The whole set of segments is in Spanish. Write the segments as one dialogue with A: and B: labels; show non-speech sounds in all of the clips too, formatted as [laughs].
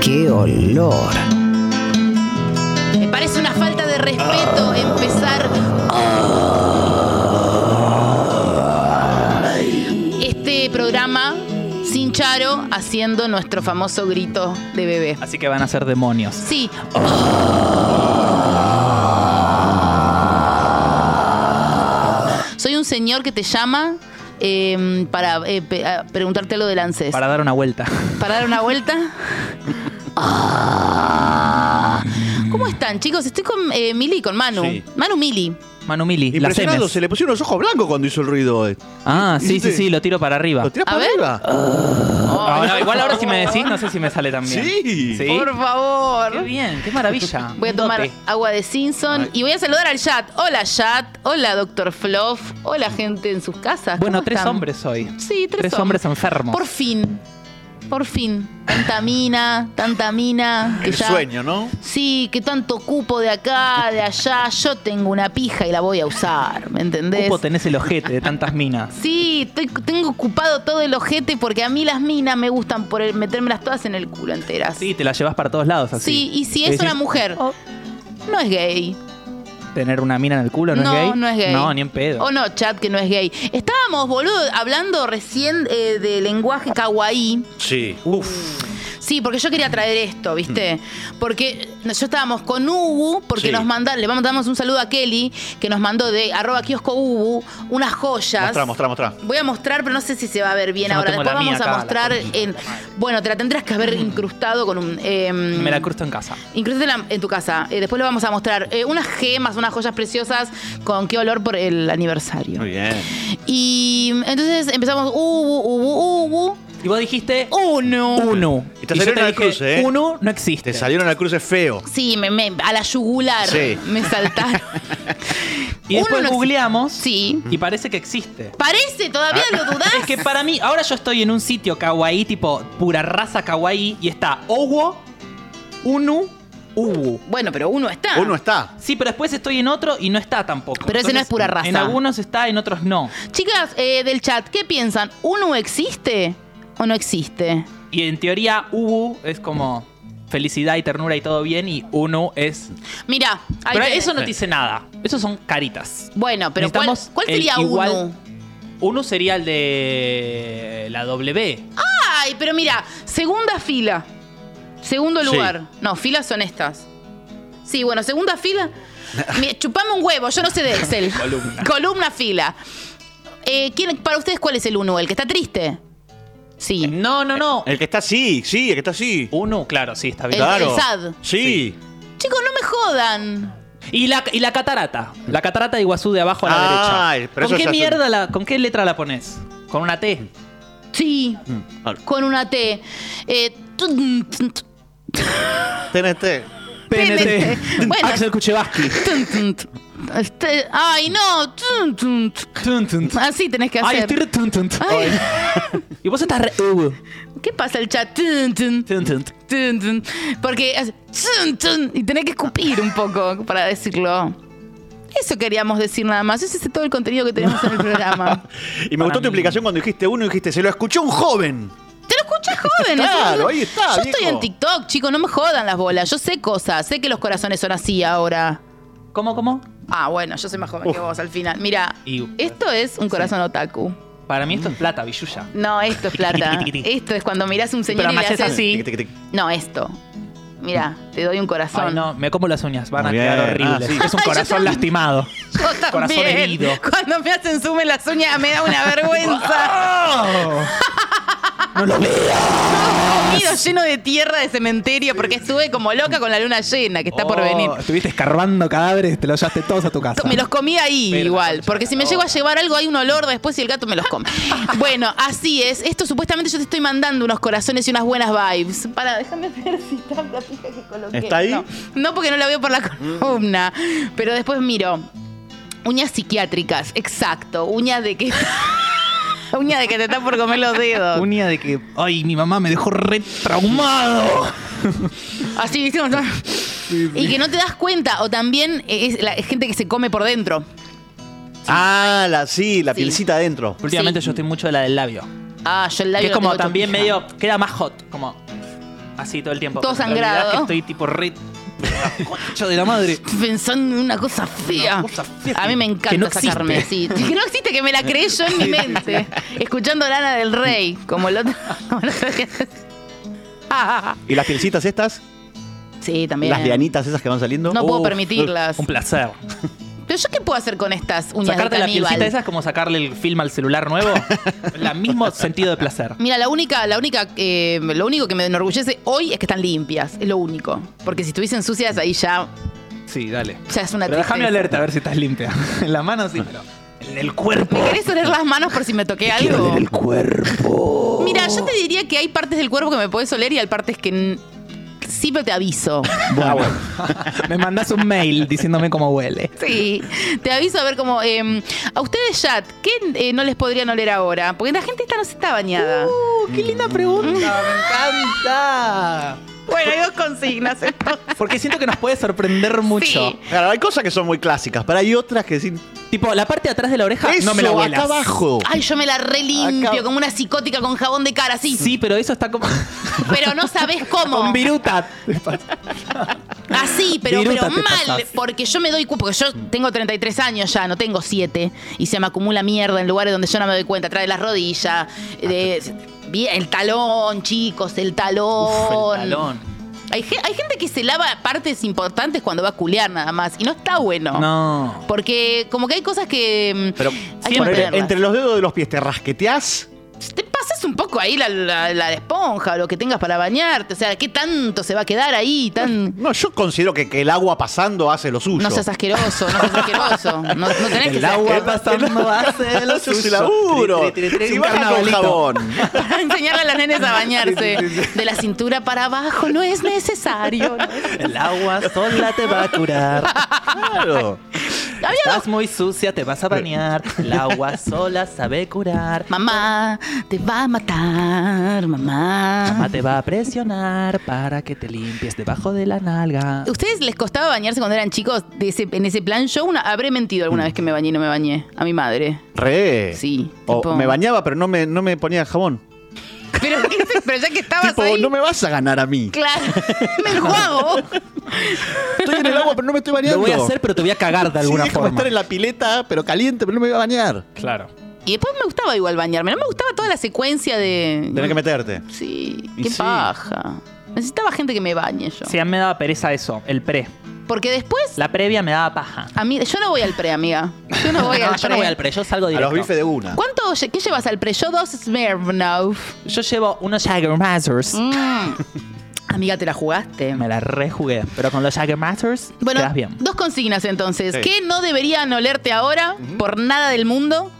A: ¡Qué olor!
B: Me parece una falta de respeto empezar. Este programa sin Charo haciendo nuestro famoso grito de bebé.
C: Así que van a ser demonios.
B: Sí, soy un señor que te llama eh, para eh, pe- a preguntarte lo del ANSES.
C: Para dar una vuelta. [laughs]
B: para dar una vuelta. Ah. ¿Cómo están, chicos? Estoy con eh, Mili y con Manu.
D: Sí.
B: Manu Mili.
C: Manu Mili, las
D: Impresionado,
C: M's.
D: se le pusieron los ojos blancos cuando hizo el ruido hoy.
C: Ah, sí, sí,
D: ¿Hiciste?
C: sí, lo tiro para arriba.
D: ¿Lo tirás
B: A
D: para
B: ver.
D: arriba?
C: Ah, no, igual ahora si me decís, no sé si me sale tan bien.
D: Sí.
C: ¿Sí?
B: Por
C: Qué
B: favor.
C: bien, qué maravilla.
B: [laughs] Voy a
C: Un
B: tomar
C: dote.
B: agua de Simpson
D: Ay.
B: y voy a saludar al chat. Hola, chat. Hola, doctor Fluff. Hola, gente en sus casas.
C: Bueno,
B: ¿Cómo
C: tres
B: están?
C: hombres hoy.
B: Sí, tres,
C: Tres hombres enfermos.
B: Por fin. Por fin. Tanta mina, tanta mina. que
D: El
B: ya-
D: sueño, ¿no?
B: Sí, que tanto cupo de acá, de allá. Yo tengo una pija y la voy a usar, ¿me entendés?
C: Cupo tenés el ojete de tantas minas.
B: Sí, estoy- tengo ocupado todo el ojete porque a mí las minas me gustan por el- metérmelas todas en el culo enteras.
C: Sí, te la llevas para todos lados así.
B: Sí, y si es
C: Decís,
B: una mujer, no es gay.
C: Tener una mina en el culo no,
B: No,
C: es gay.
B: no es gay. Oh,
C: No, ni en pedo.
B: O no, chat, que no es gay. Estábamos, boludo, hablando recién eh, de lenguaje kawaii.
D: Sí.
B: Sí, porque yo quería traer esto, ¿viste?
C: Mm.
B: Porque yo estábamos con Ubu, porque
D: Sí.
B: nos mandan, le mandamos un saludo a Kelly, que nos mandó de arroba kiosco Ubu unas joyas.
D: Mostrá, mostrá, mostrá.
B: Voy a mostrar, pero no sé si se va a ver bien
C: Yo no
B: ahora.
C: tengo
B: Después
C: la mía
B: vamos a
C: acá,
B: mostrar
C: la concha de
B: en.
C: la madre.
B: Bueno, te la tendrás que haber incrustado con un. eh,
C: Me la cruzo en casa.
B: incrústatela en tu casa. Eh, después lo vamos a mostrar. Eh, unas gemas, unas joyas preciosas con qué olor por el aniversario.
D: Muy bien.
B: Y mm, entonces empezamos. uh, Ubu, ubu, ubu.
C: Y vos dijiste
B: Uno.
C: uno.
D: Y te
C: yo
D: salieron al
C: dije,
D: cruce, ¿eh?
C: Uno no existe.
D: Te salieron al cruce feo.
B: Sí, me, me- a la yugular.
D: Sí.
B: Me
C: [laughs]
B: saltaron.
C: Y
B: Uno no
C: después
B: existe.
C: googleamos.
B: Sí.
C: Y parece que existe.
B: Parece, todavía lo dudás.
C: [laughs] Es que para mí, ahora yo estoy en un sitio kawaii, tipo pura raza kawaii, y está Owo, Unu, Ubu.
B: Bueno, pero uno está.
D: Uno está.
C: Sí, pero después estoy en otro y no está tampoco.
B: Pero ese no es pura raza.
C: En algunos está, en otros no.
B: Chicas eh, del chat, ¿qué piensan? ¿Uno existe o no existe?
C: Y en teoría, Ubu es como felicidad y ternura y todo bien, y Unu es.
B: Mira, ahí
C: pero
B: tenés.
C: eso no te dice nada. Esos son caritas.
B: Bueno, pero ¿cuál,
C: Necesitamos
B: cuál
C: el
B: sería
C: igual-
B: uno?
C: Unu sería el de la W.
B: Ah. Ay, pero mira, segunda fila. Segundo
D: Sí.
B: lugar. No, filas son estas. Sí, bueno, segunda fila. Mi- Chupame un huevo, yo no sé de Excel. Columna. fila. Eh, ¿quién- para ustedes, ¿cuál es el uno? ¿El que está triste? Sí. El,
C: No, no, no.
D: El que está sí, sí, el que está sí.
C: Unu, claro, sí, está bien.
D: Claro.
B: el sad.
D: Sí.
B: Chicos, no me jodan.
C: Y la, y la catarata. La catarata de Iguazú de abajo a la
D: Ah,
C: derecha.
D: pero
C: ¿Con
D: eso
C: qué
D: ya es un-
C: mierda la, con qué letra la pones? ¿Con una T?
B: Sí,
D: Mm.
B: con una T. Eh, tun, tun, tun,
D: TNT.
B: TNT. Bueno.
C: Axel Kuchevaski.
B: tun, tun, tun. Este- Ay, no. tun, tun, tun.
C: Tun, tun, tun.
B: Así tenés que
C: Ay,
B: hacer.
C: estoy re tun, tun, tun.
B: Ay. Ah.
C: Y vos estás re... Uh,
B: ¿Qué pasa el chat? Tun, tun,
C: tun, tun.
B: tun, tun. Porque hace tun, tun, y tenés que escupir un poco para decirlo. Eso queríamos decir nada más. Ese es todo el contenido que tenemos en el programa.
D: Y me gustó tu
C: mí.
D: implicación cuando dijiste uno y dijiste, se lo escuchó un joven.
B: Te lo escuchas joven.
D: Claro, ahí está,
B: Yo estoy
D: viejo.
B: en TikTok, chicos, no me jodan las bolas. Yo sé cosas, sé que los corazones son así ahora.
C: ¿Cómo, cómo?
B: Ah, bueno, yo soy más joven que vos al final. Mira,
C: Y-
B: esto es un corazón otaku.
C: Para mí esto es plata, billulla.
B: No, esto es plata.
C: Tiqui, tiqui, tiqui.
B: esto es cuando mirás a un señor
C: Pero
B: y le
C: además es
B: haces...
C: así.
D: Tic, tic, tic.
B: No, esto. Mira, te doy un corazón.
C: Ay, no, me como las uñas. Van a
D: Muy
C: quedar
D: bien.
C: horribles.
D: Ah, sí.
C: Es un
B: Ay, yo
C: corazón
B: también.
C: lastimado.
B: Yo también.
C: Corazón herido.
B: Cuando me hacen sume las uñas me da una vergüenza.
C: Oh.
B: Comido lleno de tierra de cementerio porque estuve como loca con la luna llena que está por
C: Oh,
B: venir.
C: Estuviste escarbando cadáveres, te los llevaste todos a tu casa.
B: Me los comí ahí
C: Pero
B: igual,
C: la concha
B: porque
C: de
B: si
C: la
B: me llego a
C: hora.
B: llevar algo hay un olor después y el gato me los
C: [laughs]
B: come. bueno, así es. Esto supuestamente yo te estoy mandando unos corazones y unas buenas vibes. Para, déjame ver si está la fija que coloqué.
D: ¿Está ahí?
B: No, No, porque no la veo por la columna, pero después miro. Uñas psiquiátricas, exacto. Uñas de que... La [laughs] uña de que te está por comer los dedos.
C: Un día de que, ay, mi mamá me dejó re traumado.
B: Así, ¿viste? Y que no te das cuenta. O también eh, es la es gente que se come por dentro.
D: Ah, la, sí, la
B: Sí.
D: pielcita adentro.
C: Últimamente
B: Sí.
C: yo estoy mucho de la del labio.
B: Ah, yo el labio
C: Que es
B: lo
C: como
B: tengo
C: también
B: chupija.
C: medio. Queda más hot, como. Así todo el tiempo.
B: Todo
C: Pero la verdad
B: sangrado.
C: es que estoy tipo re.
B: [laughs]
C: Concha de la madre.
B: Pensando en una cosa fea.
C: Una cosa fea
B: a mí
C: que-
B: me
C: que
B: encanta
C: no existe.
B: sacarme así. [laughs] Que no existe, que me la creé yo en mi
C: [laughs]
B: mente. Escuchando Lana del Rey, como el otro. como el otro día. Ah,
D: ¿Y las pielcitas estas?
B: sí, también.
D: ¿Las lianitas esas que van saliendo?
B: No puedo
C: Uf,
B: permitirlas.
C: Un placer.
B: Pero yo qué puedo hacer con estas uñas
C: Sacarte
B: de
C: la
B: caníbal?
C: pielcita esa es como sacarle el film al celular
B: [laughs]
C: nuevo. el mismo sentido de placer.
B: Mira, la única, la única, eh, lo único que me enorgullece hoy es que están limpias, es lo único. Porque si estuviesen sucias ahí ya,
C: Sí, dale.
B: ya es una
C: Pero déjame
B: tristeza.
C: alerta a ver si estás limpia. [laughs] En la mano sí, pero. En el cuerpo.
B: ¿Me querés oler las manos por si me toqué algo? el cuerpo. Mira, yo te diría que hay partes del cuerpo que me puedes oler y hay partes que n- sí, pero te aviso.
C: Ah, Bueno. [laughs] me mandas un mail diciéndome cómo huele.
B: [laughs] Sí, te aviso a ver cómo... eh, a ustedes, chat, ¿qué eh, no les podrían oler ahora? Porque la gente esta no se está bañada.
C: Uh, ¡Qué linda pregunta!
B: [laughs]
C: ¡Me encanta!
B: Bueno, hay dos consignas. entonces.
C: Porque siento que nos puede sorprender mucho.
B: Sí.
D: Claro, hay cosas que son muy clásicas, pero hay otras que sin.
C: Tipo, la parte de atrás de la oreja
D: Eso,
C: no me la huelas.
D: acá abajo.
B: Ay, yo me la relimpio
D: Acá-
B: como una psicótica con jabón de cara, sí.
C: Sí, pero eso está
D: [laughs]
C: como.
B: Pero no sabes cómo.
C: [laughs] Con viruta.
B: Así, Ah, pero,
C: Viruta
B: pero
C: te
B: mal,
C: pasás.
B: porque yo me doy cuenta, porque yo tengo 33 años ya, no tengo 7, y se me acumula mierda en lugares donde yo no me doy cuenta, atrás de las
C: Ah,
B: rodillas, de- bien, el talón, chicos, el talón.
C: Uf, el talón.
B: Hay, ge- hay gente que se lava partes importantes cuando va a culear nada más, y no está bueno.
C: No.
B: Porque como que hay cosas que... mm,
D: Pero
B: hay que
D: ponele,
B: mantenerlas.
D: entre los dedos de los pies te rasqueteás.
B: Te pasas un poco ahí la, la- la esponja o lo que tengas para bañarte, o sea, ¿qué tanto se va a quedar ahí? Tan...
D: No, yo considero que, que el agua pasando hace lo suyo.
B: No seas asqueroso, no seas asqueroso. No, no tenés que
C: El
B: ser
C: agua
B: asqueroso.
C: pasando hace
D: [laughs]
B: [laughs]
C: lo
D: Eso es
C: suyo.
D: laburo.
C: Tri, tri, tri, tri,
D: Si
C: un
D: baja con
C: carnavalito.
D: jabón.
B: Para enseñarle a las nenes a bañarse. De la cintura para abajo no es necesario. ¿no?
C: El agua sola te va a [laughs] curar.
D: Claro.
C: Estás muy sucia, te vas a bañar. El
D: [laughs]
C: agua sola sabe curar.
B: Mamá, te va a matar, mamá.
C: Mamá te va a presionar para que te limpies debajo de la nalga.
B: ¿Ustedes les costaba bañarse cuando eran chicos de ese- en ese plan? Yo una, habré mentido
D: Mm.
B: alguna vez que me bañé y no me bañé. A mi madre.
D: Re.
B: Sí,
D: O
B: tipo-
D: me bañaba, pero no me, no me ponía jabón.
B: Pero, [laughs] pero ya que estabas
D: Tipo,
B: ahí.
D: no me vas a ganar a mí.
B: Claro, [laughs] me enjuago.
D: Estoy en el agua, pero no me estoy bañando.
C: Lo voy a hacer, pero te voy a cagar de
D: Sí,
C: alguna
D: es como
C: forma.
D: estar en la pileta, pero caliente, pero no me voy a bañar.
C: Claro.
B: Y después me gustaba igual bañarme. No me gustaba toda la secuencia de.
D: Tenés que meterte.
B: Sí,
D: Y
B: qué
D: sí.
B: paja. Necesitaba gente que me bañe yo.
C: Sí, a mí me daba pereza eso, el pre.
B: Porque después,
C: La previa me daba paja.
B: a mí, yo no voy al pre, amiga. Yo no voy, al,
C: yo
B: pre.
C: [laughs] no voy al pre, yo salgo
D: A
C: directo.
D: los bifes de una.
B: ¿Cuánto, lle- qué llevas al pre? Yo dos Smirnoff.
C: Yo llevo unos Jagger Masters.
B: Mm. [laughs] Amiga, te la jugaste.
C: Me la rejugué, pero con los Jagger Masters
B: Bueno,
C: quedas bien.
B: dos consignas entonces.
D: Sí.
B: ¿Qué no deberían olerte ahora por nada del mundo?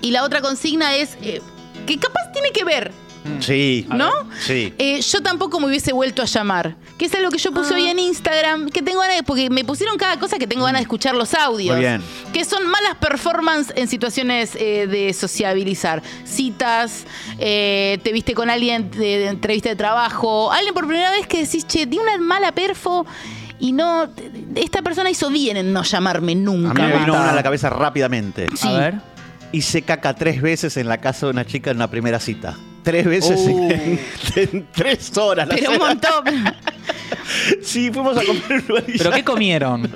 B: Y la otra consigna es eh, que capaz tiene que ver,
D: Sí.
B: ¿no?
D: Sí.
B: Eh, yo tampoco me hubiese vuelto a llamar. Que es algo que yo
D: Ah.
B: puse hoy en Instagram. Que tengo ganas de- Porque me pusieron cada cosa que tengo ganas de escuchar los audios.
D: Muy bien.
B: Que son malas performance en situaciones eh, de sociabilizar. Citas, eh, te viste con alguien de, de entrevista de trabajo. Alguien por primera vez que decís, che, di una mala perfo. Y no. Esta persona hizo bien en no llamarme
D: A
B: nunca
D: mí me
B: más.
D: vino una a la cabeza rápidamente.
B: Sí.
C: A ver.
D: Hice caca tres veces en la casa de una chica en la primera cita. Tres veces
C: Uh.
D: en, en tres horas. la
B: Pero un
D: cena.
B: montón.
D: [laughs] Sí, fuimos a comer en un lugar y
C: ¿Pero
D: ya-
C: qué comieron?
D: [laughs]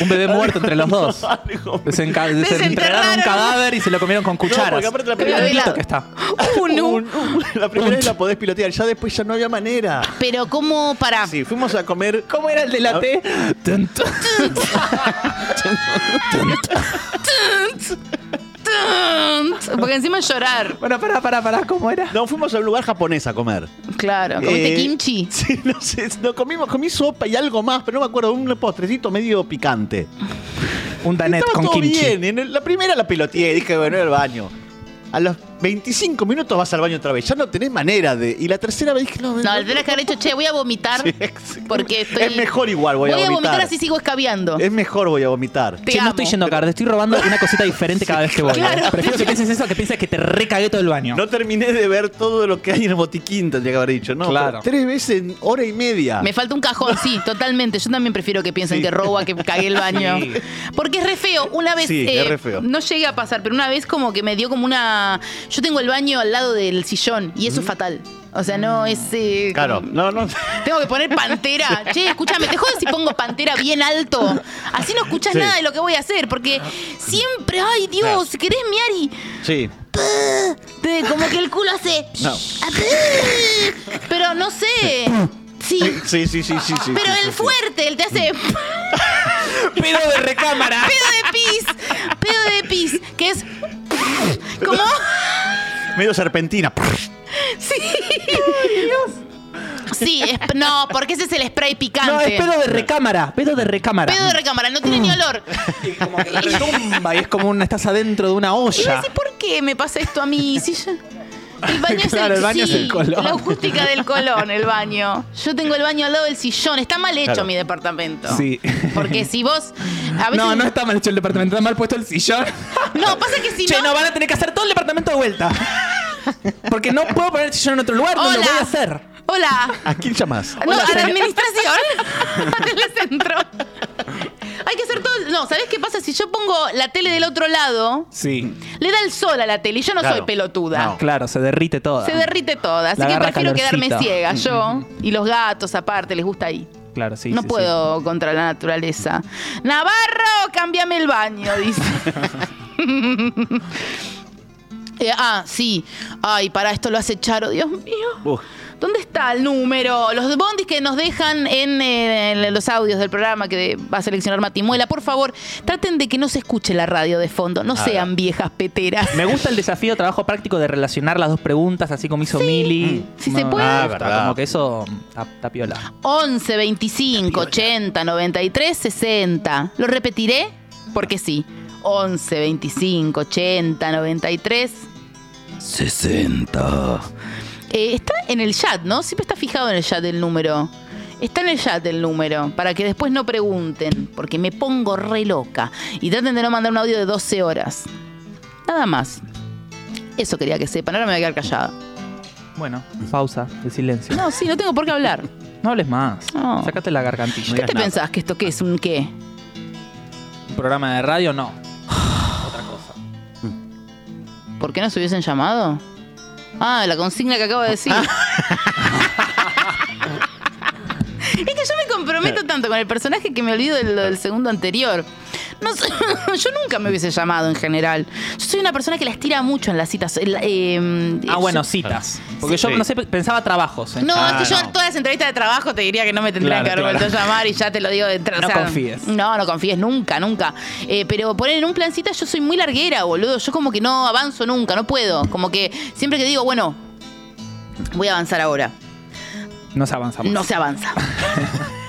C: Un bebé muerto entre los dos.
D: Algo.
C: Desenca- Desenterraron
B: Desenterraron.
C: un cadáver y se lo comieron con
D: No,
C: cucharas.
D: porque aparte la
C: Qué
D: primera
B: vez-
C: maldito que está.
B: [laughs] Uno.
D: Un- un- la primera vez la podés pilotear, ya después ya no había manera.
B: Pero, ¿cómo para?
D: Sí, fuimos a comer.
C: ¿Cómo era el de la T? Tun, tun.
B: [laughs] Porque encima es llorar.
C: Bueno, pará, pará, pará, ¿cómo era?
D: No, fuimos a un lugar japonés a comer.
B: Claro. ¿Comiste
D: Eh,
B: kimchi?
D: [laughs] Sí, no sé, no comimos, comí sopa y algo más, pero no me acuerdo, un postrecito medio picante.
C: Un Danet
D: Estaba
C: con
D: todo
C: kimchi.
D: bien, en el- la primera la piloteé, dije, bueno, era el baño. A los 25 minutos vas al baño otra vez. Ya no tenés manera de. Y la tercera vez dije, no,
B: No, [laughs] le tenés que haber dicho, che, voy a vomitar.
D: Sí, sí.
B: Porque estoy.
D: Es mejor igual, voy a vomitar.
B: así sigo escabeando.
D: Es mejor voy a vomitar.
B: Te
C: Che,
B: amo.
C: no estoy yendo a cagar, te estoy robando una cosita diferente cada vez que voy.
B: Claro.
C: Prefiero que pienses eso a que pienses que te recagué todo el baño.
D: No terminé de ver todo lo que hay en el botiquín, tendría que haber dicho. No,
C: Claro.
D: pero tres veces en hora y media.
B: Me falta un cajón, sí, totalmente. Yo también prefiero que piensen
D: Sí.
B: que robo a que cagué el baño.
C: Sí.
B: Porque es re feo. Una vez. eh,
D: Sí, es re feo.
B: No llegué a pasar, pero una vez como que me dio como una. Yo tengo el baño al lado del sillón y eso es fatal. O sea, no es. eh,
D: Claro,
B: como-
D: no, no.
B: Tengo que poner
D: [laughs]
B: pantera. Che, escúchame, te jodas si pongo pantera bien alto. Así no escuchas
D: Sí.
B: nada de lo que voy a hacer, porque siempre, ay Dios, querés miar y
D: Sí.
B: te- como que el culo hace.
D: No.
B: Pero no sé. Sí.
D: Sí, sí, sí, sí, sí. sí,
B: Pero
D: sí,
B: el
D: sí.
B: fuerte, el te hace
C: Pedo de recámara.
B: pedo de pis, pedo de pis, que es como
D: Medio serpentina.
B: sí. Sí, es- no, porque ese es el spray picante.
C: No, es pedo de recámara. Pedo de recámara.
B: Pedo de recámara, no tiene ni olor.
C: Como que retumba y es como una, estás adentro de una
B: Y yo
C: olla.
B: decía, ¿por qué me pasa esto a mí? Si yo- El baño,
C: Claro,
B: es, el,
C: el baño es
B: sí,
C: el colón.
B: La acústica del colón, el baño. Yo tengo el baño al lado del sillón. Está mal hecho
D: Claro.
B: mi departamento.
C: Sí.
B: Porque si vos. A veces,
C: No, no está mal hecho el departamento, está mal puesto el sillón.
B: No, pasa que si
C: Che,
B: no.
C: no, van a tener que hacer todo el departamento de vuelta. Porque no puedo poner el sillón en otro lugar, no lo
B: Hola.
C: voy a hacer.
B: Hola.
D: ¿A quién llamás?
B: No,
C: Hola,
B: a la
C: señor.
B: administración [laughs]
C: [laughs]
B: del centro. Hay que hacer todo. No, ¿sabés qué pasa? Si yo pongo la tele del otro lado,
C: Sí.
B: le da el sol a la tele y yo no
D: Claro.
B: soy pelotuda.
D: No.
C: Claro, se derrite todo.
B: Se derrite toda, así
C: La
B: que
C: agarra
B: prefiero quedarme
C: calorcito.
B: ciega
D: Mm.
B: yo. Y los gatos aparte, les gusta ahí.
C: Claro, sí.
B: no
C: sí, sí.
B: puedo contra la naturaleza. Navarro, cámbiame el baño,
C: [laughs]
B: dice. Eh, ah, sí. Ay, para esto lo hace Charo, Dios mío.
D: Uf.
B: ¿Dónde está el número? Los bondis que nos dejan en, eh, en los audios del programa que de- va a seleccionar Matimuela, por favor, traten de que no se escuche la radio de fondo, no sean viejas peteras.
C: Me gusta el desafío trabajo práctico de relacionar las dos preguntas, así como hizo Mili. Mm.
B: Si
C: Me
B: se puede.
C: gusta,
D: Ah, verdad.
C: Como que eso está, está piola.
B: 11, 25, 80, 93, 60. Lo repetiré porque sí. 11, 25, 80, 93, 60. Eh, está en el chat, ¿no? Siempre está fijado en el chat el número. Está en el chat el número, para que después no pregunten, porque me pongo re loca. Y traten de no mandar un audio de 12 horas. Nada más. Eso quería que sepan, ahora me voy a quedar callada.
C: Bueno, pausa, de silencio.
B: No, sí, no tengo por qué hablar.
C: No hables más.
B: No.
C: Sácate la gargantilla. no
B: ¿Qué
C: digas
B: te
C: nada.
B: pensás que esto qué es un qué?
C: ¿Un programa de radio? No.
B: ¿Por qué nos hubiesen llamado? Ah, la consigna que acabo de decir.
C: Ah.
B: [laughs] es que yo me comprometo tanto con el personaje que me olvido de lo del segundo anterior. No sé, [laughs] yo nunca me hubiese llamado en general. Yo soy una persona que las tira mucho en las citas. El- eh,
C: Ah,
B: yo-
C: bueno, citas. Porque yo,
D: Sí.
C: no sé, pensaba trabajos. ¿eh?
B: No,
D: Ah,
B: es que yo
D: no.
B: en todas las entrevistas de trabajo te diría que no me tendrían
C: Claro,
B: que haber
C: claro.
B: vuelto a llamar y ya te lo digo de entrada.
C: No
B: o sea,
C: confíes.
B: No, no confíes nunca, nunca. Eh, pero poner en un plancita, yo soy muy larguera, boludo. Yo como que no avanzo nunca, no puedo. Como que siempre que digo, bueno, voy a avanzar ahora.
C: Nos avanzamos.
B: No se avanza.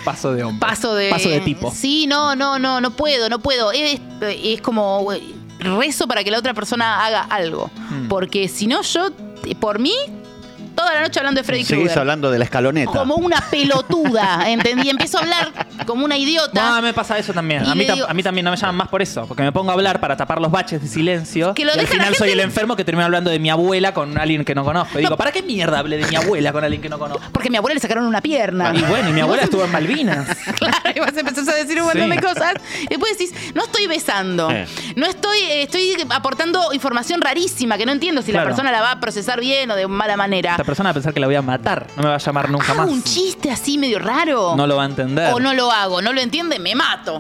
C: Paso de hombre.
B: Paso de.
C: Paso de tipo.
B: Sí, no, no, no, no puedo, no puedo. Es, es como güey, rezo para que la otra persona haga algo.
C: Mm.
B: Porque si no, yo, eh, por mí, toda la noche hablando de Freddy
D: Seguís
B: Krueger.
D: hablando de la escaloneta.
B: Como una
C: [laughs]
B: pelotuda, ¿entendí? Empiezo a hablar como una
C: No,
B: idiota.
C: me pasa eso también.
B: Y
C: A mí,
B: le
C: tam-
B: digo-
C: a mí también no me llaman más por eso. Porque me pongo a hablar para tapar los baches de silencio.
B: Que lo
C: y al
B: deja la
C: final soy
B: gente-
C: el enfermo que termina hablando de mi abuela con alguien que no conozco. Y digo, ¿para qué mierda hablé de mi abuela con alguien que no conozco?
B: Porque a mi abuela le sacaron una pierna.
C: Ah, Y bueno, y mi abuela estuvo en Malvinas.
B: [laughs] Claro, y vas a empezar a decir un montón
C: Sí.
B: de cosas. Y después decís, no estoy besando.
D: Eh.
B: No estoy, eh, estoy aportando información rarísima que no entiendo si la
C: Claro.
B: persona la va a procesar bien o de mala manera.
C: Esta persona va a pensar que la voy a matar. No me va a llamar nunca
B: Hago
C: más.
B: Ah, un chiste así medio raro.
C: No lo va a entender.
B: o no lo hago, no lo entiende, me
C: [laughs]
B: mato.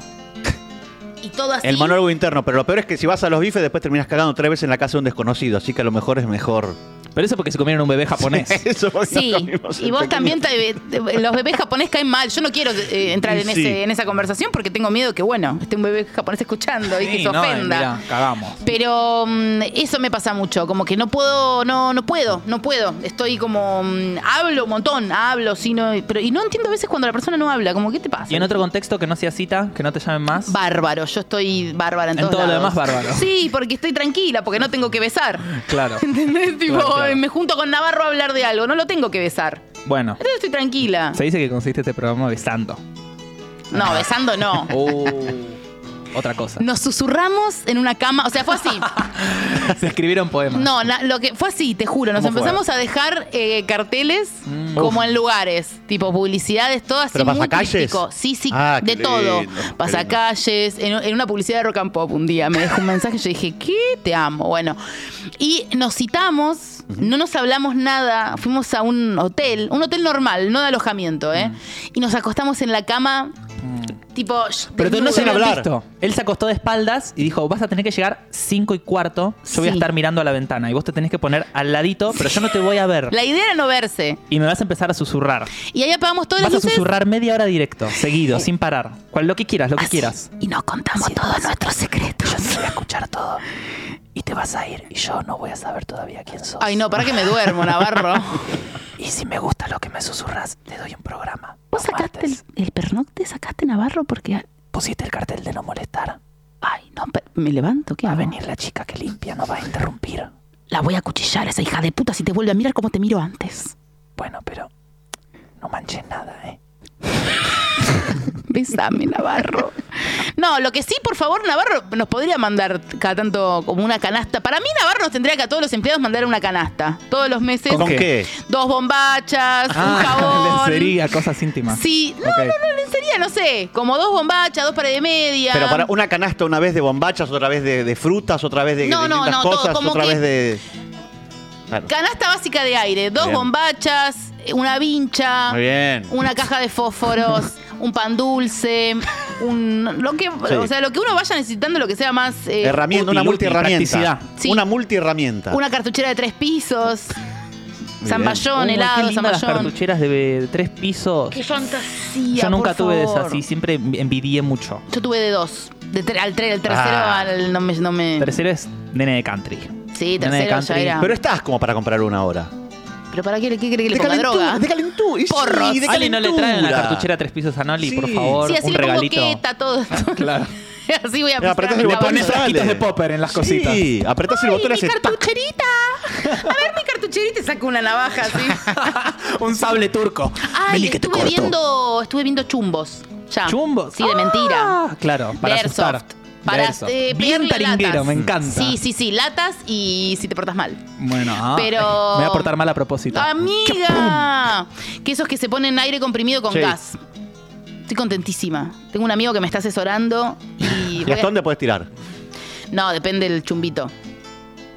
B: Y todo así.
D: El monólogo interno, pero lo peor es que si vas a los bifes después terminas cagando tres veces en la casa de un desconocido, así que a lo mejor es mejor
C: Pero eso porque se comieron un
B: [laughs]
C: bebé japonés.
D: Eso porque
B: Sí,
D: [laughs] nos comimos el
B: y vos
D: pequeñito.
B: también te- te- los bebés japoneses caen mal. Yo no quiero eh, entrar
D: Y
B: en,
D: sí.
B: ese- en esa conversación porque tengo miedo que, bueno, esté un bebé japonés escuchando y que
C: Sí,
B: se
C: no, y
B: ofenda.
C: mirá, cagamos.
B: Pero mm, eso me pasa mucho, como que no puedo, no, no puedo, no puedo. Estoy como mm, hablo un montón, hablo, sino, pero y no entiendo a veces cuando la persona no habla, como qué te pasa.
C: Y en otro contexto que no sea cita, que no te llamen más.
B: Bárbaro, yo estoy bárbara en,
C: En
B: todos
C: todo lo
B: lados.
C: demás, bárbaro.
B: Sí, porque estoy tranquila, porque no tengo que besar.
C: Claro.
B: ¿Entendés? Tipo,
C: Claro, claro.
B: me junto con Navarro a hablar de algo, no lo tengo que besar.
C: Bueno,
B: Entonces estoy tranquila.
C: se dice que consiste este programa besando.
B: No, besando no.
C: Oh, otra cosa.
B: Nos susurramos en una cama, o sea, fue
D: [laughs]
B: así.
C: Se escribieron poemas.
B: No, na- lo que fue así, te juro. Nos
C: ¿Cómo fue?
B: empezamos a dejar eh, carteles
C: Mm.
B: como
D: Uf.
B: en lugares, tipo publicidades, todo así
D: ¿Pero
B: muy
D: pasacalles?
B: turístico. Sí, sí,
D: Ah,
B: de
D: qué
B: todo.
D: lindo, qué
B: Pasacalles, en, en una publicidad de Rock and Pop un día me dejó un mensaje y yo dije, ¿qué? Te amo. Bueno, y nos citamos, no nos hablamos nada, fuimos a un hotel, un hotel normal, no de alojamiento,
D: Mm.
B: ¿eh? Y nos acostamos en la cama, tipo...
C: Pero tú no
B: desnudos.
C: se hablar.
D: hablar.
C: Visto. Él se acostó de espaldas y dijo, vas a tener que llegar 5 y cuarto, yo voy a
B: Sí.
C: estar mirando a la ventana y vos te tenés que poner al ladito, pero yo no te voy a ver.
B: La idea era no verse.
C: Y me vas a empezar a susurrar.
B: Y ahí apagamos todas
C: Vas a
B: las luces.
C: susurrar media hora directo, seguido, sin parar. Cual, lo que quieras, lo que
B: Así.
C: quieras.
B: Y nos contamos todos nuestros secretos.
C: Escuchar todo. Y te vas a ir y yo no voy a saber todavía quién sos.
B: Ay, no, para que me duermo, Navarro.
C: Y si me gusta lo que me susurras, te doy un programa.
B: [laughs] ¿Vos sacaste el, el pernocte? ¿Sacaste Navarro? Porque.
C: Pusiste el cartel de no molestar.
B: Ay, no, pe- me levanto, ¿qué hago?
C: la chica que limpia, no va a interrumpir.
B: La voy a cuchillar esa hija de puta si te vuelve a mirar como te miro antes.
C: Bueno, pero no manches nada, ¿eh?
B: Besame, Navarro. No, lo que sí, por favor, Navarro nos podría mandar cada tanto como una canasta. Para mí, Navarro nos tendría que a todos los empleados mandar una canasta. Todos los meses.
D: ¿Con
C: ¿Qué?
D: qué?
B: Dos bombachas, un
C: Ah, [laughs]
B: jabón.
C: lencería, cosas íntimas.
B: Sí, no,
C: Ok.
B: no, no, lencería, no sé. Como dos bombachas, dos pares de media.
D: Pero para una canasta una vez de bombachas, otra vez de, de frutas, otra vez de
B: No,
D: de
B: no,
D: distintas
B: no, todo,
D: cosas,
B: como
D: otra
B: que-
D: vez de. Claro.
B: Canasta básica de aire, dos
D: Bien.
B: bombachas, una vincha,
D: Muy bien.
B: una caja de
D: [laughs]
B: fósforos, un pan dulce, un lo que
D: Sí.
B: o sea, lo que uno vaya necesitando, lo que sea más eh,
D: Herramienta,
C: útil,
D: una
C: útil,
D: multiherramienta.
C: practicidad.
B: Sí.
D: Una multiherramienta.
B: una cartuchera de tres pisos,
D: Muy
B: zamballón,
C: Uy, qué
B: helado,
C: lindas las
B: zamballón.
C: cartucheras de, de tres pisos.
B: Qué fantasía.
C: Yo nunca
B: por
C: tuve de esas
B: favor.
C: y siempre envidié mucho.
B: Yo tuve de dos. De tre- al tres, el tercero
D: Ah.
B: al no me, no me-
C: Tercero es nene de country.
B: Sí,
C: nene de
B: tercero ya
C: country.
B: era.
D: Pero estás como para comprar una ahora.
B: Pero para qué, le- qué cree que le
D: de
B: ponga
D: calentura,
B: droga.
D: De calentura. y sí,
B: Porros.
D: de
C: Ali no le traen una
D: calentura.
C: cartuchera de tres pisos a Noli,
D: Sí.
C: por favor.
B: Sí, así
C: un
B: le pongo
C: regalito. Ah,
B: queta, todo.
C: Claro.
B: [laughs] así voy a
D: Mira, apretás
B: apretar
D: el
B: la
D: botón y
B: banda.
D: sale.
C: popper en las [laughs]
D: Sí, apretás el botón y
B: ¡Ay, mi
D: haces tac.
B: cartucherita! A ver, mi cartucherita y saco una navaja
C: [laughs]
B: así.
C: un sable turco.
B: Ay, estuve viendo, estuve viendo chumbos. Ya.
C: Chumbo.
B: Sí, de mentira.
C: Ah, Claro, para
B: de
C: asustar.
B: Airsoft.
C: De
B: Para,
C: Airsoft.
B: eh,
C: Bien
B: pegarle a
C: taringuero,
B: latas.
C: me encanta.
B: Sí, sí, sí, latas y si te portas mal.
C: Bueno, ah,
B: Pero-
C: me voy a portar mal a propósito.
B: ¡Amiga! Que esos que se ponen aire comprimido con
D: Sí.
B: gas. Estoy contentísima. Tengo un amigo que me está asesorando y.
D: ¿Y
B: voy a-
D: hasta dónde puedes tirar?
B: No, depende del chumbito.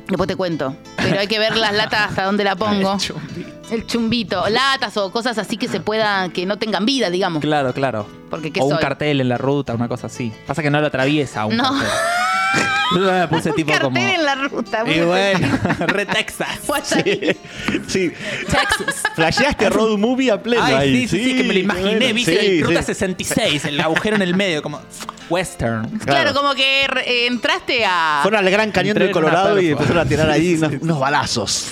B: Después te cuento. Pero hay que ver las latas hasta dónde la
C: [laughs]
B: pongo. El chumbito, latas o cosas así que se puedan, que no tengan vida, digamos.
C: Claro, claro.
B: Porque ¿qué
C: o un
B: soy?
C: cartel en la ruta, una cosa así. Pasa que no lo atraviesa un
B: No.
C: cartel.
B: [laughs]
C: Yo me puse tipo
B: Un cartel
C: como.
B: en la ruta.
C: Y [laughs] bueno, re Texas.
B: Fue allí.
D: Sí.
B: Texas.
D: Flasheaste road movie a pleno.
C: Ay,
D: ahí.
C: sí, sí, sí, que me lo imaginé,
D: bueno,
C: viste,
D: sí,
C: Ruta
D: sí.
C: 66, el agujero en el medio, como western.
B: Claro,
D: Claro.
B: como que eh, entraste a.
D: Fueron al Gran Cañón
C: Entré en
D: del
C: una
D: Colorado y
C: perfa.
D: empezaron a tirar ahí unos, unos balazos.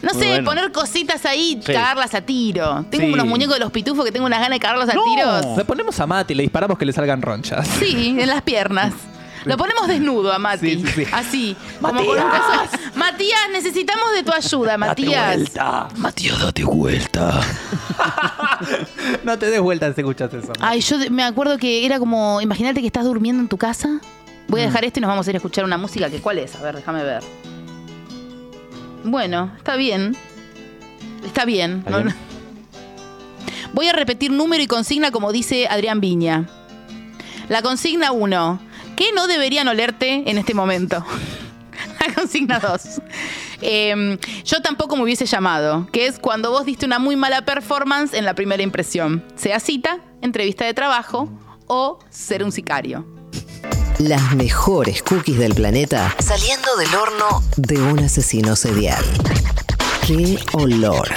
B: No sé,
D: bueno.
B: poner cositas ahí,
D: Sí.
B: cagarlas a tiro. Tengo
C: Sí.
B: unos muñecos de los pitufos que tengo unas ganas de cagarlos a
D: No.
B: tiros.
C: Le ponemos a Mati y le disparamos que le salgan ronchas.
B: Sí, en las piernas. Lo ponemos desnudo a Mati.
C: Sí, sí, sí.
B: Así. Como con un
C: ¡Matías!
B: caso- Matías, necesitamos de tu ayuda, Matías.
C: Matías, date vuelta. [laughs] no te des vuelta si escuchas eso.
B: Ay, yo de- me acuerdo que era como, imagínate que estás durmiendo en tu casa. Voy
D: Mm.
B: a dejar esto y nos vamos a ir a escuchar una música. Que, ¿Cuál es? A ver, déjame ver. Bueno, está bien. Está bien.
D: ¿Está
B: No-
D: bien?
B: no- Voy a repetir número y consigna como dice Adrián Viña. La consigna 1. ¿Qué no deberían olerte en este momento? [laughs] La consigna 2. Em, yo tampoco me hubiese llamado, que es cuando vos diste una muy mala performance en la primera impresión. Sea cita, entrevista de trabajo o ser un sicario.
A: Las mejores cookies del planeta saliendo del horno de un asesino serial. Qué olor.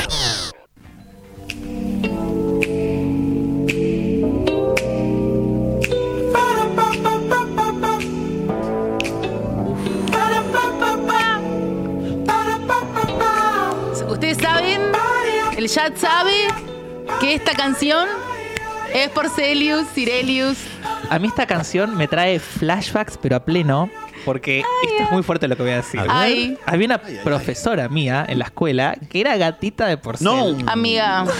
B: Ustedes saben, el chat sabe que esta canción es por Celius, Sirelius.
C: A mí esta canción me trae flashbacks, pero a pleno, porque esto es muy fuerte lo que voy a decir.
D: A ver.
B: Ay,
C: Había una profesora mía en la escuela que era gatita de porcel.
D: No.
B: amiga.
C: [laughs]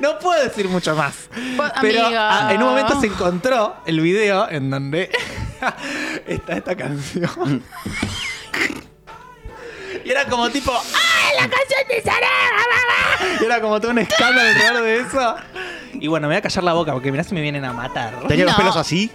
C: No puedo decir mucho más.
B: Po-
C: Pero
B: Pues, amiga.
C: ah, en un momento se encontró el video en donde [laughs] está esta canción. y era como tipo. ¡Ay, la canción de Sarah! Y era como todo un escándalo alrededor de eso. Y bueno, me voy a callar la boca porque mirá si me vienen a matar.
D: Tenía los
B: No.
D: pelos así.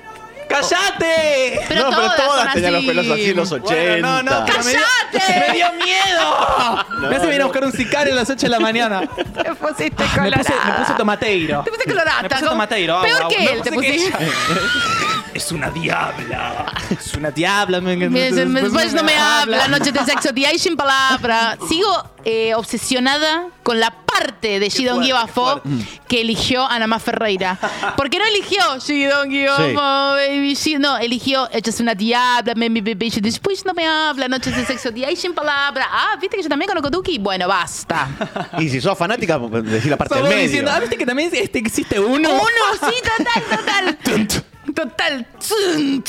C: ¡Cállate!
B: Pero
D: no, pero
B: todas son
D: todas tenían
B: así.
D: los pelos así, los 80.
C: Bueno, no, no, pero me dio-
B: ¡Cállate!
C: ¡Me dio miedo! me hace venir a buscar un sicario a las 8 de la mañana.
B: Te pusiste
C: Me puse, me puse
B: colorada.
C: tomateiro.
B: Te puse colorata,
C: Me puse
B: como-
C: tomateiro.
B: peor que
C: Me
B: él, te
C: puse que
B: pusiste.
C: ella.
D: [laughs]
C: Es una diabla. Es una diabla. Me,
B: Mira, el mes- pues no me habla, noche de sexo, día y sin palabra. Sigo eh, obsesionada con la parte de Gidon
C: fuerte,
B: Guibafo que eligió Anamá Ferreira. Porque no eligió Gidon
D: Sí.
B: Guibafo, baby, Gi- no, eligió Ella es una diabla, me mi bebé, y después no me habla, noches de sexo, día y sin palabra. Ah, viste que yo también conozco Duki. Bueno, basta.
D: Y si sos fanática, decir la parte del
C: Estamos
D: medio.
C: diciendo, ah, viste que también este, existe uno.
B: Uno, sí, total, total. Total. Tsunt.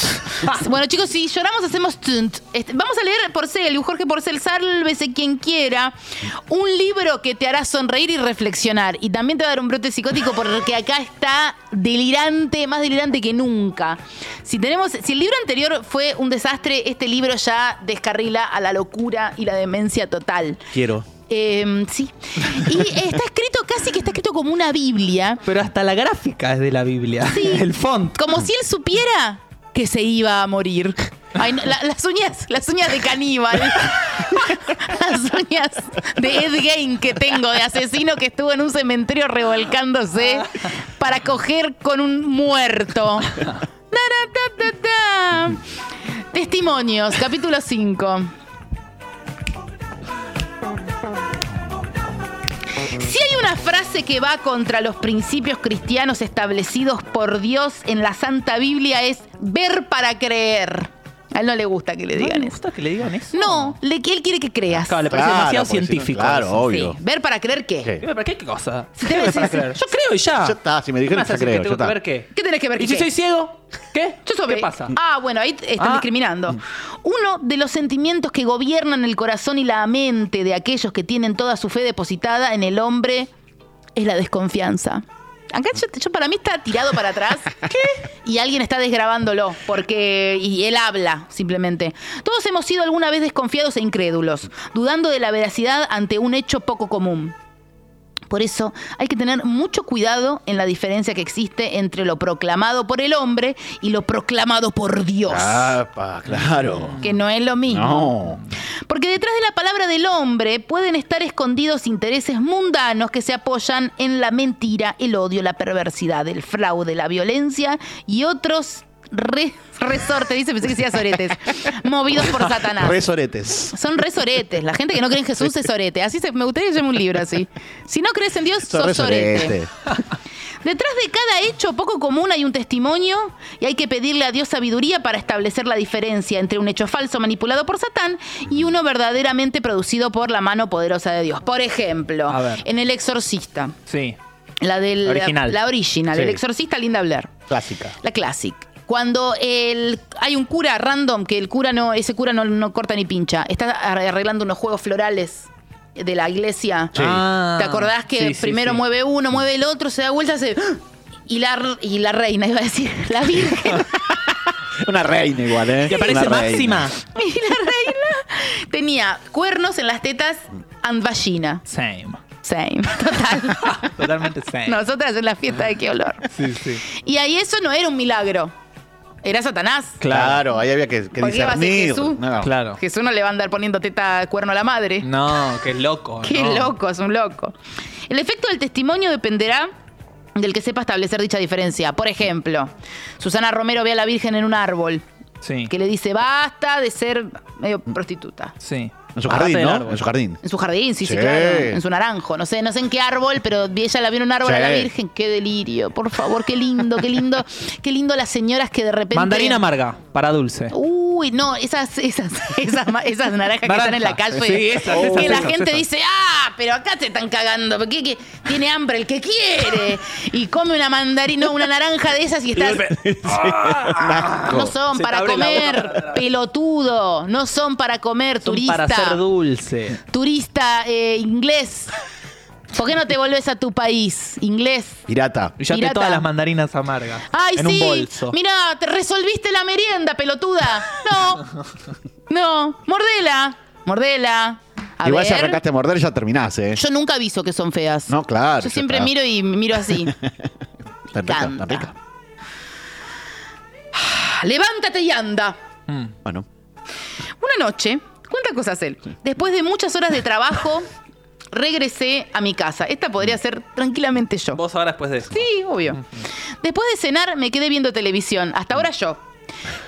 B: Bueno, chicos, si lloramos, hacemos tsunt. Este, vamos a leer Porcel, Jorge Porcel, sálvese quien quiera. Un libro que te hará sonreír y reflexionar. Y también te va a dar un brote psicótico porque acá está delirante, más delirante que nunca. Si tenemos, si el libro anterior fue un desastre, este libro ya descarrila a la locura y la demencia total.
D: Quiero.
B: Em, sí. Y está escrito casi que está escrito como una Biblia.
C: Pero hasta la gráfica es de la Biblia. [laughs] El font.
B: Como si él supiera que se iba a morir. Ay, no, la- las uñas, las uñas de caníbal. [laughs] las uñas de Ed Gein que tengo, de asesino que estuvo en un cementerio revolcándose para coger con un muerto. Na, na, ta, ta, ta. Testimonios, capítulo 5. Si hay una frase que va contra los principios cristianos establecidos por Dios en la Santa Biblia es ver para creer. A él no le gusta que le
C: ¿No
B: digan
C: le
B: eso.
C: gusta que le digan eso?
B: No, le, él quiere que creas.
C: Claro, le parece
D: Claro,
C: demasiado
D: porque si no-
C: científico.
D: claro,
C: eso.
D: obvio.
B: Sí, Ver para creer qué.
D: Sí.
C: ¿Pero qué, qué cosa?
B: Sí,
C: ¿Qué me
B: sí,
C: para
B: sí.
C: creer? Yo creo y ya.
D: Ya está, si me dijeron,
C: ¿Qué
D: ya
C: me haces decir
D: creo,
C: que
D: ya
C: tengo que
D: está.
C: ver qué?
B: ¿Qué tenés que ver
C: ¿Y
B: qué?
C: si soy ciego? ¿Qué? [laughs]
B: Yo soy
C: ¿Qué
B: gay.
C: pasa?
B: Ah, bueno, ahí están
C: Ah.
B: discriminando. Uno de los sentimientos que gobiernan el corazón y la mente de aquellos que tienen toda su fe depositada en el hombre es la desconfianza. Acá yo, yo para mí está tirado para atrás y alguien está desgrabándolo porque y él habla simplemente. Todos hemos sido alguna vez desconfiados e incrédulos, dudando de la veracidad ante un hecho poco común. Por eso hay que tener mucho cuidado en la diferencia que existe entre lo proclamado por el hombre y lo proclamado por Dios.
D: Apa, claro.
B: Que no es lo mismo.
D: Ah. No.
B: Porque detrás de la palabra del hombre pueden estar escondidos intereses mundanos que se apoyan en la mentira, el odio, la perversidad, el fraude, la violencia y otros re- resortes, dice, pensé que decía [laughs] soretes, movidos por Satanás.
D: Resoretes.
B: Son resoretes. La gente que no cree en Jesús es sorete. Así se, me gustaría que llame un libro así. Si no crees en Dios, sos sorete.
D: Resorete.
B: Detrás de cada hecho poco común hay un testimonio y hay que pedirle a Dios sabiduría para establecer la diferencia entre un hecho falso manipulado por Satán y uno verdaderamente producido por la mano poderosa de Dios. Por ejemplo,
C: A ver.
B: en El Exorcista,
C: Sí.
B: la del
C: La original.
B: la, original, El
D: Sí.
B: Exorcista Linda Blair.
D: Clásica.
B: La classic. Cuando el, hay un cura random, que el cura no, ese cura no, no corta ni pincha, está arreglando unos juegos florales de la iglesia.
D: Sí.
C: Ah.
B: ¿Te acordás que
C: Sí, sí,
B: primero
C: sí.
B: mueve uno, mueve el otro, se da vuelta, se... [gasps] Y la, y la reina, [laughs] iba a decir, la virgen.
C: [laughs]
D: Una reina igual, ¿eh?
C: Y aparece
D: Una reina.
C: Máxima.
B: Y la reina tenía cuernos en las tetas and vagina.
C: Same.
B: Same, [laughs] total.
C: Totalmente same.
B: Nosotras en la fiesta de qué olor.
C: Sí, sí.
B: Y ahí eso no era un milagro. Era Satanás.
D: Claro, ahí había que, que
B: ¿Por qué iba a ser
D: discernir.
B: Jesús?
D: No.
C: Claro.
B: Jesús no le va a andar poniendo teta cuerno a la madre.
C: No, qué
B: [laughs]
C: loco.
B: Qué
C: no.
B: loco, es un loco. El efecto del testimonio dependerá del que sepa establecer dicha diferencia. Por ejemplo, Susana Romero ve a la Virgen en un árbol,
C: Sí.
B: que le dice, basta de ser medio prostituta.
C: Sí.
D: En su
C: A
D: jardín,
C: rata del
D: ¿no?
C: árbol.
D: En su jardín.
B: [laughs] En su jardín, sí, sí,
D: Sí.
B: claro. En su naranjo. No sé, no sé en qué árbol, pero ella la vio en un árbol a la
D: Sí.
B: Virgen. Qué delirio. Por favor, qué lindo, qué lindo. Qué lindo las señoras que de repente.
C: Mandarina amarga, para dulce.
B: Uy, no, esas, esas, [laughs] esas, ma- esas naranjas que están en la
C: Naranja.
B: calle.
C: Sí, esas,
B: que
C: esas,
B: la
C: esas,
B: gente
C: esas.
B: dice, ah, pero acá te están cagando, porque que tiene hambre el que quiere. Y come una mandarina, no, una naranja de esas y estás. Ah, No son
C: Se te
B: para
C: abre la
B: comer,
C: boca.
B: pelotudo. No son para comer,
C: Son
B: turista.
C: para ser dulce.
B: turista eh, inglés. ¿Por qué no te volvés a tu país, inglés?
D: Pirata.
C: Y ya te
B: Pirata.
C: todas las mandarinas amargas.
B: Ay,
C: en
B: sí.
C: un bolso.
B: Mirá, te resolviste la merienda, pelotuda.
D: [laughs]
B: No. No. Mordela. Mordela. A
D: Igual si
B: ver.
D: arrancaste a morder ya terminás, ¿eh?
B: Yo nunca aviso que son feas.
D: No, claro,
B: Yo
D: ya
B: siempre
D: está.
B: miro y miro
D: [laughs]
B: así.
D: Tan rica, tan
B: Canta.
D: rica.
B: Ah, Levántate y anda.
C: Mm.
D: Bueno.
B: Una noche, ¿cuántas cosas él? Después de muchas horas de trabajo, regresé a mi casa. Esta podría ser tranquilamente yo.
C: Vos ahora después de eso.
B: Sí, obvio. Después de cenar me quedé viendo televisión. Hasta ahora yo.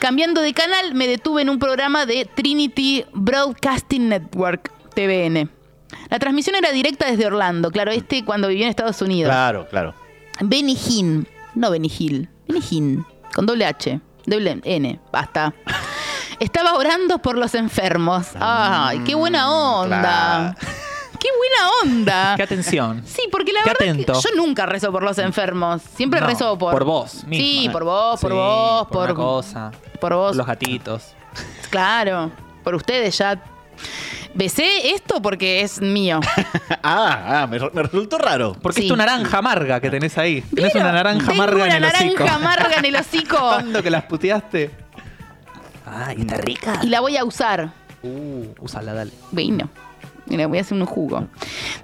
B: Cambiando de canal me detuve en un programa de Trinity Broadcasting Network, TVN. La transmisión era directa desde Orlando, claro, este cuando vivía en Estados Unidos.
D: Claro, claro.
B: Benny Hinn, no Benny Hill, Benny Hinn, con doble H, doble N, basta. Estaba orando por los enfermos. ¡Ay, qué buena onda! ¡Qué buena onda!
C: Qué atención.
B: Sí, porque la
C: Qué
B: verdad es
C: atento.
B: que yo nunca rezo por los enfermos. Siempre
C: No,
B: rezo por.
C: Por vos. misma. eh.
B: Sí, por vos, por
C: Sí,
B: vos, por,
C: una cosa.
B: por vos.
C: Por los gatitos.
B: Claro, por ustedes ya. Besé esto porque es mío.
D: [laughs] Ah, ah, me, me resultó raro.
C: Porque
B: Sí.
C: es tu naranja amarga que tenés ahí. [laughs] Tenés
B: ¿Vieron?
C: una naranja
B: Tengo
C: amarga
B: una
C: en el hocico. [laughs]
B: naranja [laughs] amarga en el hocico.
C: Tanto que las puteaste. Ay, está rica.
B: y la voy a usar.
C: Uh, úsala, dale.
B: Bueno, mira, voy a hacer un jugo.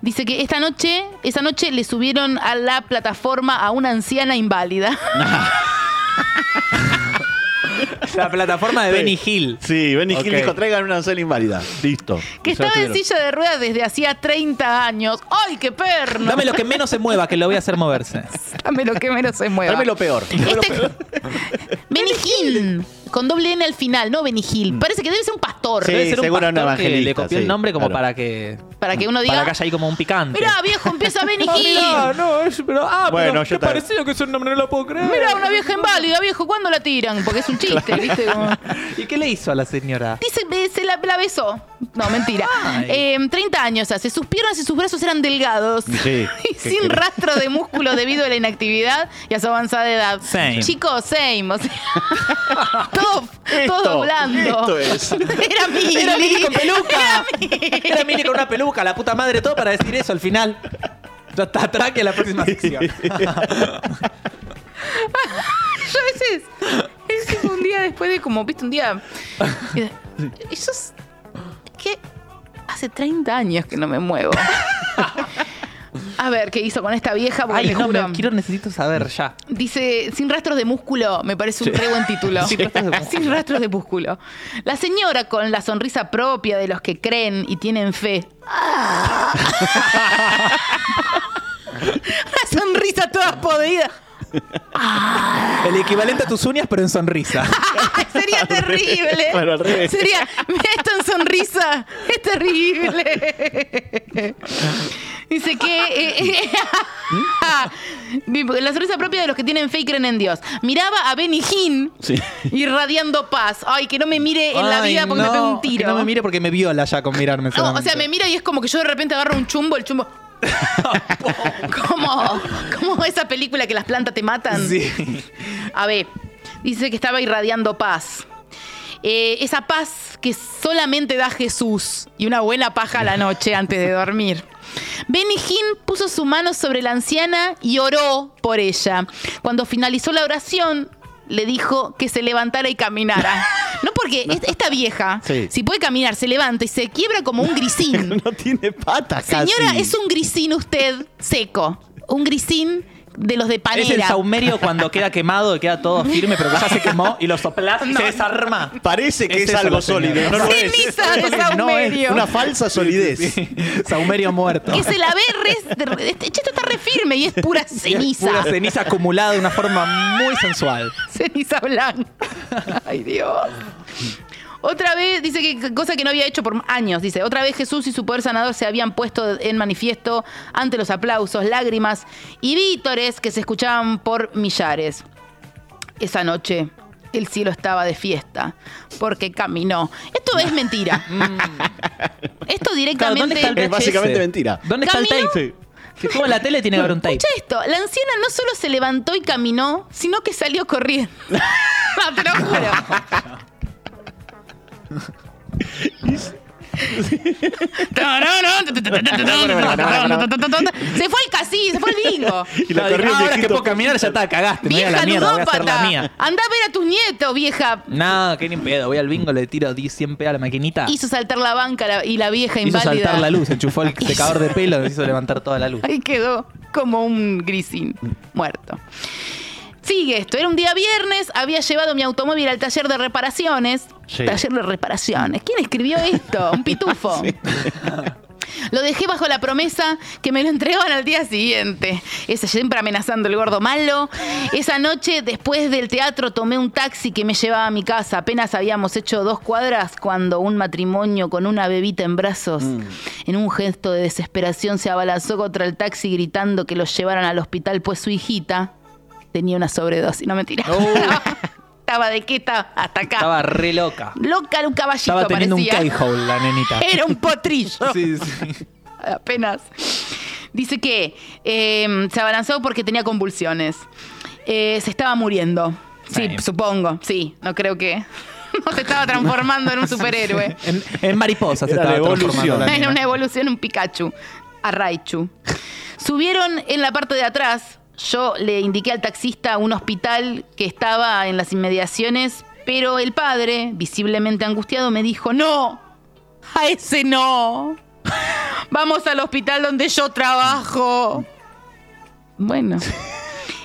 B: Dice que esta noche, esa noche le subieron a la plataforma a una anciana inválida. [laughs]
C: La plataforma de Benny Hill.
D: Sí, Benny Hill
C: Ok.
D: dijo, traigan una ancela inválida. Listo.
B: Que
D: Y ya
B: estaba en
D: tuvieron.
B: silla de ruedas desde hacía 30 años. ¡Ay, qué perno!
C: Dame lo que menos se mueva, que lo voy a hacer moverse.
B: Dame lo que menos se mueva.
D: Dame lo peor. dame lo peor.
B: Este... [laughs] Benny Hill, con doble N al final, no Benny Hill. Parece que debe ser un pastor.
D: Mm. Sí,
C: Debe ser un
D: seguro
C: pastor
D: un evangelista,
C: que le copió el
D: sí,
C: nombre como
D: claro.
C: para que...
B: Para que uno diga-
C: Para que haya ahí como un picante.
B: Mirá, viejo, empieza
D: [laughs]
B: Benny
C: Ah,
B: Hill.
C: mirá, no, es- pero... Ah,
D: Bueno,
C: pero
D: ya
C: qué
D: está.
C: parecido que es un nombre, no lo puedo creer.
B: Mirá, una vieja inválida, viejo, ¿cuándo la tiran? Porque es un chiste, ¿viste? Como-
C: [laughs] ¿Y qué le hizo a la señora?
B: Dice, eh, se la, la besó. No, mentira.
C: Ay.
B: Eh, 30 años hace. Sus piernas y sus brazos eran delgados.
D: Sí.
B: [laughs] Y sin rastro de músculo debido a la inactividad y a su avanzada edad.
C: Same.
B: Chicos, same. O sea, [laughs] todo, todo
D: Esto,
B: blando.
D: Esto es.
B: [laughs] Era Mili.
C: Era Mili con
B: Era
C: peluca.
B: Mili.
C: Era Mili con una peluca, la puta madre, todo para decir eso al final. Ya está, atraque a la próxima sección.
B: [laughs] Yo a veces. Es tipo un día después de como, viste, un día. Eso es. que hace 30 años que no me
C: [laughs]
B: muevo. A ver qué hizo con esta vieja, porque
C: Ay,
B: les
C: no,
B: juro.
C: me quiero, necesito saber ya.
B: Dice, sin rastros de músculo, me parece un re buen título.
C: [laughs] Sin rastros de músculo.
B: Sin rastros de músculo. La señora con la sonrisa propia de los que creen y tienen fe. [laughs] Ah. Una sonrisa toda podrida.
C: El equivalente a tus uñas, pero en sonrisa. [laughs]
B: Sería terrible.
D: Claro, al revés.
B: Sería, mira esto en sonrisa. Es terrible. Dice que. eh, [laughs] eh,
C: ¿Mm?
B: la sonrisa propia de los que tienen fe y creen en Dios. Miraba a Benny Hinn
D: Sí.
B: irradiando paz. Ay, que no me mire en la
C: Ay,
B: vida porque
C: no,
B: me pega un tiro.
C: que no me mire porque me viola ya con mirarme.
B: No, o
C: solamente.
B: sea, me mira y es como que yo de repente agarro un chumbo, el
C: [laughs]
B: chumbo. [laughs] como, como esa película que las plantas te matan.
C: Sí.
B: A ver, dice que estaba irradiando paz. Eh, esa paz que solamente da Jesús y una buena paja a la noche antes de dormir. Benny Hinn puso su mano sobre la anciana y oró por ella. Cuando finalizó la oración, le dijo que se levantara y caminara. No porque es- esta vieja,
D: Sí.
B: si puede caminar, se levanta y se quiebra como un grisín.
D: No tiene patas casi.
B: Señora, es un grisín usted seco. Un grisín de los de panera.
C: Es el saumerio cuando queda quemado y queda todo firme, pero que ya se quemó y lo soplás
B: [laughs]
C: y se desarma.
D: Parece que
C: Es
D: es,
C: eso,
D: algo
C: la señora.
D: sólido. No lo es.
B: Ceniza de
C: No es
B: saumerio.
D: Una falsa solidez.
C: Sí. Saumerio muerto.
B: Que se la ve re, de- de- este che, esto está re firme y es
C: [laughs]
B: pura ceniza.
C: Pura ceniza acumulada de una forma muy sensual.
B: [laughs] Ceniza blanca. Ay, Dios. Otra vez, dice que cosa que no había hecho por años, dice, otra vez Jesús y su poder sanador se habían puesto en manifiesto ante los aplausos, lágrimas y vítores que se escuchaban por millares. Esa noche el cielo estaba de fiesta porque caminó. Esto es
C: [laughs]
B: mentira. Esto
C: Claro,
B: directamente...
C: ¿dónde está el
D: Es
C: VHS?
D: básicamente mentira.
C: ¿Dónde está el
B: ¿Camino?
C: tape? Si estuvo en la tele, tiene que haber un tape.
B: Escucha esto, la anciana no solo se levantó y caminó, sino que salió corriendo. [laughs] no, te lo juro.
C: [laughs]
B: se fue al casino, se fue al
C: [laughs]
B: bingo.
D: Y la
C: No, digo,
D: corrió un
C: ahora que
D: viejito.
C: puedo caminar ya está, cagaste. Me voy a
B: Vieja
C: la mierda, voy a hacer la
B: ludópata.
C: mía.
B: Anda a ver a tus nietos, vieja.
C: No, que ni pedo. Voy al bingo, le tiro 10, 100 pedos a la maquinita.
B: Hizo saltar la banca la- y la vieja
C: Ah. Hizo
B: inválida.
C: saltar la luz, enchufó el secador de pelo, hizo levantar toda la luz.
B: Ahí quedó como un grisín muerto. Sigue esto. Era un día viernes, había llevado mi automóvil al taller de reparaciones.
D: Sí.
B: Taller de reparaciones. ¿Quién escribió esto? Un pitufo. Lo dejé bajo la promesa que me lo entregaban al día siguiente. Ese siempre amenazando el gordo malo. Esa noche, después del teatro, tomé un taxi que me llevaba a mi casa. Apenas habíamos hecho dos cuadras cuando un matrimonio con una bebita en brazos, en un gesto de desesperación, se abalanzó contra el taxi gritando que lo llevaran al hospital, pues su hijita tenía una sobredosis. [laughs] No mentira. estaba de quita hasta acá.
C: Estaba re loca.
B: Loca, era un caballito
C: Estaba teniendo
B: parecía.
C: un k-hole la nenita.
B: Era un potrillo
C: [laughs] Sí, sí.
B: apenas. Dice que eh, se abalanzó porque tenía convulsiones. Eh, se estaba muriendo. Sí,
C: Sí.
B: supongo. Sí, no creo que. [laughs] No se estaba transformando en un superhéroe.
C: En, en mariposa se
D: Era
C: estaba
D: la evolución.
C: transformando la
B: Era
C: nena.
B: una evolución, un Pikachu. A Raichu. Subieron en la parte de atrás. Yo le indiqué al taxista un hospital que estaba en las inmediaciones, pero el padre, visiblemente angustiado, me dijo, no, a ese no. Vamos al hospital donde yo trabajo. Bueno.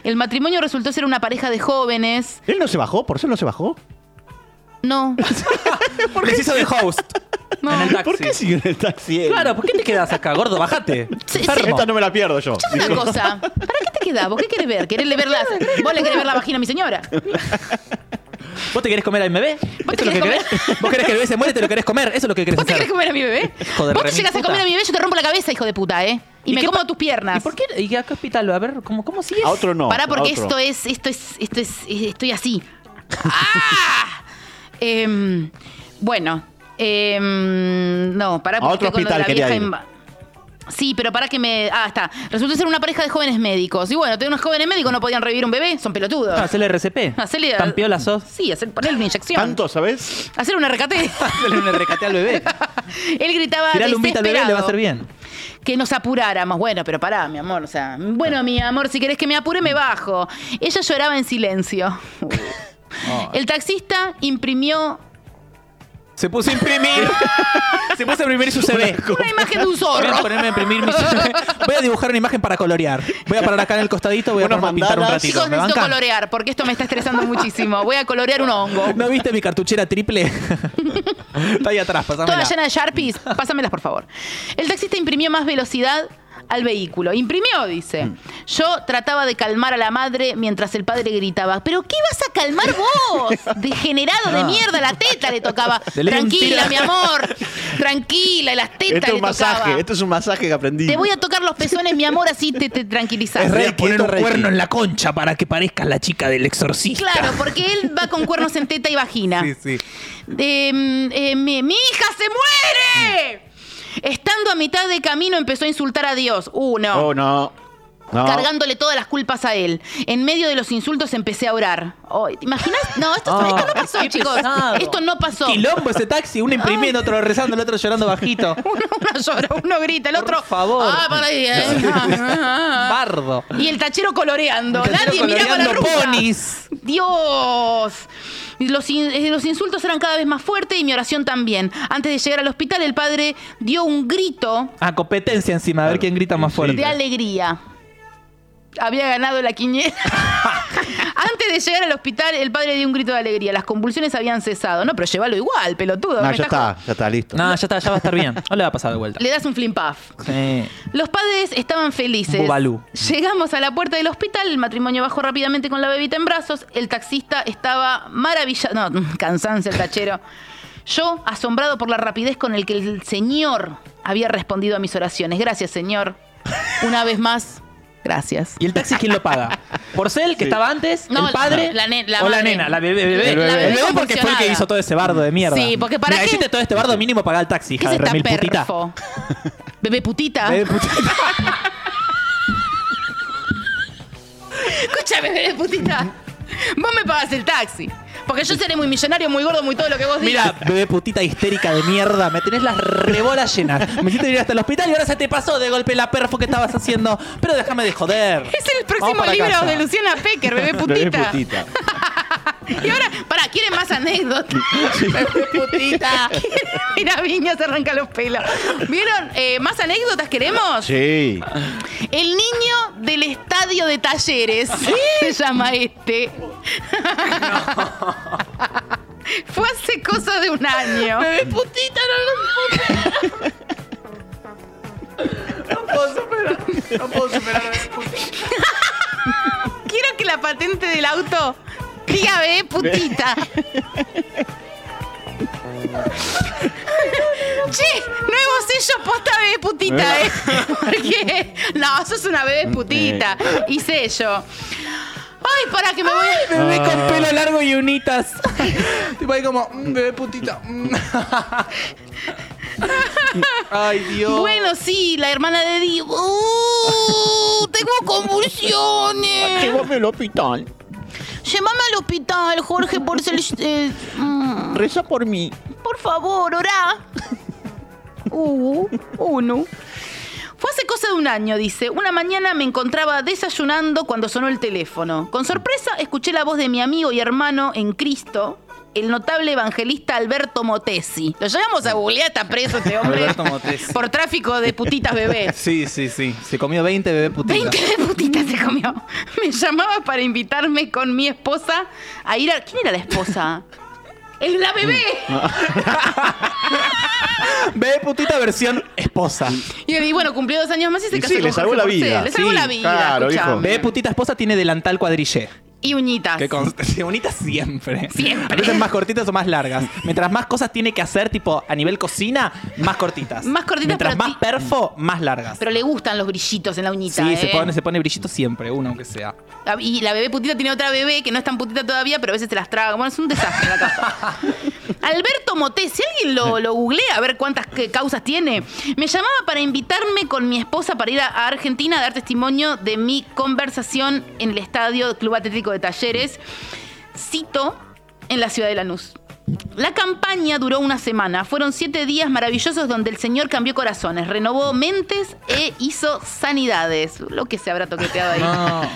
B: El matrimonio resultó ser una pareja de jóvenes.
D: ¿Él no se bajó? ¿Por eso no se bajó?
B: No,
C: Les hizo de host
B: no.
C: [laughs] en el taxi.
D: ¿Por qué sigue en el taxi? él?
C: Claro, ¿por qué te quedas acá, gordo? Bájate.
B: Sí,
C: Enfermo.
D: Esta no me la pierdo yo.
B: Escuchame una cosa. ¿Para qué te quedás? ¿Vos qué querés ver? ¿Querés ver la... ¿Vos le querés ver la vagina a mi señora?
C: ¿Vos te querés comer al bebé?
B: ¿Vos
C: ¿Esto
B: te
C: es lo que
B: querés
C: querés? ¿Vos querés que el bebé se muere? ¿Te lo querés comer? ¿Eso es lo que querés
B: ¿Vos te
C: hacer?
B: querés comer a mi bebé?
C: Hijo de
B: Vos te
C: remil
B: llegas a
C: puta.
B: comer a mi bebé, yo te rompo la cabeza, hijo de puta, ¿eh? Y,
C: ¿Y
B: me
C: qué
B: como
C: pa-
B: tus piernas.
C: ¿Y por qué? ¿Y a qué hospital? A ver, ¿cómo, cómo sigues?
D: A otro no.
B: Pará, porque
D: a otro.
B: esto es, esto es, esto es, estoy así. ¡Ah! Em, bueno, em, no, pará,
D: A
B: porque
D: otro
B: estoy con lo de
D: hospital
B: la
D: quería
B: vieja
D: ir.
B: en- Sí, pero para que me. Ah, está. Resultó ser una pareja de jóvenes médicos. Y bueno, tengo unos jóvenes médicos, no podían revivir un bebé, son pelotudos.
C: Ah, hacerle RCP.
B: Hacerle-
C: Tan piola sos.
B: Sí, hacer, ponerle una inyección.
D: ¿Tanto, sabes?
B: Hacer una
C: [laughs]
B: recate.
C: Hacerle un RCP al bebé.
B: Él gritaba
C: Tirarle un bit al bebé le va a
B: desesperado
C: hacer bien.
B: que nos apuráramos. Bueno, pero pará, mi amor. O sea, bueno, mi amor, si querés que me apure, me bajo. Ella lloraba en
C: [laughs]
B: silencio. El taxista imprimió
C: Se puso a [laughs] imprimir. Se puso a imprimir su CV.
B: una imagen de un
C: Voy a
B: zorro.
C: ponerme a imprimir mi CV. [laughs] Voy a dibujar una imagen para colorear. Voy a parar acá en el costadito, voy a
D: Unos
C: ponerme a pintar un
D: mandalas.
C: ratito.
B: Chicos,
C: ¿Me
B: necesito
C: bancan?
B: colorear porque esto me está estresando muchísimo. Voy a colorear un hongo.
C: ¿No viste mi cartuchera
B: [laughs]
C: triple? Está ahí atrás,
B: Toda
C: pasámela.
B: llena de
D: [laughs]
B: Sharpies, pásamelas por favor. El taxista imprimió más velocidad al vehículo. Imprimió, dice.
D: Mm.
B: Yo trataba de calmar a la madre mientras el padre gritaba, pero ¿qué vas a calmar vos? Degenerado de
D: Ah.
C: No.
B: mierda, la teta le
D: [laughs]
B: tocaba.
C: Le leí un
B: Tranquila,
C: tiro.
B: mi amor. Tranquila, y las tetas
D: Este es
B: le
D: un masaje.
B: tocaba.
D: Este es un masaje que aprendí.
B: Te voy a tocar los pezones, mi amor, así te, te tranquilizas.
C: Es
D: Voy a
C: rey poner
D: poner
C: un
D: Reiki.
C: cuerno en la concha para que parezcas la chica del exorcista.
B: Claro, porque él va con cuernos en teta y vagina.
C: Sí, sí.
B: Eh, mm, eh, mi, mi hija se muere! Estando a mitad de camino empezó a insultar a Dios. Uno.
D: Oh, no. No.
B: Cargándole todas las culpas a él. En medio de los insultos empecé a orar. Oh, ¿Te imaginas? No, esto,
C: Ah,
B: esto no pasó,
C: qué
B: chicos.
C: pesado.
B: Esto no pasó.
C: Quilombo ese taxi, uno imprimiendo, otro rezando, el otro llorando bajito.
B: [laughs] Uno, uno llora, uno grita, el otro.
C: Por favor.
B: Ah, para ahí,
C: [laughs]
B: eh. [laughs] Ah, ah, ah.
C: Bardo.
B: Y el tachero coloreando.
C: El tachero
B: Nadie miraba la
C: coloreando
B: ruta.
C: ponis.
B: Dios. Y Los, in- eh, los insultos eran cada vez más fuertes y mi oración también. Antes de llegar al hospital, el padre dio un grito
C: A Ah, competencia encima, a ver quién grita más fuerte.
B: de alegría. Había ganado la
D: [laughs]
B: quiniela. Antes de llegar al hospital, el padre dio un grito de alegría. Las convulsiones habían cesado. No, pero llévalo igual, pelotudo.
D: No,
B: me
D: ya
B: estás
D: está, ya está, listo.
C: No, ya está, ya va a estar
B: [laughs]
C: bien. No le va a pasar de
B: jod-
C: vuelta.
B: Le das un flim puff.
C: Sí.
B: Los padres estaban felices.
C: Bubalú.
B: Llegamos a la puerta del hospital, el matrimonio bajó rápidamente [laughs] con la bebita en brazos, el taxista estaba maravillado, no, cansancio el tachero. Yo, asombrado por la rapidez con el que el Señor había respondido a mis oraciones. Gracias, Señor. Una vez más, gracias.
C: ¿Y el taxi quién lo paga? ¿Porcel, que estaba antes?
B: No,
C: ¿El padre?
B: la- la ne- la
C: ¿O la
B: madre.
C: nena? La bebé. bebé.
B: El bebé. La bebé
C: El bebé porque fue el que
B: convulsionada.
C: hizo todo ese bardo de mierda.
B: Sí, porque ¿para
C: Mira,
B: qué?
C: hiciste todo este bardo, mínimo pagar el taxi,
B: ¿Qué
C: hija
B: es
C: de
B: esta
C: remil putita.
B: perfo? Bebé putita. [laughs]
C: Bebé putita.
B: Escúchame, bebé putita. Vos me pagas el taxi. Porque yo seré muy millonario, muy gordo, muy todo lo que vos digas.
C: Mira, bebé putita histérica de mierda, me tenés las rebolas llenas. Me hiciste ir hasta el hospital y ahora se te pasó de golpe la perfo que estabas haciendo. Pero déjame
B: [laughs]
C: de joder.
B: Es el
C: Vamos
B: próximo
C: para
B: libro
C: casa.
B: de Luciana Pecker, bebé
D: Bebé
B: putita.
D: putita.
B: Y ahora, pará, ¿quieren más anécdotas? [laughs] Bebé putita. Mira, Viña se arranca los pelos. ¿Vieron? Eh, ¿Más anécdotas queremos?
D: Sí.
B: El niño del estadio de talleres. Se llama este. Fue hace cosa de un año. Bebé putita, no
C: No puedo superar bebé putita.
B: Quiero que la patente del auto diga bebé putita. che, nuevo sello posta bebé putita, ¿eh? Porque, no, sos una bebé putita. Y sello. Ay, para que me voy a...
C: Bebé con pelo largo y unitas. Ah. [laughs] Tipo ahí como, mm, bebé putita. mm. Ay, Dios.
B: Bueno, sí, la hermana de Di. ¡Uh! Tengo [laughs] convulsiones.
D: Llévame al hospital.
B: Llévame al hospital, Jorge, por ser. eh, mm,
D: Reza por mí.
B: por favor, orá. Uh, uno. Fue hace cosa de un año, dice. Una mañana me encontraba desayunando cuando sonó el teléfono. Con sorpresa escuché la voz de mi amigo y hermano en Cristo, el notable evangelista Alberto Motesi. Lo llegamos a googlear, está preso este hombre.
C: Alberto Motesi.
B: Por tráfico de putitas bebés.
C: Sí, sí, sí. Se comió 20 bebé putita.
B: 20 de putitas se comió. Me llamaba para invitarme con mi esposa a ir a. ¿Quién era la esposa? Mm. ¡El la bebé!
C: Bebé putita versión esposa.
B: Y, y bueno, cumplió dos años más y se
D: Ah. Y
B: casó
D: sí,
B: con
D: le salvó
B: Jorge
D: la
B: Porcel.
D: vida.
B: Le salvó
C: Sí,
B: la vida.
D: claro, hijo.
B: escuchame.
C: Bebé putita esposa tiene delantal cuadrillé.
B: Y uñitas.
C: Que conste, [laughs] se bonita siempre.
B: Siempre.
C: A veces más cortitas o más largas. Mientras más cosas tiene que hacer, tipo a nivel cocina, más cortitas.
B: Más cortitas,
C: Mientras
B: pero
C: más
B: ti-
C: perfo, más largas.
B: Pero le gustan los brillitos en la uñita.
C: sí,
B: ¿eh?
C: se, pone, se pone brillito siempre, uno aunque sea.
B: La- Y la bebé putita tiene otra bebé que no es tan putita todavía, pero a veces se las traga. Bueno, es un desastre la casa. Alberto Moté, si alguien lo, lo googlea a ver cuántas que- causas tiene, me llamaba para invitarme con mi esposa para ir a, a Argentina a dar testimonio de mi conversación en el estadio Club Atlético de Talleres, cito, en la ciudad de Lanús. La campaña duró una semana. Fueron siete días maravillosos donde el Señor cambió corazones, renovó mentes e hizo sanidades. Lo que se habrá toqueteado ahí.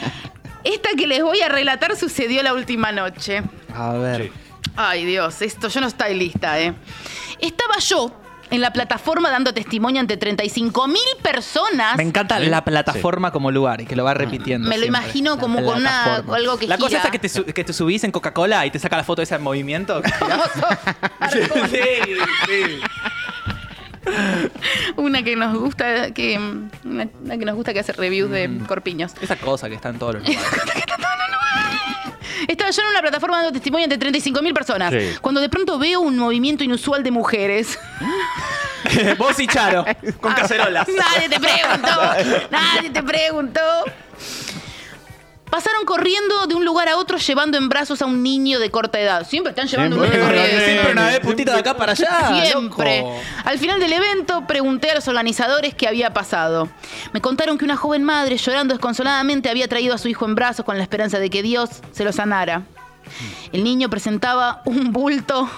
B: Esta que les voy a relatar sucedió la última noche.
C: [laughs] A ver.
B: Ay Dios, esto yo no estoy lista, ¿eh? Estaba yo en la plataforma dando testimonio ante 35 mil personas.
C: Me encanta
D: Sí.
C: la plataforma como lugar y que lo va repitiendo.
B: Me lo
C: siempre.
B: imagino
C: La
B: como con una-
C: plataforma.
B: algo que
C: La cosa
B: gira.
C: esa que te, su- que te subís en Coca-Cola y te saca la foto esa en
B: [laughs]
C: movimiento. [laughs] sí, sí.
B: Una que nos gusta que una, una que nos gusta que hace reviews
C: Mm.
B: de corpiños.
C: Esa cosa que está en
B: [laughs]
C: todos los lugares.
B: Estaba yo en una plataforma dando testimonio ante 35 mil personas.
D: Sí.
B: Cuando de pronto veo un movimiento inusual de mujeres.
C: [laughs] Vos y Charo, con
B: [laughs]
C: cacerolas.
B: Nadie te preguntó. Nadie te preguntó. Pasaron corriendo de un lugar a otro llevando en brazos a un niño de corta edad. Siempre están llevando un niño
D: Siempre,
B: de corta edad.
C: [laughs] Siempre una vez putita de acá para allá.
B: Siempre.
C: loco.
B: Al final del evento pregunté a los organizadores qué había pasado. Me contaron que una joven madre llorando desconsoladamente había traído a su hijo en brazos con la esperanza de que Dios se lo sanara. El niño presentaba un bulto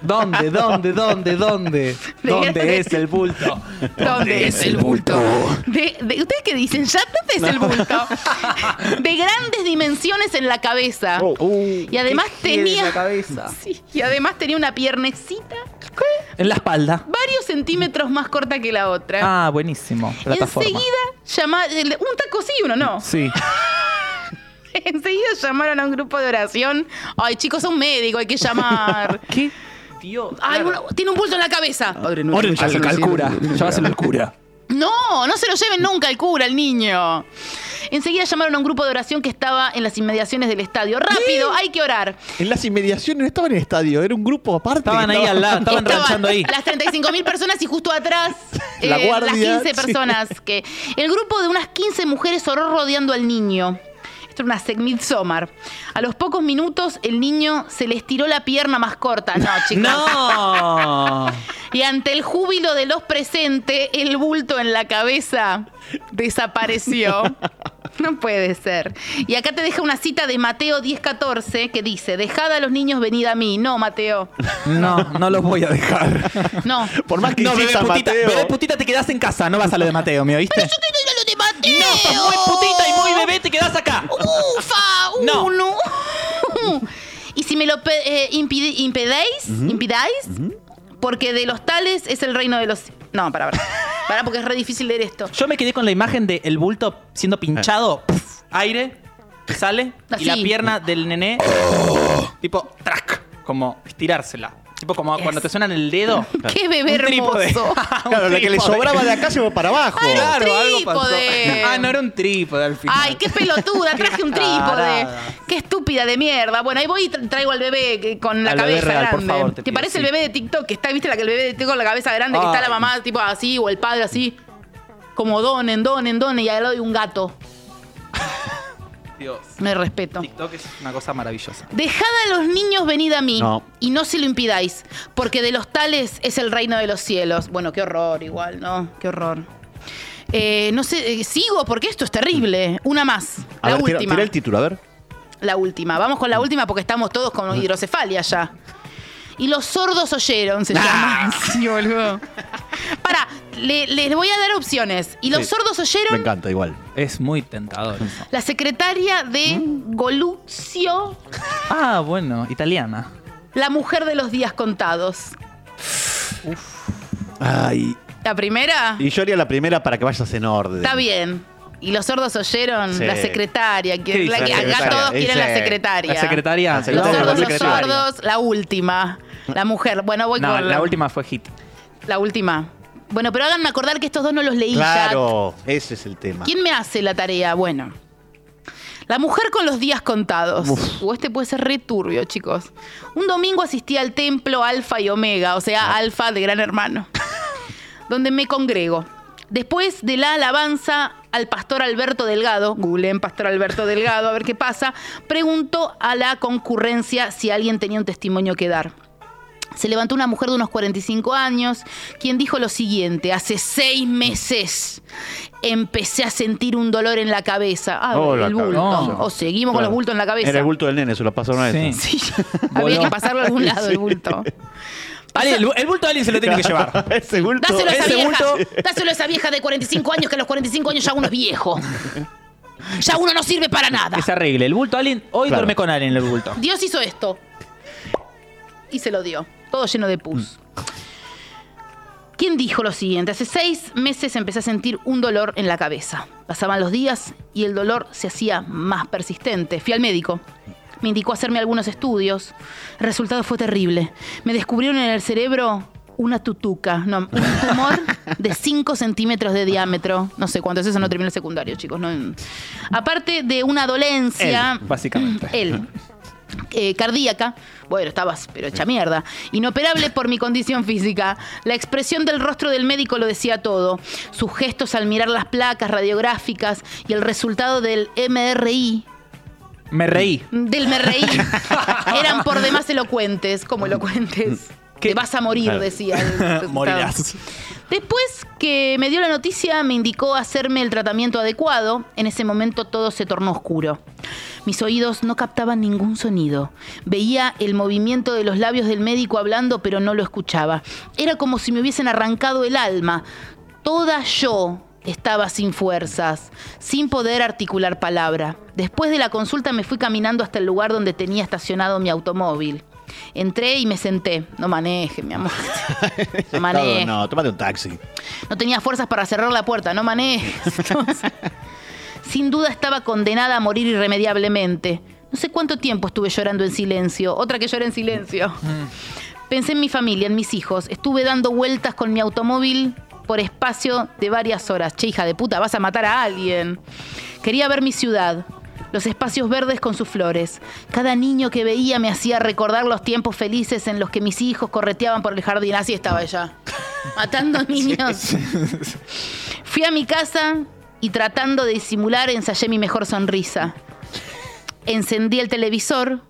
C: ¿Dónde, dónde, dónde, dónde? ¿Dónde es el bulto?
B: ¿Dónde es el bulto? De, de- ¿Ustedes qué dicen? ¿Ya dónde es el [laughs] bulto? De grandes dimensiones en la cabeza. y además tenía. Sí, y además tenía una piernecita
C: En la espalda.
B: varios centímetros más corta que la otra.
C: Ah, buenísimo. Plataforma.
B: Eh. Enseguida llama el- un taco sí, uno no.
C: Sí.
B: [laughs] Enseguida llamaron a un grupo de oración. Ay, chicos, a un médico hay que llamar.
C: [laughs] ¿Qué? Tío.
B: Ay, uno- tiene un bulto en la cabeza.
C: al cura. Llámaselo al cura.
B: No, no se lo lleven nunca al cura, al niño. Enseguida llamaron a un grupo de oración que estaba en las inmediaciones del estadio. ¡Rápido! ¡Hay que orar!
D: En las inmediaciones no estaba en el estadio, era un grupo aparte.
C: Estaban
D: que
C: ahí
D: estaba-
C: al lado, estaban
B: Estaban
C: ranchando ahí.
B: Las 35.000 personas y justo
C: [laughs]
B: atrás
D: La
B: eh, las 15
D: guardia, sí.
B: personas. que El grupo de unas 15 mujeres oró rodeando al niño. Esto era una segmid somar. A los pocos minutos el niño se les tiró la pierna más corta.
C: [laughs]
B: No, chicos.
C: ¡No!
B: Y ante el júbilo de los presentes, el bulto en la cabeza
C: [laughs]
B: desapareció. No puede ser. Y acá te deja una cita de Mateo 10:14 que dice, dejad a los niños venid a mí. No, Mateo.
C: No, no los voy a dejar.
B: No.
D: [laughs] Por más que
C: No, bebé
D: insistas,
C: putita,
D: Mateo.
C: bebé putita, te quedás en casa, no vas a lo de Mateo, ¿me oíste?
B: lo de Mateo!
C: No, estás muy putita y muy bebé, te quedás acá.
B: ¡Ufa!
C: No.
B: ¡Uno! [laughs] y si me lo pe- eh, impide- impedáis, impidáis, porque de los tales es el reino de los... No, para, para. Para, porque es re difícil leer esto.
C: Yo me quedé con la imagen de el bulto siendo pinchado, puf, aire, sale, y la
B: Así.
C: pierna del nené, tipo, track, como estirársela. Tipo como
B: Yes.
C: cuando te suenan el dedo.
B: [laughs] ¡Qué bebé
C: Un trípode.
B: hermoso!
C: [laughs] Un
D: Claro, la que le
C: trípode.
D: sobraba de acá se fue para abajo.
C: Claro, algo pasó.
B: trípode.
C: Ah, no era un trípode al final.
B: Ay, qué pelotuda, traje un trípode.
C: tarada.
B: Qué estúpida de mierda. Bueno, ahí voy y tra- traigo al bebé que- con la
C: Al bebé
B: cabeza
C: real, por
B: grande.
C: favor, te
B: que
C: pido,
B: parece
C: sí.
B: el bebé de TikTok, que está, viste, la que el bebé de TikTok con la cabeza grande, que está la
C: Ay.
B: mamá tipo así, o el padre así, como donen, donen, donen, y al lado hay un gato.
C: Dios.
B: No hay respeto.
C: TikTok es una cosa maravillosa.
B: Dejad a los niños venid a mí
D: No.
B: y no se lo impidáis, porque de los tales es el reino de los cielos. Bueno, qué horror igual, ¿no? Qué horror. Eh, no sé, eh, sigo porque esto es terrible. Una más.
D: A
B: la
D: ver, tira,
B: última.
D: tira el título, a ver.
B: La última. Vamos con la última porque estamos todos con hidrocefalia ya. Y los sordos oyeron,
D: Ah.
B: se llama. [laughs] Sí, boludo. Pará, le- les voy a dar opciones. Y los
D: Sí.
B: sordos
D: Me
B: oyeron
D: encanta, igual.
C: Es muy tentador eso.
B: la secretaria de
D: Mm.
B: Goluzio,
C: Ah, bueno, italiana.
B: la mujer de los días contados.
D: Ay.
B: La primera
D: Y yo haría la primera para que vayas en orden.
B: está bien. Y los sordos oyeron
D: Sí.
B: la secretaria.
C: ¿Qué
B: Que,
C: dice
B: la
C: la
B: que acá
D: secretaria?
B: todos quieren la
D: Dice,
B: secretaria.
C: La secretaria.
D: La
B: Los
D: secretaria,
B: sordos,
D: la
B: los
D: secretaria.
B: sordos, la última. La mujer. Bueno, voy
C: No,
B: con
C: la última fue hit.
B: La última. Bueno, pero háganme acordar que estos dos no los leí
D: Claro, ese es el
B: ya.
D: tema.
B: ¿Quién me hace la tarea? Bueno. La mujer con los días contados. O este puede ser re turbio, chicos. Un domingo asistí al templo Alfa y Omega, o sea,
D: Ah.
B: Alfa de Gran Hermano, donde me congrego. Después de la alabanza al pastor Alberto Delgado, googleen pastor Alberto Delgado, a ver qué pasa, preguntó a la concurrencia si alguien tenía un testimonio que dar. Se levantó una mujer de unos 45 años, quien dijo lo siguiente, hace seis meses empecé a sentir un dolor en la cabeza. Ah,
D: Oh,
B: el
D: la
B: bulto.
C: cabeza.
B: O seguimos con
D: Claro.
B: los bultos en la cabeza.
D: Era el bulto del nene, se lo pasaron a
C: Sí.
D: eso.
B: [laughs] Sí, había que pasarlo a algún
D: [laughs]
B: lado el bulto.
C: Alguien- el, el bulto de alguien se lo [laughs] tiene que llevar.
D: [laughs] ese bulto.
B: Dáselo a esa
C: Ese
B: vieja.
C: bulto-
B: Dáselo a esa vieja de 45 años, que a los 45 años ya uno es viejo. Ya uno no sirve para nada.
C: Que se arregle. El bulto de alguien. Hoy
D: Claro.
C: duerme con alguien el bulto.
B: Dios hizo esto. Y se lo dio. Todo lleno de pus. ¿Quién dijo lo siguiente? Hace seis meses empecé a sentir un dolor en la cabeza. Pasaban los días y el dolor se hacía más persistente. Fui al médico. Me indicó hacerme algunos estudios. El resultado fue terrible. Me descubrieron en el cerebro una tutuca, no, un tumor de 5 centímetros de diámetro. No sé cuánto es eso, no terminé el secundario, chicos. no. Aparte de una
C: Él,
B: dolencia
C: básicamente. [laughs]
B: él. eh, cardíaca, bueno, estabas pero hecha mierda, inoperable por mi condición física. La expresión del rostro del médico lo decía todo. Sus gestos al mirar las placas radiográficas y el resultado del MRI,
C: Me reí.
B: del
C: [laughs]
B: MRI, eran por demás elocuentes, como elocuentes.
C: ¿Qué? Ah.
B: Te vas a morir, decía. el resultado.
C: [laughs] Morirás.
B: Después que me dio la noticia, me indicó hacerme el tratamiento adecuado. En ese momento todo se tornó oscuro. Mis oídos no captaban ningún sonido. Veía el movimiento de los labios del médico hablando, pero no lo escuchaba. Era como si me hubiesen arrancado el alma. Toda yo estaba sin fuerzas, sin poder articular palabra. Después de la consulta me fui caminando hasta el lugar donde tenía estacionado mi automóvil. Entré y me senté. No maneje, mi amor. No maneje.
D: No, tómate un taxi.
B: No tenía fuerzas para cerrar la puerta, no manejes. Entonces, sin duda estaba condenada a morir irremediablemente. No sé cuánto tiempo estuve llorando en silencio, otra que llora en silencio. Pensé en mi familia, en mis hijos. Estuve dando vueltas con mi automóvil por espacio de varias horas. Che, hija de puta, vas a matar a alguien. Quería ver mi ciudad, los espacios verdes con sus flores. Cada niño que veía me hacía recordar los tiempos felices en los que mis hijos correteaban por el jardín. Así estaba ella, matando niños. Fui a mi casa y tratando de disimular ensayé mi mejor sonrisa. Encendí el televisor.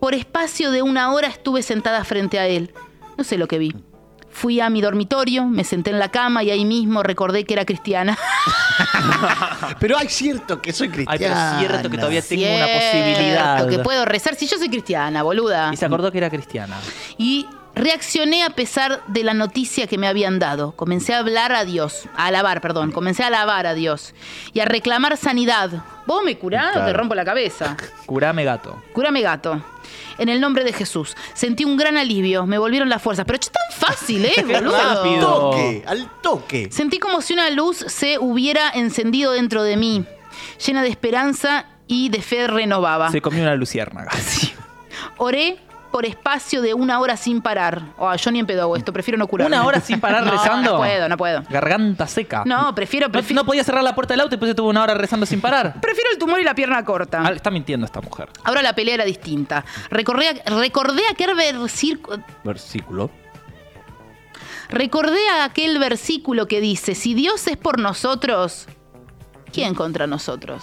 B: Por espacio de una hora estuve sentada frente a él. No sé lo que vi. Fui a mi dormitorio, me senté en la cama y ahí mismo recordé que era cristiana.
D: Pero hay cierto que soy
C: Ay, pero
D: cristiana.
C: es cierto que todavía tengo una
B: Cierto,
C: posibilidad.
B: Que puedo rezar si yo soy cristiana, boluda.
C: Y se acordó que era cristiana.
B: Y reaccioné a pesar de la noticia que me habían dado. Comencé a hablar a Dios, a alabar, perdón. Comencé a alabar a Dios y a reclamar sanidad. Vos me curás, o te
C: Claro.
B: rompo la cabeza.
C: Curame gato.
B: Cúrame gato. En el nombre de Jesús. Sentí un gran alivio, me volvieron las fuerzas. Pero es tan fácil, ¿eh,
D: Al
B: boludo?
C: rápido.
D: toque, al toque.
B: Sentí como si una luz se hubiera encendido dentro de mí, llena de esperanza y de fe renovaba.
C: Se comió
B: [laughs]
C: una luciérnaga.
B: Oré por espacio de una hora sin parar. Oh, yo ni en pedo hago esto, prefiero no curarme.
C: ¿Una hora sin parar
B: [laughs] No,
C: rezando?
B: No puedo, no puedo.
C: Garganta seca.
B: No, prefiero,
C: No-
B: prefiero,
C: No, podía cerrar la puerta del auto y después estuvo una hora rezando sin parar.
B: prefiero el tumor y la pierna corta.
C: Ah, está mintiendo esta mujer.
B: Ahora la pelea era distinta. Recorré a- recordé aquel versículo.
D: [laughs] Versículo.
B: Recordé a aquel versículo que dice: Si Dios es por nosotros, ¿quién contra nosotros?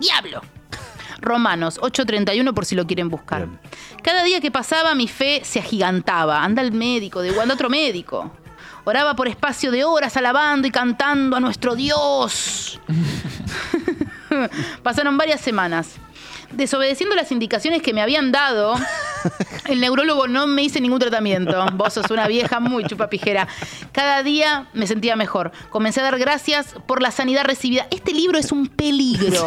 B: ¡Diablo! [laughs] Romanos 8:31 por si lo quieren buscar.
D: Bien.
B: Cada día que pasaba mi fe se agigantaba. Anda al médico, de anda otro médico. Oraba por espacio de horas alabando y cantando a nuestro Dios. [laughs] Pasaron varias semanas. Desobedeciendo las indicaciones que me habían dado, el neurólogo no me hizo ningún
D: [laughs]
B: tratamiento. Vos sos una vieja muy chupapijera. Cada día me sentía mejor. Comencé a dar gracias por la sanidad recibida. Este libro es un peligro.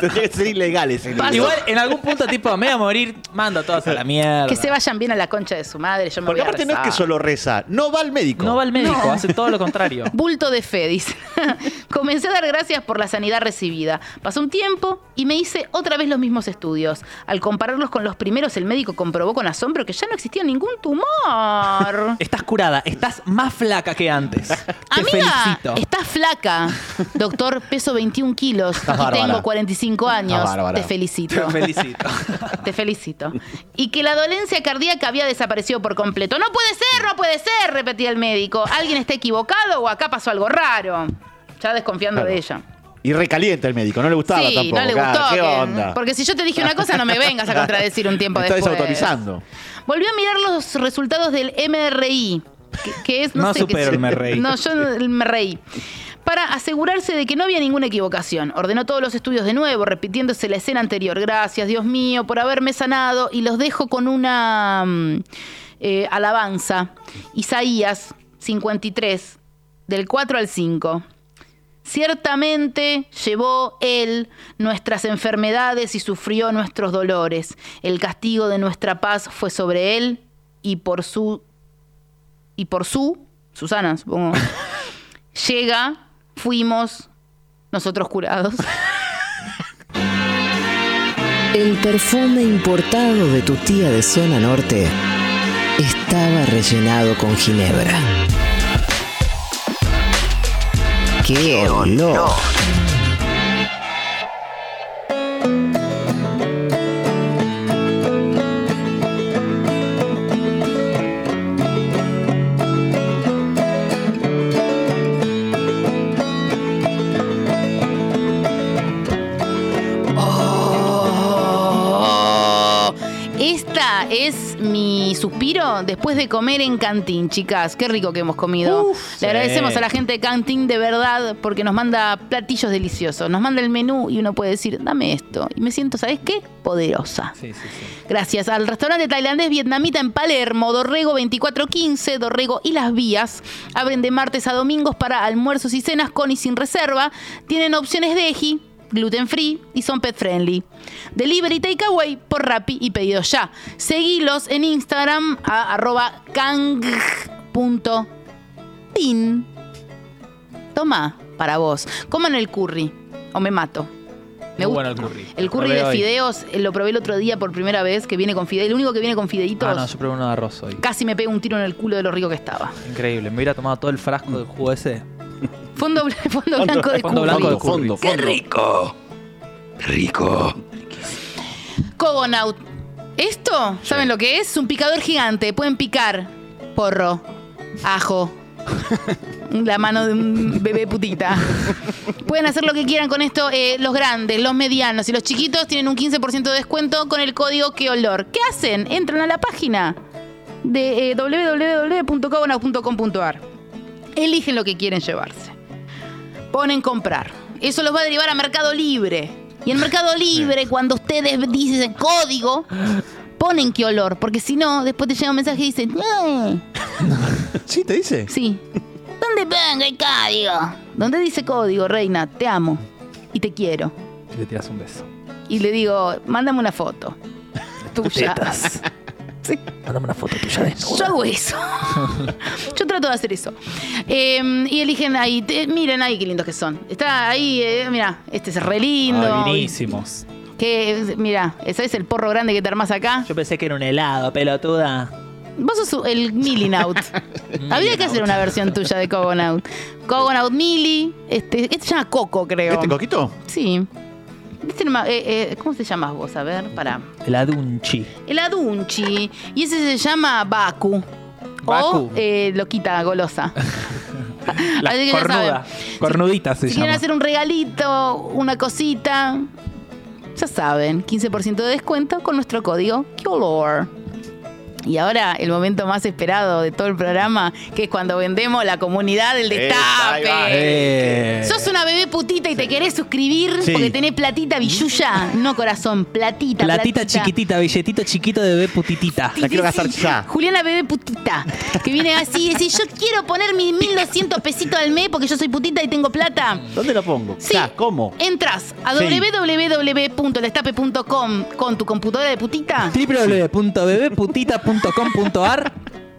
D: Tendría que ser ilegal ese libro.
B: Paso.
C: Igual, en algún punto, tipo, me voy a morir, mando a todas a la mierda.
B: Que se vayan bien a la concha de su madre. Yo me
D: Porque
B: voy a
D: aparte no es que
B: rezar.
D: solo reza, no va al médico.
C: No va al médico, hace todo
B: [laughs]
C: lo contrario.
B: Bulto de fe, dice. [laughs] Comencé a dar gracias por la sanidad recibida. Pasó un tiempo y me hice otra vez los mismos estudios. Al compararlos con los primeros, el médico comprobó con asombro que ya no existía ningún
D: [laughs]
B: tumor.
C: Estás curada, estás más flaca
B: [laughs]
C: que antes. Te
B: Amiga,
C: felicito.
B: estás flaca. Doctor, peso 21 kilos
D: Estás
B: y
D: bárbara.
B: tengo 45 años.
D: Estás bárbara.
B: Te felicito.
C: [laughs] Te
B: [laughs]
C: felicito.
B: Te felicito. Y que la dolencia cardíaca había desaparecido por completo. No puede ser, no puede ser, repetía el médico. Alguien está equivocado o acá pasó algo raro. Ya desconfiando
D: Claro.
B: de ella.
D: Y recaliente el médico, no le gustaba
B: sí,
D: tampoco.
B: no le
D: claro,
B: gustó.
D: ¿Qué
B: que-
D: onda?
B: Porque si yo te dije una cosa, no me vengas a contradecir un tiempo
D: Me está
B: después.
D: desautorizando.
B: Volvió a mirar los resultados del MRI, que, que es...
C: No
B: sé qué
C: supero
B: es.
C: el MRI.
B: No, yo no- me reí. Para asegurarse de que no había ninguna equivocación, ordenó todos los estudios de nuevo, repitiéndose la escena anterior. Gracias, Dios mío, por haberme sanado. Y los dejo con una mm, eh, alabanza. Isaías 53, del 4 al 5. Ciertamente llevó Él nuestras enfermedades y sufrió nuestros dolores. El castigo de nuestra paz fue sobre Él y por su... Y por su... Susana, supongo. llega, fuimos nosotros curados.
A: El perfume importado de tu tía de zona norte estaba rellenado con ginebra. ¡Qué olor!
B: Esta es mi suspiro después de comer en Cantín, chicas. Qué rico que hemos comido. Le
C: sí.
B: agradecemos a la gente de Cantín de verdad porque nos manda platillos deliciosos. Nos manda el menú y uno puede decir, dame esto. Y me siento, ¿sabes qué? Poderosa.
C: Sí, sí, sí.
B: Gracias al restaurante tailandés vietnamita en Palermo, Dorrego 2415, Dorrego y Las Vías. Abren de martes a domingos para almuerzos y cenas con y sin reserva. Tienen opciones de eji, gluten free y son pet friendly. Delivery takeaway por Rappi y pedido ya. Seguilos en Instagram a arroba kang.tin. Toma, para vos. Coman el curry o me mato. Me
C: Muy
B: gusta.
C: bueno el curry.
B: El
C: Lo
B: curry
C: probé
B: de
C: hoy.
B: fideos eh, lo probé el otro día por primera vez, que viene con fideos. El único que viene con fideitos,
C: Ah, no, yo probé uno de arroz hoy.
B: casi me pego un tiro en el culo de lo rico que estaba.
C: Increíble, me hubiera tomado todo el frasco del jugo ese.
B: Fondo, bla- [laughs] fondo blanco de
C: fondo
B: curry.
C: blanco de curry.
E: fondo, fondo.
F: rico! ¡Qué rico!
B: Cogonaut. Esto, ¿saben lo que es? Un picador gigante. Pueden picar porro, ajo, la mano de un bebé putita. Pueden hacer lo que quieran con esto. eh, los grandes, los medianos y los chiquitos tienen un 15% de descuento con el código que olor. ¿Qué hacen? Entran a la página de eh, www.cogonaut.com.ar. Eligen lo que quieren llevarse ponen comprar. Eso los va a derivar a Mercado Libre. Y en
C: [laughs]
B: Mercado Libre, cuando ustedes dicen el código, ponen qué olor. Porque si no, después te llega un mensaje y dicen, "Eh,
D: Sí, te dice.
B: sí. ¿Dónde venga el código? ¿Dónde dice código, reina? Te amo y te quiero.
C: Y le tiras un beso.
B: Y le digo, mándame una
C: [laughs]
B: foto. Tuya. Sí.
C: Mándame una foto tuya de
B: Yo hago
C: [laughs]
B: eso. Yo trato de hacer eso. Eh, y eligen ahí. te- miren ahí qué lindos que son. Está ahí, eh, mira, este es re lindo.
C: Ay, Finísimos.
B: Que, mira, ese es el porro grande que te armás acá.
C: Yo pensé que era un helado, pelotuda.
B: Vos sos el milling out. Habría que hacer una versión tuya de Cogonaut. Cogonaut Mili. Este, este se llama Coco, creo.
D: ¿Este coquito?
B: sí. Este nomás- eh, eh, ¿Cómo te llamas vos? A ver, para.
C: El adunchi.
B: El Adunchi. Y ese se llama Baku.
C: Baku.
B: O eh, Loquita Golosa.
C: La
B: Así que ya saben.
C: cornuda. Cornudita se
B: Si quieren
C: llama.
B: hacer un regalito, una cosita, ya saben, 15% de descuento con nuestro código QLOR. Y ahora el momento más esperado de todo el programa, que es cuando vendemos la comunidad del
F: Esa, ahí va.
B: destape.
C: Eh.
B: Sos una bebé putita y te querés suscribir
D: Sí.
B: porque tenés platita billulla, no corazón, platita.
C: Platita chiquitita, billetito chiquito de bebé putitita.
D: La quiero gastar ya.
B: Juliana bebé putita, que viene así y dice, yo quiero poner mis 1200 pesitos al mes porque yo soy putita y tengo plata.
D: ¿Dónde la pongo?
B: Sí.
D: Ya, ¿Cómo?
B: Entras a
D: Sí.
B: www.destape.com con tu computadora de putita.
C: www.bebeputita.com.ar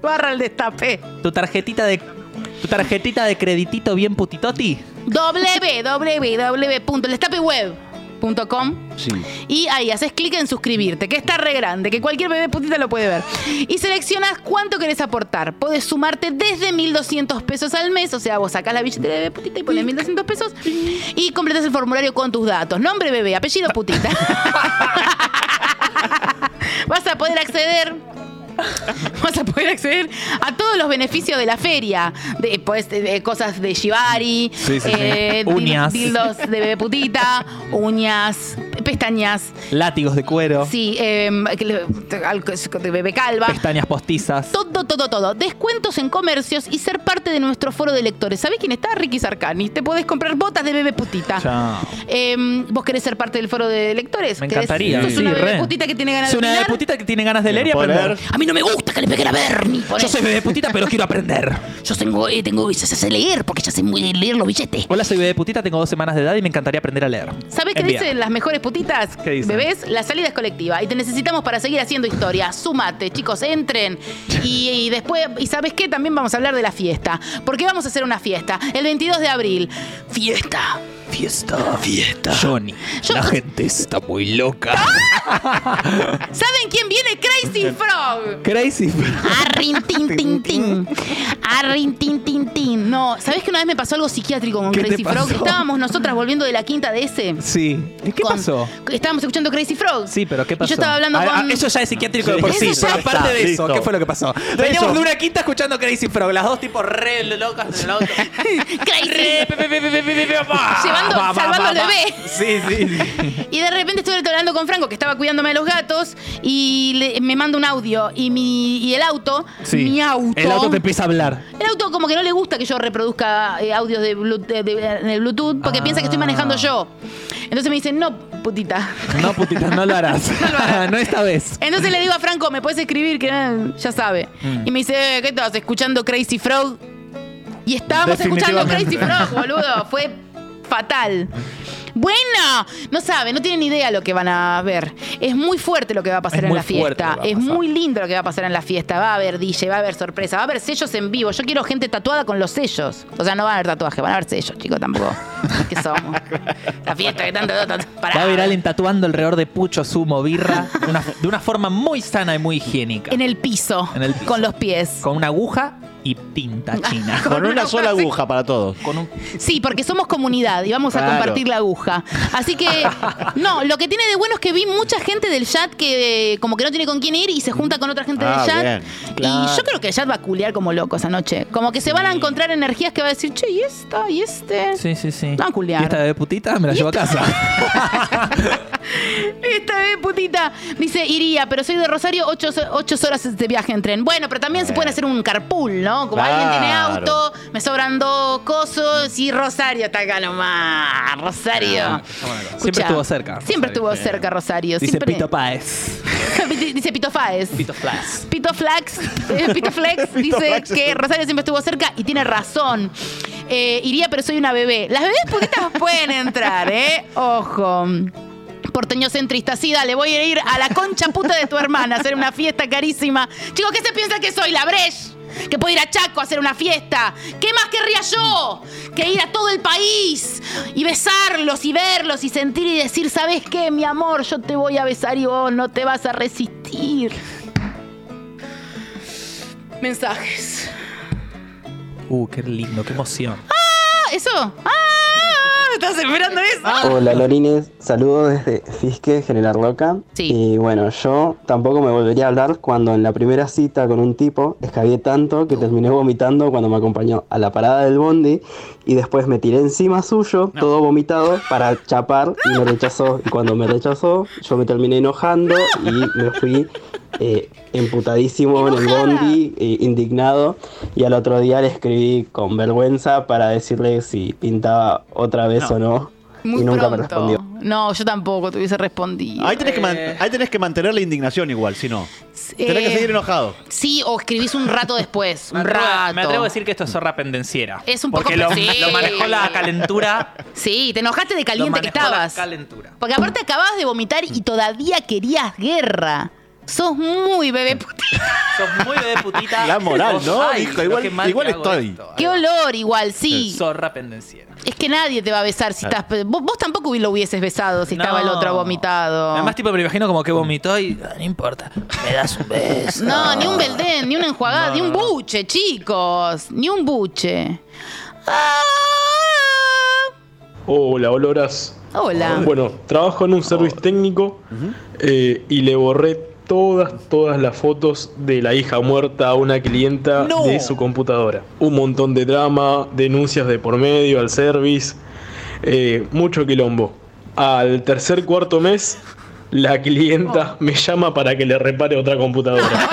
B: Barra el destape.
C: Tu tarjetita de tu tarjetita de creditito bien putitoti.
B: www.destapeweb.com
D: Sí.
B: y ahí haces clic en suscribirte, que está re grande, que cualquier bebé putita lo puede ver. Y seleccionas cuánto querés aportar. Podés sumarte desde 1.200 pesos al mes, o sea, vos sacás la billetera de bebé putita y pones 1.200 pesos y completas el formulario con tus datos. Nombre bebé, apellido putita. Vas a poder acceder vas a poder acceder a todos los beneficios de la feria. De, pues, de- de cosas de shibari, eh, dil-
C: Uñas.
B: dildos de bebé putita, uñas, pestañas,
C: Látigos de cuero.
B: sí, em, que le- al- de bebé calva.
C: Pestañas postizas.
B: Todo, todo, todo. Descuentos en comercios y ser parte de nuestro foro de lectores. ¿Sabés quién está? Ricky Sarcani. Te podés comprar botas de bebé putita.
C: Chao.
B: Em, ¿Vos querés ser parte del foro de lectores?
C: Me
B: ¿Querés-
C: encantaría.
B: Sos
C: Sí,
B: una bebé
C: re.
B: putita que tiene ganas
C: Es
B: de
C: una bebé
B: opinar?
C: putita que tiene ganas de leer y
D: Quiero
C: aprender.
D: poner-
B: A mí no me gusta que le peguen a Bernie. por
C: Yo
B: eso.
C: soy bebé putita, pero quiero aprender.
B: Yo tengo, eh, tengo, ya sé leer, porque ya sé muy leer los billetes.
C: Hola, soy bebé putita, tengo dos semanas de edad y me encantaría aprender a leer.
B: ¿Sabes qué
C: Enviar.
B: dicen las mejores putitas?
C: ¿Qué dicen?
B: Bebés, la salida es colectiva y te necesitamos para seguir haciendo historia. Súmate, chicos, entren. Y, y después, ¿y sabes qué? También vamos a hablar de la fiesta. Porque vamos a hacer una fiesta el 22 de abril. Fiesta.
F: Fiesta, fiesta.
C: Johnny.
B: Yo- ¿Ah?
F: La gente está muy loca.
B: ¿Saben quién viene? Crazy Frog.
C: Crazy.
B: Arrin, tin, tin, tin. Arrin, tin, tin, tin. No, ¿sabes que una vez me pasó algo psiquiátrico con
C: ¿Qué te
B: Crazy Frog?
C: pasó?
B: Estábamos nosotras volviendo de la quinta de ese.
C: Sí. ¿Y ¿Qué
B: con-
C: pasó?
B: Estábamos escuchando Crazy Frog.
C: Sí, pero ¿qué
B: Y
C: pasó?
B: yo estaba hablando
C: Ah,
B: con.
C: ah, eso ya es psiquiátrico de
D: Sí.
C: por
B: Eso
C: sí.
B: ya
C: pero
B: está,
C: aparte de eso,
D: listo.
C: ¿qué fue lo que pasó? Veníamos
D: Eso.
C: de una quinta escuchando Crazy Frog, las dos tipo re locas de la otra.
B: [laughs] Crazy.
C: Re, pe, pe, pe, pe, pe, pe, pe, pa.
B: Llevando-
C: Pa, pa,
B: salvando
C: pa,
B: al
C: pa.
B: bebé.
C: Sí, sí. sí.
B: Y de repente estuve hablando con Franco, que estaba cuidándome de los gatos, y le- me manda un audio. Y, mi, y el auto, mi auto.
C: El auto te empieza a hablar.
B: el auto como que no le gusta que yo reproduzca eh, audios de, blu- de- de- en el Bluetooth porque
C: Ah.
B: piensa que estoy manejando yo. Entonces me dice, no, putita.
C: No, putita, no lo
B: [laughs]
C: harás. [laughs] no esta vez.
B: Entonces le digo a Franco, ¿me puedes escribir? Que eh, ya sabe.
C: Mm.
B: Y me dice, eh, ¿qué estás escuchando Crazy Frog? Y estábamos escuchando Crazy
D: Definitivamente.
B: Frog,
C: [laughs]
B: boludo. Fue fatal. Bueno, no sabe, no tienen idea lo que van a ver. Es muy fuerte lo que va a pasar
C: Es
B: en
C: muy
B: la
C: fuerte lo
B: fiesta.
C: que va a
B: Es
C: pasar.
B: muy lindo lo que va a pasar en la fiesta. Va a haber DJ, va a haber sorpresa, va a haber sellos en vivo. Yo quiero gente tatuada con los sellos. O sea, no van a haber tatuaje, van a haber sellos, chicos,
C: [laughs]
B: tampoco. ¿Qué somos? La fiesta que tanto. tanto- pará.
C: Va a viral entatuando alrededor de pucho, sumo, birra, de una, de una forma muy sana y muy higiénica.
B: En el piso.
C: En el piso.
B: Con los pies.
C: Con una aguja y
B: [laughs]
C: tinta china.
D: Con una sola
B: frase.
D: aguja para todos.
C: Con un
B: Sí, porque somos comunidad y vamos
D: Claro.
B: a compartir la aguja. Así que, no, lo que tiene de bueno es que vi mucha gente del chat que eh, como que no tiene con quién ir y se junta con otra gente
D: Ah,
B: del chat.
D: bien,
B: Y yo creo que el chat va a culear como loco esa noche. Como que se van a encontrar energías que va a decir, che, y esta, y este.
C: Sí, sí, sí.
B: Van a culear.
C: Y esta de putita me la llevo
B: [laughs]
C: a casa.
B: Esta vez, putita. Dice, iría, pero soy de Rosario, ocho, ocho horas de viaje en tren. Bueno, pero también se pueden hacer un carpool, ¿no? Como alguien tiene
D: Claro.
B: auto, me sobran dos cosos y Rosario está acá nomás. Rosario.
C: Ah,
D: Ah.
C: Siempre
B: Escuchá,
C: estuvo cerca.
B: Siempre
C: Rosario.
B: estuvo cerca, Rosario.
C: Dice
B: siempre- [laughs]
C: Pito Páez.
B: dice Pito Fáez.
C: Pito Flash.
B: Pito
D: [laughs]
B: Flax, eh, Pito Flex
D: Pito
B: dice
D: Flax.
B: que Rosario siempre estuvo cerca y tiene razón. Eh, iría, pero soy una bebé. Las bebés
D: [laughs]
B: poquitas pueden entrar, ¿eh? Ojo. Porteño centrista, sí, dale, voy a ir a la concha puta de tu hermana a hacer una fiesta carísima. Chicos, ¿qué se piensa que soy? La Bresh. Que puedo ir a Chaco a hacer una fiesta. ¿Qué más querría yo? Que ir a todo el país y besarlos y verlos y sentir y decir, ¿sabes qué, mi amor? Yo te voy a besar y vos no te vas a resistir. Mensajes.
C: Uh, qué lindo, qué emoción.
B: Ah, eso. Ah, estás esperando eso.
E: [laughs] Hola Lorines, saludos desde Fisque, General Roca.
B: Sí.
E: Y bueno, yo tampoco me volvería a hablar cuando en la primera cita con un tipo escabié tanto que terminé vomitando cuando me acompañó a la parada del bondi y después me tiré encima suyo, todo vomitado, para chapar y me rechazó. Y cuando me rechazó, yo me terminé enojando y me fui eh, emputadísimo en el
B: Enojada.
E: bondi, eh, indignado. Y al otro día le escribí con vergüenza para decirle si pintaba otra vez o no.
B: Muy
E: y nunca me respondió.
B: pronto. No, yo tampoco te hubiese respondido.
D: Ahí tenés, que man- ahí tenés que mantener la indignación igual, si no. Tenés que
B: Eh,
D: seguir enojado.
B: Sí, o escribís un rato
C: [laughs]
B: después.
C: Me
B: Ah, Un
C: atrevo a-
B: rato.
C: Me atrevo a decir que esto es zorra pendenciera.
B: Es un poco
C: Porque lo,
B: sí.
C: lo manejó la
B: [laughs]
C: calentura.
B: Sí, te enojaste de
C: lo
B: caliente que
C: manejó la
B: estabas.
C: calentura.
B: Porque aparte acababas de vomitar y todavía querías guerra. Sos muy
C: Mm.
B: bebé putita.
C: Sos muy bebé putita.
D: La moral,
C: Vos,
D: ¿no?
C: ay,
D: Hijo,
C: lo
D: igual-
C: que mal
D: igual
C: que hago
D: estoy.
C: esto. Eh,
B: Qué olor igual, sí.
C: Zorra pendenciera.
B: Es que nadie te va a besar si estás... Vos, vos tampoco lo hubieses besado si estaba el
C: No.
B: otro vomitado.
C: Además, tipo, me lo imagino como que vomitó y. "Ah, No importa. Me das un beso.
B: No, ni un beldén, ni una enjuagada,
C: No,
B: ni un
C: no, no.
B: buche, chicos. Ni un buche. Ah.
G: Hola, oloras.
C: Ah,
B: Hola.
G: Bueno, trabajo en un service técnico eh, y le borré todas, todas las fotos de la hija muerta a una clienta
C: No.
G: de su computadora. Un montón de drama, denuncias de por medio al service, eh, mucho quilombo. Al tercer cuarto mes, la clienta me llama para que le repare otra computadora.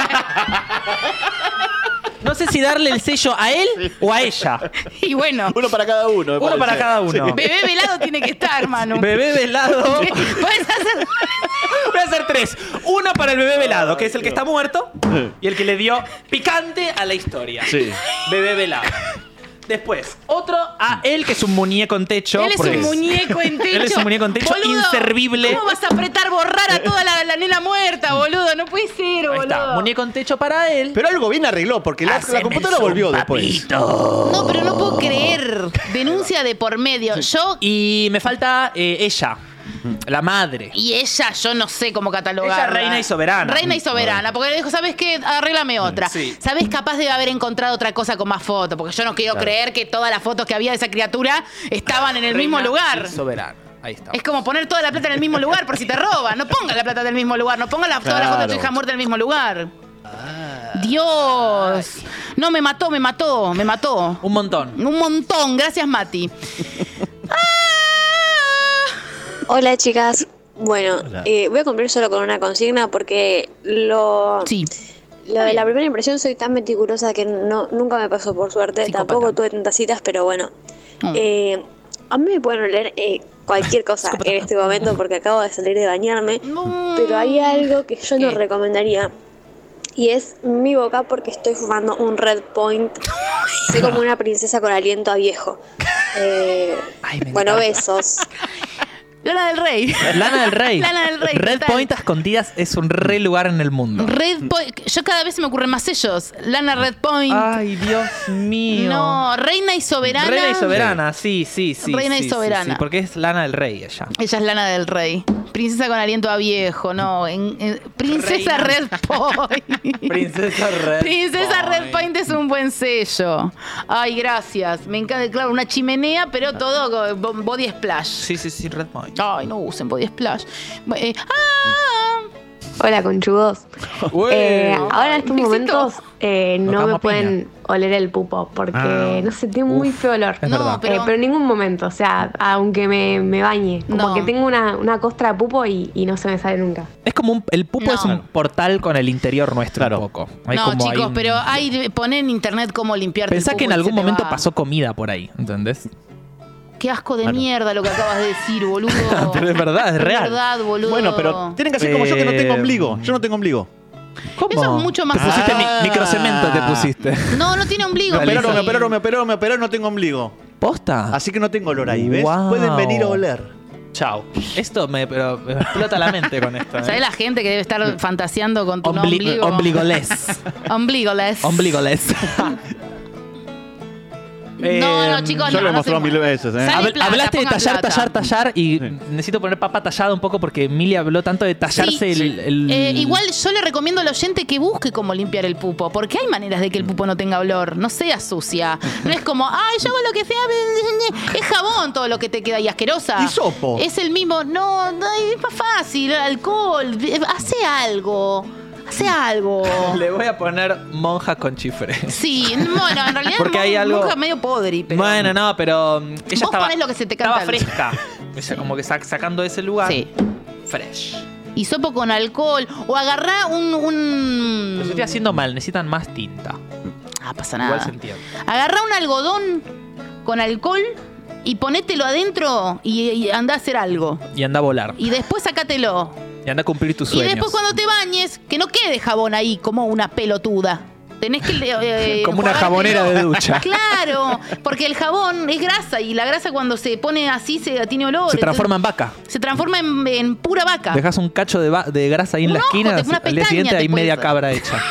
C: No sé si darle el sello a él o a ella.
B: Y bueno,
D: [laughs] Uno para cada uno. me
C: Uno para
D: parece.
C: cada uno.
B: bebé velado tiene que estar, hermano.
C: Bebé velado.
B: [laughs] Puedes hacer.
C: [laughs] Voy a hacer tres. Uno para el bebé velado, que es el que está muerto y el que le dio picante a la historia.
D: Sí.
C: Bebé velado. Después, otro a él, que es un muñeco en techo.
B: Él es
C: porque
B: un muñeco en techo.
C: Él es un muñeco en techo
B: Boludo,
C: inservible.
B: ¿Cómo vas a apretar borrar a toda la, la nena muerta, boludo? No puede ser,
C: Ahí
B: boludo.
C: está, muñeco en techo para él.
D: Pero algo bien arregló, porque la, la computadora volvió después.
B: No, pero no puedo creer. Denuncia de por medio. Yo
C: Y me falta eh, ella, la madre.
B: Y ella, yo no sé cómo catalogarla.
C: Ella reina y soberana.
B: Reina y soberana. Porque le dijo, ¿sabes qué? Arréglame otra.
C: Sí.
B: ¿Sabes? Capaz de haber encontrado otra cosa con más fotos. Porque yo no quiero creer que todas las fotos que había de esa criatura estaban en el mismo
C: Reina
B: lugar.
C: y Soberana. Ahí está.
B: Es como poner toda la plata en el mismo lugar por si te roban. No pongas la plata del mismo lugar. No pongas la, toda la foto de tu
D: Claro.
B: hija muerta en el mismo lugar.
C: Ah.
B: Dios. No, me mató, me mató, me mató.
C: Un montón.
B: Un montón. Gracias, Mati.
H: Hola chicas, bueno,
D: Hola.
H: eh, voy a cumplir solo con una consigna porque lo,
B: Sí.
H: lo de la primera impresión soy tan meticulosa que no, nunca me pasó por suerte,
B: Psicópata.
H: tampoco tuve tantas citas, pero bueno.
B: Mm.
H: Eh, a mí me pueden oler eh, cualquier cosa en este momento porque acabo de salir de bañarme,
B: No.
H: pero hay algo que yo no
B: ¿Qué?
H: recomendaría y es mi boca porque estoy fumando un Red Point. Soy como una princesa con aliento a viejo. Eh,
C: Ay, me
H: bueno,
C: encanta.
H: besos.
B: Lana del [laughs] Rey.
C: Lana del Rey.
B: Lana del Rey.
C: Red
B: total.
C: Point a escondidas es un re lugar en el mundo.
B: Red Point. Yo cada vez se me ocurren más sellos.
C: Ah.
B: Lana Red Point.
C: Ay, Dios mío.
B: no, Reina y Soberana.
C: Reina y soberana, sí, sí, sí.
B: Reina y
C: sí, sí,
B: soberana.
C: sí, porque es lana del rey ella.
B: Ella es Lana del Rey. Princesa con aliento a viejo, no. en- en- princesa Red Point.
C: [laughs] Princesa Red.
B: Princesa Red Point es un buen sello. Ay, gracias. Me encanta, claro, una chimenea, pero todo con bo- body splash.
C: Sí, sí, sí, Red Point.
B: Ay, no usen body splash. Bu- eh, ¡ah!
I: Hola, conchudos.
C: [laughs]
I: Eh, ahora en estos
B: Éxito.
I: momentos eh, no
C: Tocamos
I: me pueden oler el pupo porque
C: Ah.
I: no sé, tiene muy
C: Uf,
I: feo olor.
C: es
I: Eh,
B: No,
C: verdad.
B: pero-
I: Pero, en ningún momento, o sea, aunque me, me bañe, como
B: No.
I: que tengo una, una costra de pupo y, y no se me sale nunca.
C: Es como un, el pupo
B: No.
C: es un portal con el interior nuestro
D: Claro.
C: un poco. Hay
B: No,
C: como- hay
B: chicos,
C: un-
B: pero hay, pon en internet cómo limpiar
C: Pensá que en algún momento pasó comida por ahí,
B: [laughs]
C: ¿entendés?
B: Qué asco de
C: Claro.
B: mierda lo que acabas de decir, boludo.
C: [laughs] Pero es verdad, es real.
B: verdad, boludo.
D: Bueno, pero tienen que hacer como yo que no tengo
C: Eh,
D: ombligo. Yo no tengo ombligo.
B: Eso es mucho más
C: Te pusiste mi-
D: Ah.
C: microcemento, te
B: [laughs]
C: pusiste.
B: No, no tiene ombligo.
D: Me operaron,
B: sí.
D: me operaron, me operaron, me operaron, no tengo ombligo.
C: ¿Posta?
D: Así que no tengo olor ahí, ¿ves?
C: Wow.
D: Pueden venir a oler. Chao.
C: Esto me, pero, me explota la mente con esto. ¿eh?
B: ¿Sabés la gente que debe estar fantaseando con tu
C: Ombli-
B: ombligo? [laughs]
C: Ombligoles.
B: Ombligoles.
C: Ombligoles.
B: No, no, chicos,
D: Yo
B: no,
D: lo he
B: no
D: mostrado
B: se
D: mil
B: muevan.
D: veces, ¿eh?
B: Sale
C: Habl-
B: plata,
C: hablaste de
B: pongan
C: tallar,
B: plata.
C: tallar, tallar y necesito poner papa tallada un poco porque Emilia habló tanto de tallarse
B: Sí.
C: el, el-
B: Eh, igual yo le recomiendo al oyente que busque cómo limpiar el pupo, porque hay maneras de que el pupo no tenga olor, no sea sucia. No es como, ay, yo hago lo que sea, es jabón todo lo que te queda y asquerosa.
D: Y sopo.
B: Es el mismo, no, no, es más fácil, alcohol, eh, hace algo, hace algo.
C: Le voy a poner monja con chifre. [laughs]
B: Sí, bueno, en realidad
C: Porque
B: mon-
C: hay algo-
B: monja medio podri, pero...
C: Bueno, no, pero mm, ella estaba,
B: ponés lo que se te canta
C: estaba
B: el-
C: fresca.
B: [laughs]
C: O sea, como que sac- sacando de ese lugar.
B: Sí. Mm.
C: Fresh.
B: Y sopo con alcohol, o agarrá un... un-
C: Lo estoy haciendo mal, necesitan más tinta.
B: Ah, pasa
C: Igual
B: nada.
C: se entiende.
B: Agarrá un algodón con alcohol y ponételo adentro y, y andá a hacer algo.
C: Y anda a volar.
B: Y después sacátelo.
C: Y anda a cumplir tus
B: Y
C: sueños.
B: después cuando te bañes, que no quede jabón ahí como una pelotuda. Tenés que... eh,
C: [laughs] Como una
B: enjuagártelo.
C: jabonera
B: [laughs]
C: de ducha.
B: Claro, porque el jabón es grasa y la grasa cuando se pone así se tiene olor.
C: Se transforma en vaca.
B: entonces, se transforma en, en pura vaca.
C: Dejas un cacho de, va- de grasa ahí en
B: Un
C: la
B: ojo,
C: esquina.
B: te- una
C: al día
B: pestaña
C: siguiente
B: te
C: hay
B: puedes
C: media
B: hacer.
C: cabra hecha.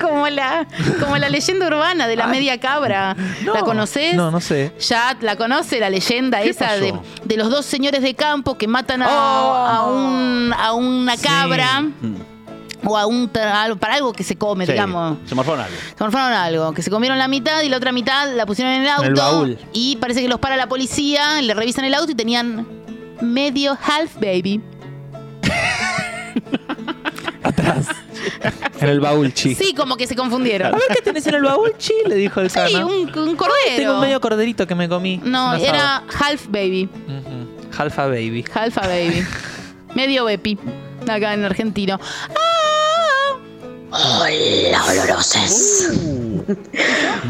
B: Como la, como la leyenda urbana de la media cabra. [laughs] ¿La conoces?
C: No,
B: [laughs]
C: no sé.
B: Ya la conoce la leyenda
D: ¿Qué
B: esa
D: pasó?
B: de, de los dos señores de campo que matan a,
C: Oh.
B: a un- a una
C: Sí.
B: cabra
D: Mm.
B: o a un tra- algo- para algo que se come,
D: Sí,
B: digamos.
D: Se morfaron algo.
B: Se morfaron algo, que se comieron la mitad y la otra mitad la pusieron en el auto.
C: el baúl.
B: Y parece que los para la policía, le revisan el auto y tenían medio half baby.
C: En el baúl, chi.
B: Ah, Sí, como que se confundieron.
C: A ver qué tenés en el baúl, chi, le dijo el
B: Sí,
C: cana.
B: un, un cordero.
C: Ah, Tengo un medio corderito que me comí.
B: no,
C: en un asado.
B: era half baby.
C: Ujú. Halfa baby.
B: Half a baby. Medio Bepi. Acá en argentino. ¡Ah!
J: [laughs]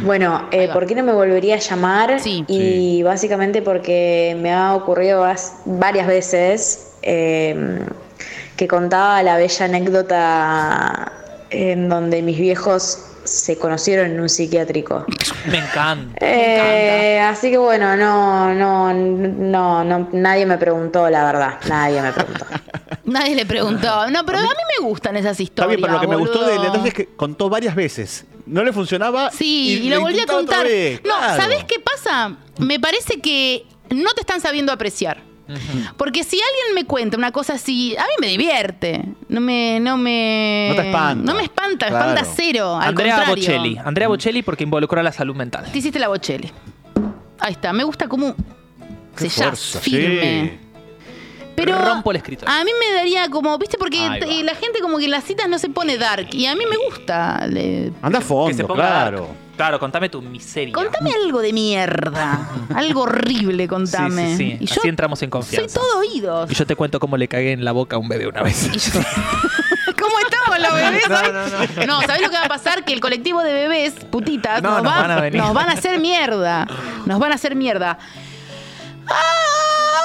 J: Bueno, eh,
B: Ahí va.
J: ¿por qué no me volvería a llamar?
B: Sí.
J: Y básicamente porque me ha ocurrido vas- varias veces eh, que contaba la bella anécdota en donde mis viejos se conocieron en un psiquiátrico.
C: [laughs] Me encanta.
J: Eh, así que bueno, no, no, no, no, nadie me preguntó, la verdad, nadie me preguntó.
B: Nadie le
D: [laughs]
B: preguntó. No, pero a mí me gustan esas
D: Está
B: historias.
D: bien, pero lo que me gustó
B: boludo.
D: de él entonces es que contó varias veces. No le funcionaba.
B: Sí, y, lo volví a
D: intentaba otra
B: contar.
D: vez,
B: No,
D: claro.
B: ¿sabes qué pasa? Me parece que no te están sabiendo apreciar. Porque si alguien me cuenta una cosa así, a mí me divierte. No me. No, me,
D: No te espanta.
B: No me espanta,
D: Claro.
B: espanta cero. Al
C: Andrea
B: contrario.
C: Bocelli. Andrea Bocelli porque involucró a la salud mental.
B: Te hiciste la Bocelli. Ahí está, me gusta cómo sellás
D: fuerza.
B: firme. Pero ah,
C: Rompo el escritorio.
B: A mí me daría como, viste, porque
C: Ahí va.
B: eh, la gente como que en las citas no se pone dark. Y a mí me gusta. le-
D: Anda a
C: Que se
D: fondo,
C: ponga
D: claro.
C: dark. Claro, contame tu miseria.
B: Contame algo de
C: [laughs]
B: mierda. algo horrible, contame.
C: Sí, sí, sí.
B: Y yo
C: Así entramos en
B: soy
C: confianza.
B: todo oídos.
C: Y yo te cuento cómo le cagué en la boca a un bebé una vez.
B: Y
C: [laughs]
B: yo- ¿Cómo estamos los bebés?
C: No,
B: hoy?
C: no,
B: no. ¿sabés lo que va a pasar? Que el colectivo de bebés, putitas,
C: No,
B: nos,
C: nos
B: va-
C: van a venir.
B: nos van a hacer mierda. Nos van a hacer mierda. ¡Ah!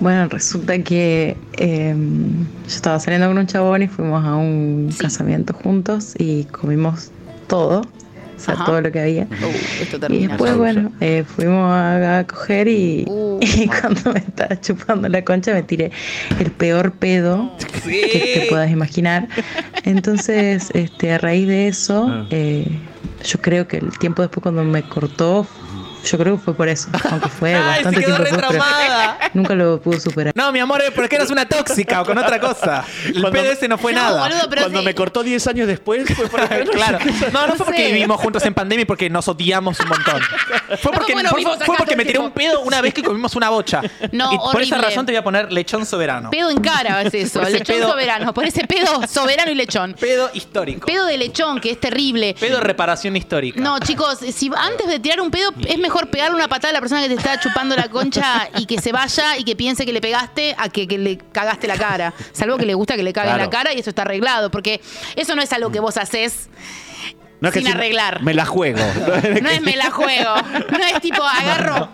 K: Bueno, resulta que eh, yo estaba saliendo con un chabón y fuimos a un
B: Sí.
K: casamiento juntos y comimos todo, sea,
B: Ajá. Uh,
K: todo lo que había.
B: esto
K: y
B: termina.
K: después, bueno, eh, fuimos a, a coger y,
B: Uh.
J: [laughs]
K: y cuando me estaba chupando la concha me tiré el peor pedo que te puedas imaginar. Entonces, este, a raíz de eso,
C: Ah.
K: eh, yo creo que el tiempo después cuando me cortó, yo creo que fue por eso, [laughs] aunque fue bastante
C: quedó
K: tiempo después, pero
C: retraumada.
K: nunca lo pude superar.
C: No, mi amor, es porque eras una tóxica o con otra cosa. El
D: Cuando-
C: pedo ese no fue
D: No,
C: nada.
D: boludo, pero Cuando sí. me
C: cortó 10 años después fue por [laughs] Claro. No, no fue porque
D: Sí.
C: vivimos juntos en pandemia y porque nos odiamos
B: [laughs]
C: un montón. Fue porque,
B: bueno,
C: fue-
B: vivos acá
C: fue porque
B: todo
C: me
B: el
C: tiré
B: tiempo.
C: un pedo una vez que comimos una bocha.
B: No,
C: y por esa
B: horrible.
C: razón te voy a poner lechón soberano.
B: Pedo en cara es eso,
C: [laughs] Por ese
B: lechón
C: pedo-
B: soberano, por ese pedo soberano y lechón.
C: Pedo histórico.
B: Pedo de lechón, que es terrible.
C: Pedo reparación histórica.
B: No, chicos, si antes de tirar un pedo es mejor pegarle una patada a la persona que te está chupando la concha y que se vaya y que piense que le pegaste a que, que le cagaste la cara. Salvo que le gusta que le caguen
D: Claro.
B: la cara y eso está arreglado, porque eso no es algo que vos haces
D: No es que
B: sin
D: si-
B: arreglar.
D: Me
B: [laughs]
D: la juego.
B: No es me la juego. No es tipo agarro.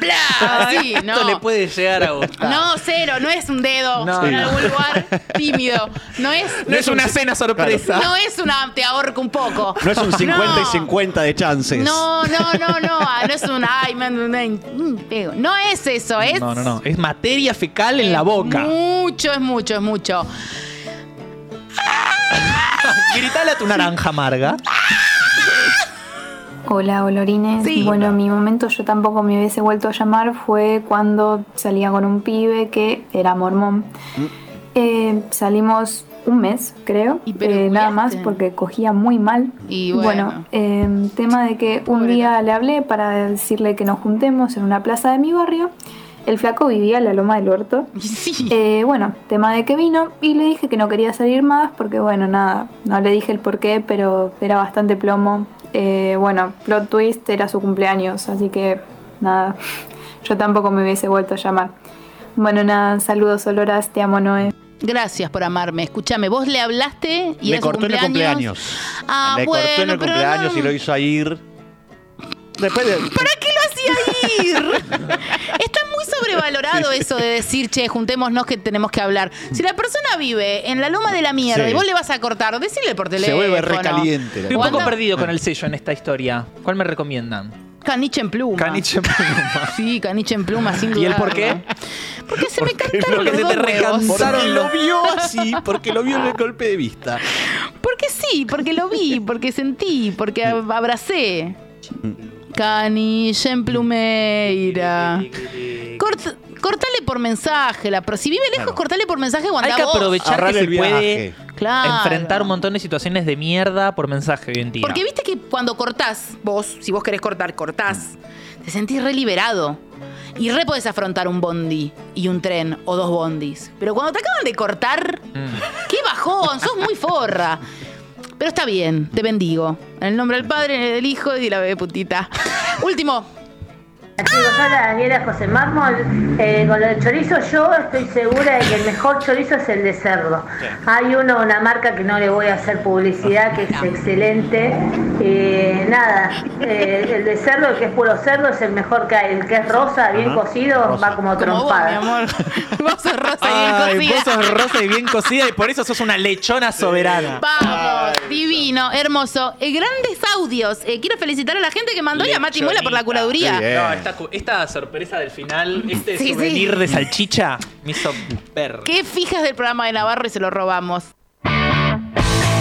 B: ¡Bla! Así, no.
C: Esto le puede llegar a gustar.
B: No, cero, no es un dedo
C: No,
B: en
C: no.
B: algún lugar tímido. No es.
C: No es una cena sorpresa.
B: No es una te ahorco un poco.
D: No es un 50 y 50 de chances.
B: No, no, no, no. ah, No es un ay, man, man, man, mm, pego. No es eso, es.
C: No, no, no. Es materia fecal en la boca.
B: Mucho, es mucho, es mucho.
C: Gritale a tu naranja amarga.
L: Hola, olorines. Bueno, mi momento yo tampoco me hubiese vuelto a llamar fue cuando salía con un pibe que era mormón. Eh, salimos un mes, creo, eh, nada más porque cogía muy mal.
B: Y bueno. [laughs]
L: eh, tema de que un día le hablé para decirle que nos juntemos en una plaza de mi barrio. El flaco vivía en la Loma del Orto. Eh, bueno, tema de que vino y le dije que no quería salir más porque, bueno, nada, no le dije el por qué, pero era bastante plomo. Eh, bueno, plot twist era su cumpleaños, así que nada, yo tampoco me hubiese vuelto a llamar. Bueno, nada, saludos, Oloras, te amo, Noé.
B: Gracias por amarme. Escúchame, vos le hablaste y
D: Le
B: era su
D: cortó en el cumpleaños.
B: Ah,
D: Le
B: bueno,
D: cortó en el
B: pero
D: cumpleaños
B: no-
D: y lo hizo ir. Después de.
B: ¿Para qué lo hacía ir? Está muy sobrevalorado eso de decir, che, juntémonos que tenemos que hablar. Si la persona vive en la loma de la mierda
C: Sí.
B: y vos le vas a cortar, decirle por teléfono.
C: Estoy un poco perdido con el sello en esta historia. ¿Cuál me recomiendan?
B: Caniche en pluma. [laughs]
C: Caniche en pluma.
B: Sí, caniche en pluma, sin duda.
C: ¿Y el por qué?
B: Porque se me cantaron
C: Porque
B: los
C: se te
B: dos huevos.
D: Porque lo vio así, porque lo vio en el golpe de vista.
B: Porque sí, porque lo vi, porque sentí, porque ab- abracé. Canilla en plumeira. Cort- cortale por mensaje. La pro- si vive lejos, cortale por mensaje o
C: Hay
B: andá
C: que
B: vos.
C: aprovechar que
D: Ahorrarle
C: se
D: el viaje.
C: puede
B: Claro.
C: enfrentar un montón de situaciones de mierda por mensaje hoy en día.
B: Porque viste que cuando cortás, vos, si vos querés cortar, cortás,
C: Mm.
B: te sentís re liberado. Y re podés afrontar un bondi y un tren o dos bondis. Pero cuando te acaban de cortar,
C: Mm.
B: qué bajón, sos muy forra. Pero está bien, te bendigo. En el nombre del Padre, del Hijo y de la bebé putita. Último.
M: Chicos, hola Daniela José Mármol. Eh, con el chorizo yo estoy segura de que el mejor chorizo es el de cerdo. Hay uno, una marca que no le voy a hacer publicidad, que es excelente. Eh, nada, eh, el de cerdo, el que es puro cerdo, es el mejor que hay. El que es rosa, bien
C: Ajá,
M: cocido, va como trompada.
B: Vos sos rosa
C: Ay,
B: y bien
C: vos
B: cocida.
C: sos rosa y bien cocida y por eso sos una lechona soberana.
B: Vamos, divino, hermoso. Eh, grandes audios. Eh, quiero felicitar a la gente que mandó y a Mati Muela por la curaduría.
C: No, esta, cu- esta sorpresa del final, este
B: Sí,
C: souvenir
B: sí.
C: de salchicha, me hizo ver.
B: Qué fijas del programa de Navarro y se lo robamos.
A: A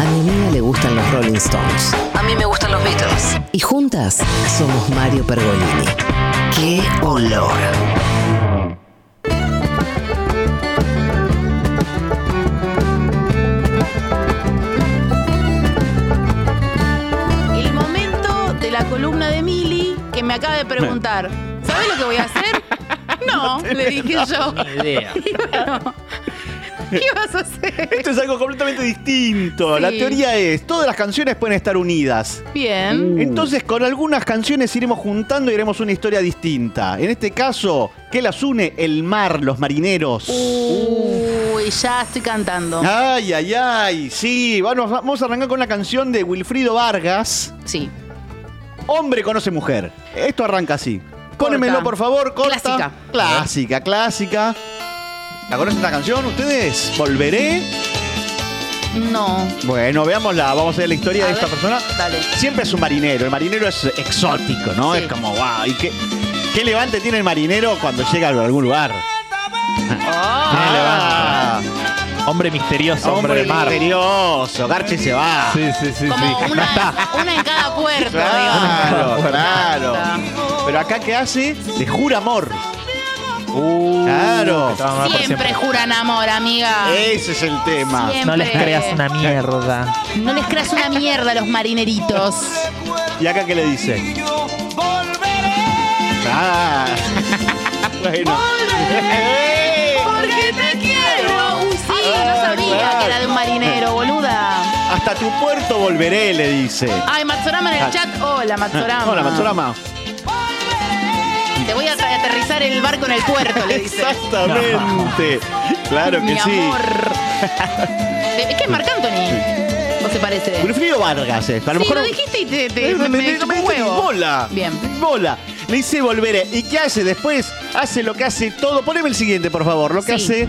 A: mi amiga le gustan los Rolling Stones.
B: A mí me gustan los Beatles.
A: Y juntas somos Mario Pergolini. ¡Qué olor!
B: El momento de la columna de Mili que me acaba de preguntar, ¿sabes lo que voy a hacer? No, le dije yo.
C: [laughs]
D: Ni idea.
B: Y bueno, ¿Qué vas a hacer?
D: [laughs] Esto es algo completamente distinto. La
B: Sí.
D: teoría es, todas las canciones pueden estar unidas. Uh.
B: Bien.
D: Entonces con algunas canciones iremos juntando y haremos una historia distinta. En este caso, ¿qué las une? El mar, los marineros.
B: Uy, ya estoy cantando.
D: Ay, ay, ay. Sí, vamos, vamos a arrancar con la canción de Wilfrido Vargas.
B: Sí.
D: Hombre conoce mujer. Esto arranca así. Pónemelo, por favor, corta.
B: Clásica.
D: Clásica, clásica. ¿La conocen esta canción ustedes? Volveré.
B: No.
D: Bueno, veámosla. Vamos a ver la historia
B: A
D: de
B: ver,
D: esta persona.
B: dale.
D: Siempre es un marinero. El marinero es exótico, ¿no? Es como, wow. ¿Y qué, qué levante tiene el marinero cuando llega a algún lugar? Ah.
C: Hombre misterioso, hombre,
D: Hombre
C: de mar.
D: misterioso, Garchi se va.
C: Sí, sí, sí.
B: Como
C: sí.
B: una, una en cada puerta, [laughs]
D: Claro,
B: digamos.
D: claro. Pero acá, ¿qué hace? Le jura amor.
B: Uh,
D: claro.
B: Siempre juran amor, amiga.
D: Ese es el tema.
B: Siempre. No les creas una
D: mierda.
B: No les creas una mierda a los marineritos.
D: ¿Y acá qué le dice? Ah. [laughs] bueno.
B: Porque te quiero. Ah, Uy, sí, no sabía
D: claro.
B: que era de un marinero, boluda.
D: Hasta tu puerto volveré, le dice.
B: Ay, Matsorama en el chat. Ah. Hola, Matsorama.
D: Hola, Matsurama.
B: Te voy a tra- aterrizar el barco en el puerto, le dice.
D: Exactamente. Claro que
B: Mi
D: sí.
B: amor. [laughs] Es que es Marc Anthony. ¿O se parece?
D: Wilfrido Vargas esto. A lo
B: sí,
D: mejor
B: lo dijiste y te, te-
D: Eh,
B: me,
D: me-
B: me
D: me-
B: chupó
D: me-
B: un huevo.
D: ni bola.
B: Bien.
D: ni bola. Le hice volveré. ¿Y qué hace después? Hace lo que hace todo. Poneme el siguiente, por favor. Lo que hace.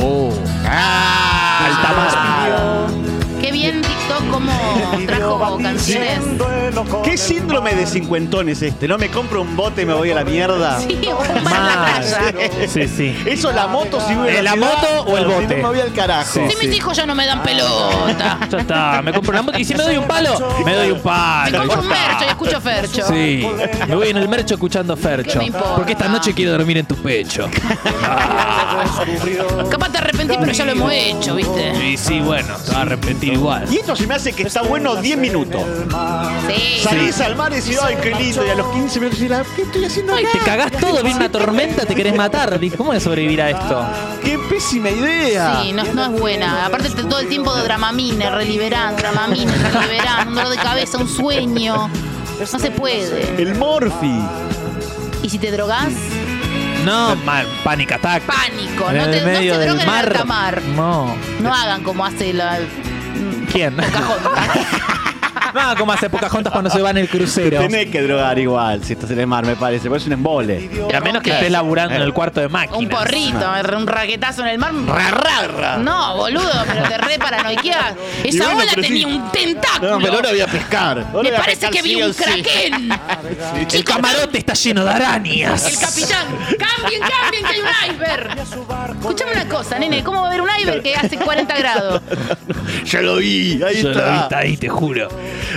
D: Oh. Ah,
B: Qué bien TikTok como trajo canciones.
D: ¿Qué síndrome de cincuentón es este? ¿No me compro un bote y me voy a la mierda?
B: Sí, un bar en la playa.
D: Sí, sí. Eso la moto si vive
C: ¿La moto o el bote?
D: Si no me voy al carajo.
B: [laughs] Sí, mis hijos ya no me dan pelota.
C: Ya está, me compro una moto y si me doy un palo, me doy un palo.
B: Me compro
C: ya
B: un
C: está.
B: mercho y escucho Fercho.
C: Sí, me voy en el mercho escuchando Fercho.
B: me importa?
C: Porque esta noche quiero dormir en tu pecho.
B: Capaz te arrepentí, pero ya lo hemos hecho, ¿viste?
C: Y sí, bueno, te vas a arrepentir igual.
D: Y esto se me hace que está bueno 10 minutos.
B: Sí.
D: Salís al mar y decís, ay, qué lindo. Y a los 15 minutos decís, "Ah, ¿qué estoy haciendo acá?
C: Te cagás todo, viene una tormenta, te querés matar. Dices, ¿Cómo voy a sobrevivir a esto?
D: ¡Qué pésima idea!
B: Sí, no, no es buena. Aparte te- todo el tiempo de Dramamine, reliberán, Dramamine, reliberán, un dolor de cabeza, un sueño. No se puede.
D: El Morphy.
B: ¿Y si te drogás?
C: No, mal, panic attack.
B: Pánico.
C: En
B: No,
C: el
B: te, no se
C: medio del
B: droguen
C: mar.
B: en alta mar.
C: No.
B: No hagan como hace la...
C: ¿Quién? [laughs] no, como hace Pocahontas cuando se va en el
D: Te
C: crucero.
D: tenés que drogar igual si estás en el mar, me parece. Porque es un embole.
C: A menos que estés laburando en el cuarto de máquinas.
B: Un porrito, un raquetazo en el mar.
C: Ra, ra, ra.
B: No, boludo, pero te re paranoiqueás.
D: [laughs] Y
B: Esa
D: bueno,
B: ola
D: pero sí.
B: tenía un tentáculo.
D: No, pero ahora voy a pescar. Ahora voy
B: Me
D: a
B: parece
D: pescar
B: que vi
D: sí o
B: un
D: sí. [laughs]
B: kraken.
C: El camarote está lleno de
B: El
C: arañas.
B: capitán. Cambien, cambien, que hay un iceberg. Escuchame una cosa, nene. ¿Cómo va a haber un iceberg que hace 40 grados?
D: Ya lo vi, ahí
C: Yo lo
D: está.
C: vi, está ahí, te juro.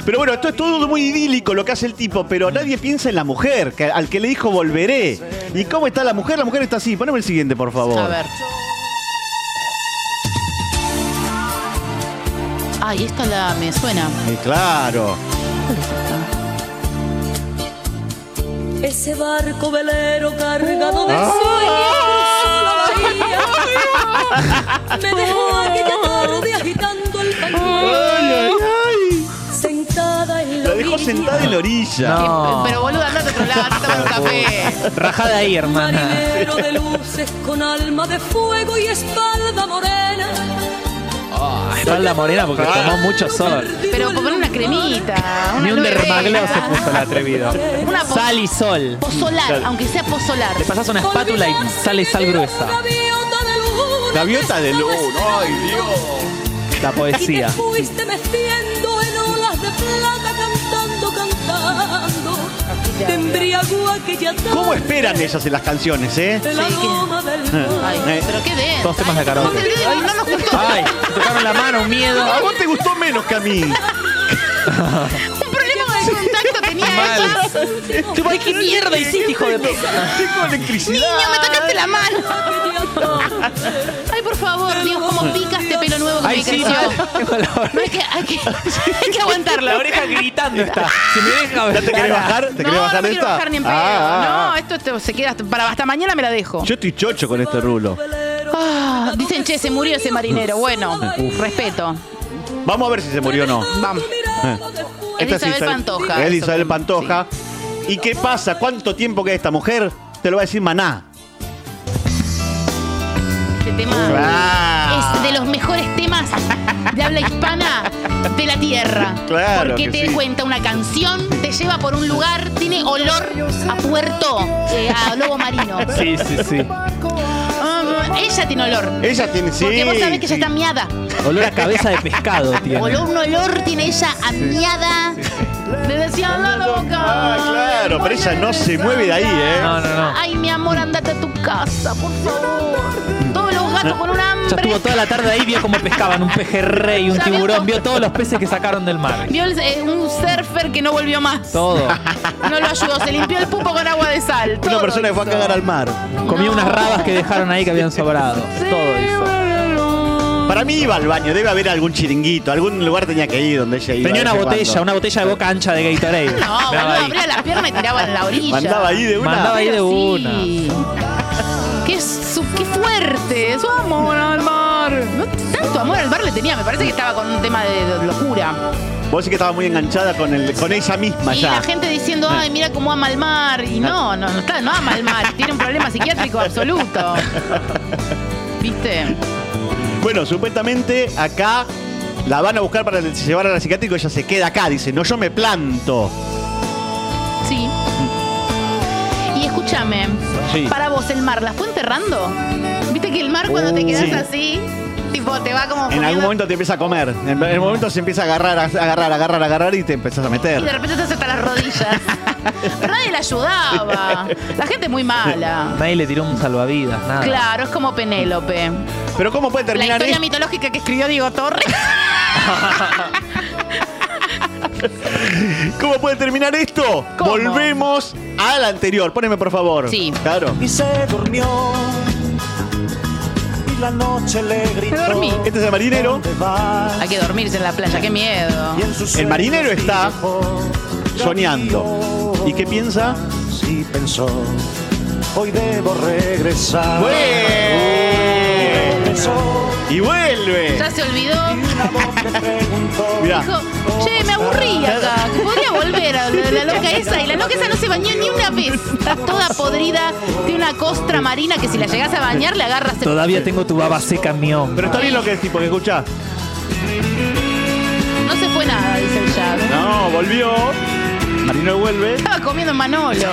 D: Pero bueno, esto es todo muy idílico lo que hace el tipo, pero nadie piensa en la mujer, que- al que le dijo volveré. ¿Y cómo está la mujer? La mujer está así. Poneme el siguiente, por favor.
B: A ver. Ay, esta la me suena.
D: Eh, claro.
N: Ese barco velero cargado de
D: Ah.
N: sueños la bahía. Me dejó aquella tarde agitando el
J: [laughs] Oh,
N: pañuelo Sentada en la
D: La dejó
N: orilla
D: sentada en la orilla.
C: No.
B: Pero boludo, andate a otro lado, andate a tomar un café.
C: Rajá de ahí, hermana.
N: Marinero de luces con alma de fuego y espalda morena
C: Ah, espalda morena porque tomó mucho sol.
B: Pero poner una cremita. Una
C: Ni un
B: nube
C: dermagloss se
B: negra.
C: puso el atrevido.
B: Una po-
C: Sal y sol.
B: Posolar, aunque sea posolar.
C: Le pasás una espátula y sale sal gruesa.
D: Gaviota de luz. Ay, Dios.
C: La poesía.
N: Fuiste metiendo en olas de plata cantando, cantando Te embriagó aquella tarde
D: ¿Cómo esperan ellas en las canciones, eh?
N: El aroma del
B: Ay,
D: Eh.
B: pero qué de.
D: Dos temas de karaoke.
B: Ay, no nos gustó.
C: Ay, te tocaron la mano, un miedo.
D: A vos te gustó menos que
B: [laughs]
D: a mí.
B: Un problema de contacto tenía
C: Mal.
B: ella.
C: Te voy, ¿Qué mierda hiciste, hijo de puta?
D: Tengo electricidad.
B: Niño, me tocaste la mano. Ay, por favor, Dios, cómo pica este pelo nuevo que
C: Ay,
B: me
C: sí,
B: creció.
C: tengo la oreja-
B: No, hay que, hay que, hay que aguantarlo.
D: [laughs]
C: La oreja gritando está. Si me deja
D: ¿Ya te querés bajar? ¿Te
B: no,
D: querés
B: no
D: bajar
B: me quiero
D: esta?
B: bajar ni en pedo.
D: Ah, ah,
B: no,
D: ah.
B: esto, esto se queda hasta, para hasta mañana me la dejo.
D: Yo estoy chocho con este rulo.
B: Ah, dicen, che, se murió ese marinero. Bueno, respeto.
D: Vamos a ver si se murió o no.
B: Vamos.
D: Eh.
B: Es de
D: es
B: Isabel Pantoja.
D: Es de
B: Eso
D: Isabel
B: que-
D: Pantoja. ¿Y qué pasa? ¿Cuánto tiempo queda esta mujer? Te lo va a decir Maná.
B: Este tema
D: Ah.
B: es de los mejores temas de habla hispana de la tierra.
D: Claro
B: Porque
D: que
B: te
D: sí.
B: cuenta una canción, te lleva por un lugar, tiene olor a puerto, eh, a lobo marino.
C: Sí, sí, sí.
B: Ah, Ella tiene olor.
D: Ella tiene, sí.
B: Porque vos sabés que ella está miada.
C: Olor a cabeza de pescado tiene.
B: Olor, un olor tiene ella a miada. Le decían la loca.
D: Ah, claro, pero ella no se mueve de ahí, ¿eh?
C: No, no, no.
B: Ay, mi amor, andate a tu casa, por favor. Todos los gatos con un hambre.
C: Ya estuvo toda la tarde ahí, vio cómo pescaban un pejerrey, un tiburón, vio todos los peces que sacaron del mar.
B: Vio el- eh, un surfer que no volvió más.
C: [laughs] Todo.
B: No lo ayudó, se limpió el pupo con agua de sal.
D: Una persona que fue a cagar al mar.
C: Comió unas rabas que dejaron ahí que habían sobrado. Todo hizo.
D: Para mí iba al baño, debe haber algún chiringuito, algún lugar tenía que ir donde ella iba.
C: Tenía una botella, una botella de boca ancha de Gatorade.
B: No,
C: Me daba
B: boludo,
C: ahí.
B: abría la pierna y tiraba en la orilla.
D: Mandaba ahí de una.
C: Mandaba ahí de
B: Pero
C: una.
B: sí. Qué, su- qué fuerte, su amor al mar. No, tanto amor al mar le tenía, me parece que estaba con un tema de, de locura.
D: Vos sí que estaba muy enganchada con, el, con ella misma
B: Y
D: ya.
B: la gente diciendo, ay, mira cómo ama el mar. Y no, no, no, está, no ama el mar. Tiene un problema psiquiátrico absoluto.
D: [laughs]
B: ¿Viste?
D: Bueno, supuestamente acá la van a buscar para llevar a la psiquiátrica y ella se queda acá. Dice, no, yo me planto.
B: Sí. Y escúchame,
D: Sí.
B: para vos el mar, ¿la fue enterrando? ¿Viste que el mar cuando te quedas
D: Uh, Sí.
B: así, tipo te va como
D: En
B: poniendo-
D: algún momento te empieza a comer. En el momento se empieza a agarrar, a agarrar, a agarrar, a agarrar y te empezás a
B: Y de
D: meter.
B: repente estás hasta las
D: [laughs]
B: rodillas. Pero nadie la ayudaba. La gente es muy mala.
C: Nadie le tiró un salvavidas,
D: Ah.
C: nada.
B: Claro, es como Penélope.
D: Pero ¿cómo puede
B: La
D: terminar
B: historia
D: esto?
B: mitológica que escribió Diego
D: [laughs]
B: Torres.
D: ¿Cómo puede terminar esto? Volvemos a la anterior. Póneme, por favor.
O: Sí.
D: Claro.
O: Y se durmió. Y la noche le gritó.
B: dormí.
D: Este es el marinero.
B: Hay que dormirse en la playa, qué miedo.
D: El marinero está soñando. ¿Y qué piensa?
O: Sí pensó. Hoy debo regresar.
D: Y vuelve.
B: Ya se olvidó.
D: Mirá.
B: Dijo, che, me aburrí acá. Podría volver a la la loca esa. Y la loca esa no se bañó ni una vez. Está toda podrida. Tiene una costra marina que si la llegás a bañar, le agarras el
C: Todavía tengo tu baba seca en mi hombro.
D: Pero está bien lo que es, tipo, que escuchás.
B: No se fue nada, dice el Jack.
D: No, volvió. Marinero vuelve.
B: Estaba comiendo Manolo.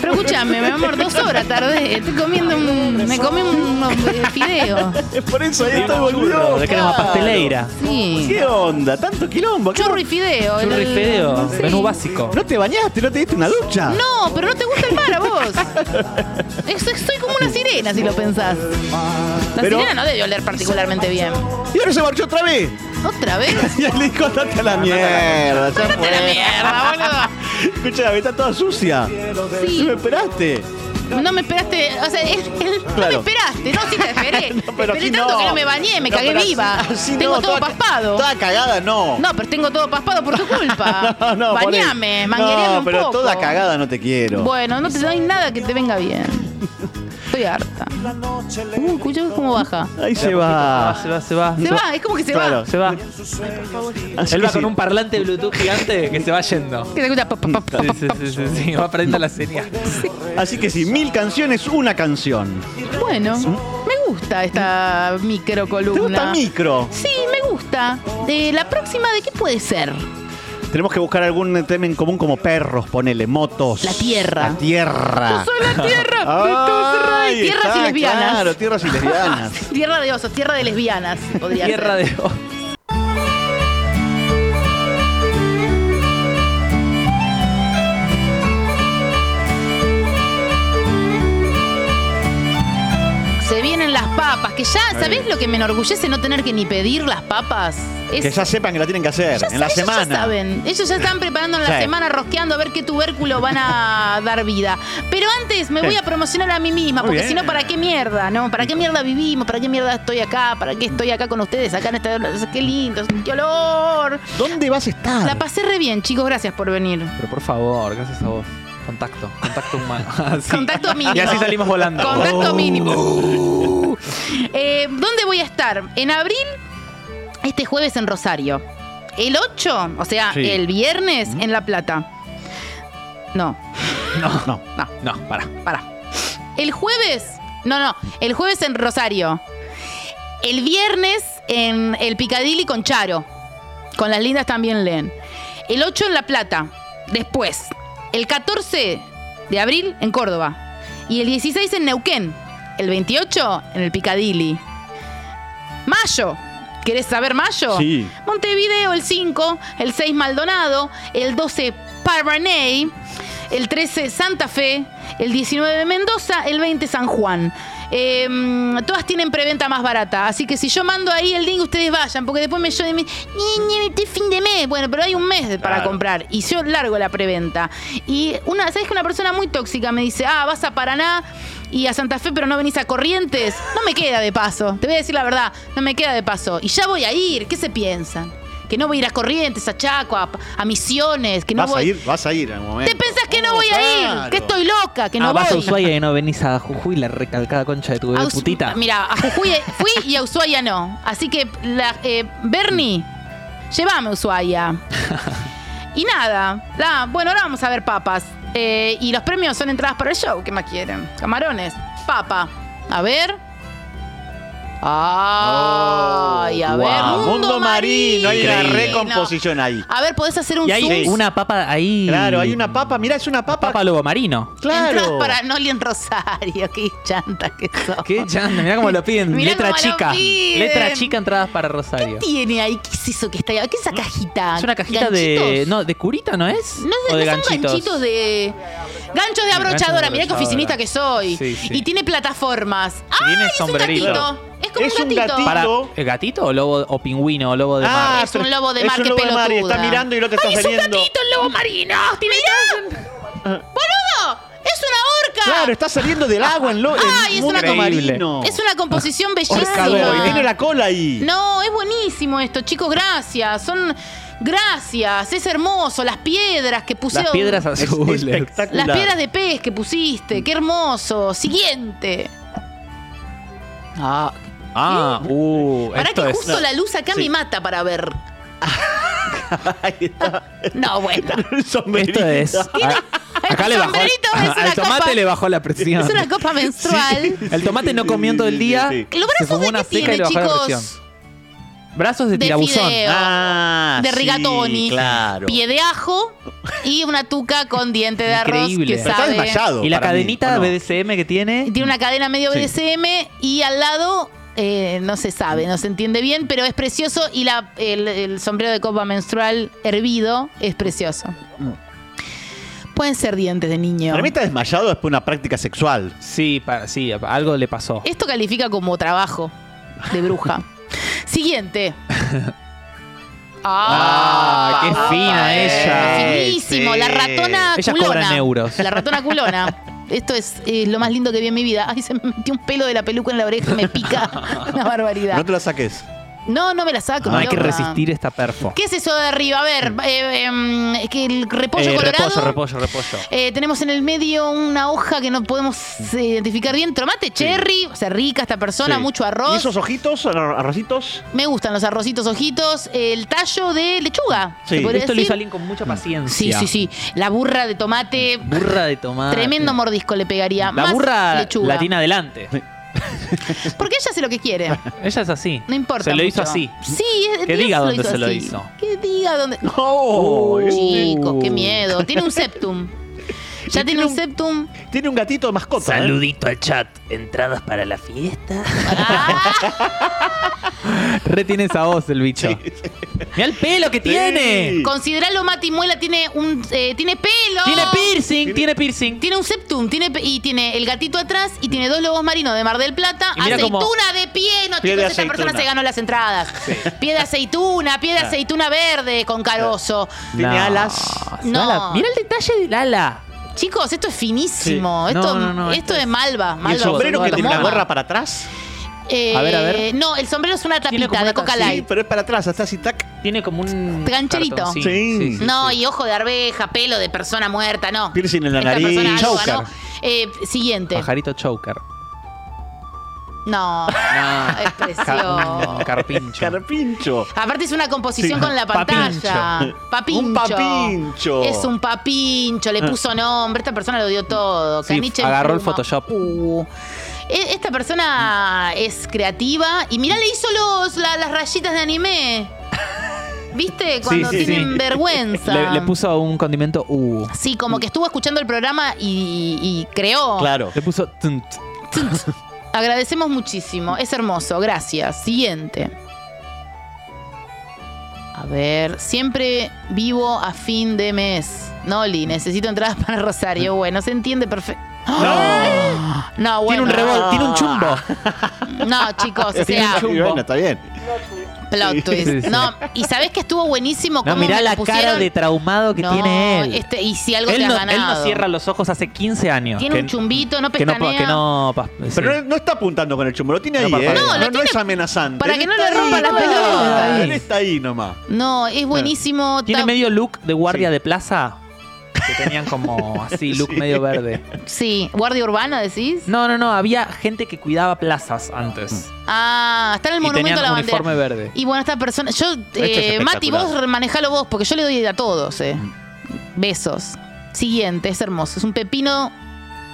B: Pero escúchame, mi amor, dos horas tardé. Estoy comiendo un. Me comí unos eh, fideos.
D: Por eso ahí está volvió.
C: Churro, de crema pasteleira.
B: Sí.
D: ¿Qué onda? ¿Tanto quilombo?
B: Churro y fideo. el-
C: Churri fideo, menú básico.
D: ¿No te bañaste? ¿No te diste una ducha?
B: No, pero no te gusta el mar a
D: [laughs]
B: vos. Es- es- soy como una sirena si lo pensás. La
D: Pero-
B: sirena no debe oler particularmente bien.
D: Y ahora se marchó otra vez.
B: ¿Otra [laughs] vez?
D: Y él dijo, andate a la mierda. ya
B: Andate a la
D: fue".
B: mierda,
D: Escucha, está toda sucia.
B: Sí.
D: ¿No me esperaste?
B: No me esperaste. O sea, es- es-
D: Claro.
B: no me esperaste. No, sí te esperé.
D: [laughs] No, pero
B: Te esperé
D: así
B: tanto
D: no.
B: que no me bañé, me
D: No,
B: cagué
D: pero así-
B: viva.
D: así
B: Tengo
D: no,
B: todo
D: toda-
B: paspado.
D: Toda cagada, no.
B: No, pero tengo todo paspado por tu culpa.
D: [laughs] No, no, por eso.
B: Bañame, manguereame
D: No,
B: un
D: pero
B: poco.
D: toda cagada no te quiero.
B: Bueno, no te doy nada que te venga bien. Estoy harta. Uh, escucha cómo baja.
D: Ahí se va.
C: Se va, se va.
B: Se va, es como que se
D: Claro.
B: va.
C: Se va.
D: Así
C: Él
D: que
C: va con
D: sí.
C: un parlante Bluetooth gigante que se va yendo.
B: Que se escucha pa, pa, pa, pa,
C: Sí, sí, sí, sí, sí, va perdiendo la señal.
D: Así que sí, mil canciones, una canción.
B: Bueno, me gusta esta micro
D: ¿Te gusta
B: columna.
D: micro?
B: Sí, me gusta. Eh, la próxima, ¿de qué puede ser?
D: Tenemos que buscar algún tema en común como perros, ponele, motos.
B: La tierra.
D: La tierra.
B: Yo soy la
D: [laughs]
B: tierra de tus
D: Ah. Ay,
B: reyes. Tierras y
D: está,
B: lesbianas.
D: Claro, tierras y lesbianas.
B: Tierra de osos, tierra de lesbianas. Podría
C: Tierra
B: ser.
C: de
B: Se vienen las papas, que ya, ¿sabés lo que me enorgullece no tener que ni pedir las papas? [laughs] Es-
D: que ya sepan que la tienen que hacer en la
B: ellos
D: semana.
B: ya saben, ellos ya están preparando en la
D: Sí.
B: semana, rosqueando a ver qué tubérculo van a [laughs] dar vida. Pero antes me
D: Sí.
B: voy a promocionar a mí misma,
D: Muy
B: porque
D: bien.
B: si no, ¿para qué mierda? ¿No? ¿Para qué mierda vivimos? ¿Para qué mierda estoy acá? ¿Para qué estoy acá con ustedes? Acá en este esta. ¡Qué lindo! ¡Qué olor!
D: ¿Dónde vas a estar?
B: La pasé re bien, chicos, gracias por venir.
C: Pero por favor, gracias a vos. Contacto, contacto [laughs] humano. Así.
D: [laughs]
B: Contacto mínimo.
C: Y así salimos volando.
B: Contacto
C: Oh.
B: mínimo. Eh, ¿Dónde voy a estar? En abril, este jueves en Rosario. El 8, o sea,
C: Sí.
B: el viernes en La Plata. No,
C: No, no,
B: no,
C: no, para.
B: para. El jueves, no, no, el jueves en Rosario. El viernes en el Picadilly con Charo. Con las lindas también leen. El 8 en La Plata. Después. El 14 de abril en Córdoba. Y el 16 en Neuquén. el 28 en el Picadilly. Mayo. ¿Querés saber mayo?
D: Sí.
B: Montevideo el 5, el 6 Maldonado, el 12 Parvanay, el 13 Santa Fe, el 19 Mendoza, el 20 San Juan. Eh, todas tienen preventa más barata, así que si yo mando ahí el link, ustedes vayan, porque después me lloran y me dicen, "Ñe, ñe, este fin de mes. Bueno, pero hay un mes para
P: Claro.
B: comprar y yo largo la preventa. Y una, ¿sabes que una persona muy tóxica me dice, ah, vas a Paraná? Y a Santa Fe, pero no venís a Corrientes. No me queda de paso. Te voy a decir la verdad. No me queda de paso. Y ya voy a ir. ¿Qué se piensan? Que no voy a ir a Corrientes, a Chaco, a, a Misiones. Que no
D: vas
B: voy.
D: a ir, vas a ir en algún momento.
B: ¿Te pensás que no voy a ir? Que estoy loca, que no
C: ah,
B: voy.
C: vas a Ushuaia y no venís a Jujuy, la recalcada concha de tu bebé
B: A Ush-
C: putita.
B: Mira, a Jujuy fui y a Ushuaia no. Así que, la, eh, Bernie, llévame a
C: [laughs]
B: Ushuaia. Y nada, la- bueno, ahora vamos a ver papas. Eh, y los premios son entradas para el show, ¿qué más quieren? Camarones, papa. A ver. Ay, a ver.
D: Guau,
B: Mundo, marino.
D: hay una
C: Oh, Increíble.
D: recomposición ahí.
B: A ver, podés hacer un
C: Y hay
B: zoom.
C: una papa ahí.
D: Claro, hay una papa, mirá, es una papa. Ah,
C: Papa lobo marino.
B: Entradas para Noli en Rosario. Qué chanta que sos.
D: [laughs]
C: Qué chanda, mirá cómo lo piden.
B: Mirá
C: Letra
B: cómo lo
C: chica.
B: piden.
C: Letra chica, entradas para Rosario.
B: tiene ahí? ¿Qué es eso que está ahí? ¿Qué es esa cajita?
C: Es una cajita de. No, de curita, ¿no es?
B: No,
C: o
B: no
C: de
B: son
C: ganchitos.
B: ganchitos de. Ganchos de
C: Ganchos de
B: abrochadora, mirá qué
C: abrochadora.
B: oficinista que soy.
C: Sí, sí.
B: Y tiene plataformas.
C: Y
B: ¡Ah!
C: tiene
B: Es un
C: sombrerito.
B: gatito. Es como un gatito.
C: Para, ¿El gatito o lobo o pingüino o lobo de
D: Ah,
C: mar?
B: Es un lobo de mar que
D: lobo de mar y
B: pelotuda.
D: está mirando y lo te
B: ¡Ay,
D: estás
B: es un
D: saliendo.
B: gatito el lobo marino! ¡Mirá! ¡Boludo! ¡Es una orca!
D: Claro, está saliendo del agua en lo en
B: ¡Ay, es
D: mundo
B: una,
D: marino.
B: es una composición
D: Pescador, y tiene
B: bellísima!
D: la cola ahí. [laughs]
B: No, es buenísimo esto, chicos, gracias. Son. Gracias, es hermoso. Las piedras que pusieron.
D: Es espectacular.
B: Las piedras de pez que pusiste, qué hermoso. Siguiente. Ah,
C: ah, uh,
B: Para
C: esto
B: que
C: es-
B: justo la luz acá me mata para ver. No, bueno. Este
C: Esto es. [laughs]
B: [laughs]
C: Ah, Acá le bajó.
B: sombrerito
C: [laughs]
B: es una
C: Al tomate
B: copa-
C: le bajó la presión.
B: Es una copa menstrual.
C: El tomate no comió en todo el día.
B: sí, sí. ¿Los brazos
C: se fumó
B: de
C: una
B: qué
C: seca y
B: tiene,
C: le bajó
B: chicos?
C: la presión. Brazos de,
B: De
C: tirabuzón.
B: fideo,
D: Ah,
B: de
D: sí,
B: rigatoni.
D: claro.
B: Pie de ajo y una tuca con diente de arroz
C: Increíble.
B: que sabe.
C: Y la
D: para mí,
C: cadenita
D: ¿o no?
C: BDCM que tiene.
B: Tiene una cadena medio
C: Sí.
B: BDSM y al lado eh, no se sabe, no se entiende bien, pero es precioso y la, el, el sombrero de copa menstrual hervido es precioso. Pueden ser dientes de niño.
D: Para mí está desmayado después de una práctica sexual.
C: Sí, para, sí, algo le pasó.
B: Esto califica como trabajo de
C: [laughs]
B: bruja. Siguiente.
C: Ah, qué fina ella.
B: Finísimo, la ratona
C: Ellas
B: culona.
C: cobran euros.
B: La ratona culona. Esto es eh, lo más lindo que vi en mi vida. Ay, se me metió un pelo de la peluca en la oreja, me
C: [laughs]
B: pica. Una barbaridad.
D: No te la saques.
B: No, no me la saco.
C: No hay
B: mi
C: que
B: loca.
C: resistir esta perfo.
B: ¿Qué es eso de arriba? A ver, eh, em, es que el repollo
C: Eh,
B: colorado.
C: repollo, repollo, repollo.
B: Eh, tenemos en el medio una hoja que no podemos eh, identificar bien. Tomate cherry, o sea, rica esta persona,
D: Sí.
B: mucho
D: ¿Y
B: arroz.
D: esos ojitos, ar- arrocitos?
B: Me gustan los arrocitos ojitos, el tallo de lechuga.
C: Sí.
B: ¿se podría
C: Esto lo hizo
B: decir?
C: alguien con mucha paciencia.
B: Sí, sí, sí. La burra de tomate.
C: Burra de tomate.
B: Tremendo mordisco le pegaría.
C: La
B: Más
C: burra
B: lechuga.
C: la tiene adelante.
B: Porque ella hace lo que quiere.
C: Ella es así. [laughs]
B: No importa.
C: Se lo hizo
B: mucho.
C: así.
B: Sí, es-
C: Que
B: Dios
C: diga
B: lo
C: dónde
B: hizo
C: se lo
B: así.
C: hizo.
B: Que diga dónde.
C: Uh,
D: Oh,
B: Chicos,
D: este.
B: qué miedo. Tiene un
C: [laughs]
B: septum. Ya tiene un septum.
D: Tiene un gatito de mascota.
F: Saludito al chat. Entradas para la fiesta.
B: Ah,
C: Retiene esa voz el bicho. Mira el pelo que tiene.
B: Consideralo, Mati Muela tiene un eh, tiene pelo.
C: Tiene
D: Ah.
C: piercing, tiene, piercing.
B: Tiene un septum, tiene pe- y tiene el gatito atrás y tiene dos lobos marinos de Mar del Plata,
C: Y mira
B: aceituna
C: cómo-
B: de pie, no
C: Pie de
B: chicos, esta
C: aceituna.
B: persona se ganó las entradas. Pie de aceituna, pie de
C: Claro.
B: aceituna verde con carozo.
C: Tiene No. alas.
B: No.
C: Ala, mira el detalle del ala.
B: Chicos, esto es finísimo.
C: Sí. No,
B: Esto,
C: no, no,
B: esto,
C: esto
B: es malva.
D: ¿Y
B: malva
D: el sombrero que
B: absoluta.
D: tiene una
B: Moma.
D: gorra para atrás?
B: Eh,
D: A ver, a ver.
B: No, el sombrero es una tapita de Coca
D: Sí,
B: Light.
D: pero es para atrás, hasta así tac.
C: Tiene como un.
B: Gancherito.
D: Sí.
B: no, y ojo de arveja, pelo de persona muerta, no.
D: Piercing en la
B: Esta
D: nariz.
B: persona algo
D: Choker.
B: ganó. Eh, siguiente.
C: Pajarito choker.
B: No,
C: No.
B: es precioso.
C: Un Carpincho.
D: Carpincho.
B: Aparte es una composición
C: Sí.
B: con la
D: Ah,
B: pantalla.
C: Papincho.
B: Papincho.
D: Un papincho.
B: Es un papincho, le puso nombre. Esta persona lo dio todo.
C: Sí,
B: Caniche en
C: agarró el
B: pluma.
C: Photoshop.
B: E- Esta persona es creativa y mirá, le hizo los, la- las rayitas de anime. ¿Viste? Cuando
C: sí,
B: tienen
C: sí.
B: vergüenza.
C: Le, le puso un condimento U.
B: Sí, como que estuvo escuchando el programa y, y creó.
C: Claro. Le puso. tunt.
B: Agradecemos muchísimo. Es hermoso. Gracias. Siguiente. A ver. Siempre vivo a fin de mes. Noli, necesito entradas [laughs] para Rosario. Bueno, se entiende perfecto. No, [gasps] no bueno. Ah.
C: Tiene un revol, tiene un chumbo.
B: No, chicos,
C: [laughs]
B: o
D: Tiene un
B: sea,
D: chumbo. Y bueno, está bien.
B: plot
C: Sí,
B: twist.
C: sí.
B: No, y sabés que estuvo buenísimo
C: No,
B: cómo
C: mirá
B: me
C: la cara
B: pusieron?
C: de traumado que
B: No,
C: tiene él.
B: este- y si algo
C: él,
B: te ha
C: no, él
B: ganado.
C: no cierra los ojos hace 15 años.
B: Tiene
C: Que-
B: un chumbito, no
C: que no,
B: pestañea.
C: que no pa-
D: Pero no, no está apuntando con el chumbo, lo tiene ahí, ¿eh?
C: parpadea. No, lo
D: no es amenazante.
B: para
D: él
B: que no
D: está
B: le rompa
D: ahí,
B: la
D: claro.
B: pelota.
D: Él está ahí nomás.
B: No, es buenísimo.
C: Tiene
B: Ta-
C: medio look de guardia de plaza. Que tenían
D: [laughs]
C: como así, look medio verde.
B: Sí, guardia urbana decís.
C: No, no, no, había gente que cuidaba plazas
D: Mm.
C: antes.
B: Ah, está en el
C: Y
B: monumento a
C: tenían
B: la bandera.
C: uniforme verde.
B: Y bueno, esta persona. Yo,
C: es
B: eh, Mati,
C: espectacular. Mm.
B: vos re- manejalo vos, porque yo le doy a todos, eh. Besos. Siguiente, es hermoso. Es un pepino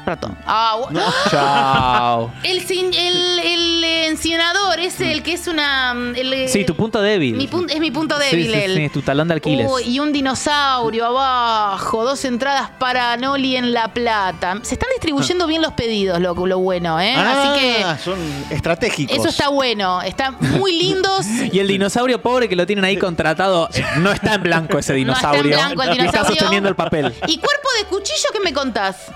B: ratón. Ah, bu- [laughs]
C: Chao.
B: [gasps] el, cin- el, el encinador es el que es una. mm, el-
C: Sí, tu punto débil.
B: mi pun- es mi punto
C: Sí,
B: débil,
C: sí,
B: él.
C: sí, es tu talón de Aquiles.
B: Uy, y un dinosaurio abajo, dos entradas para Noli en La Plata. Se están distribuyendo bien los pedidos, lo, lo bueno, ¿eh? Así que
D: Ah, son estratégicos.
B: eso está bueno, están muy
C: [laughs]
B: lindos.
C: Y el dinosaurio pobre que lo tienen ahí contratado, eh, no está en
B: [laughs]
C: blanco ese dinosaurio.
B: blanco el
C: Y está
B: dinosaurio.
C: sosteniendo el papel.
B: ¿Y cuerpo de cuchillo qué me contás?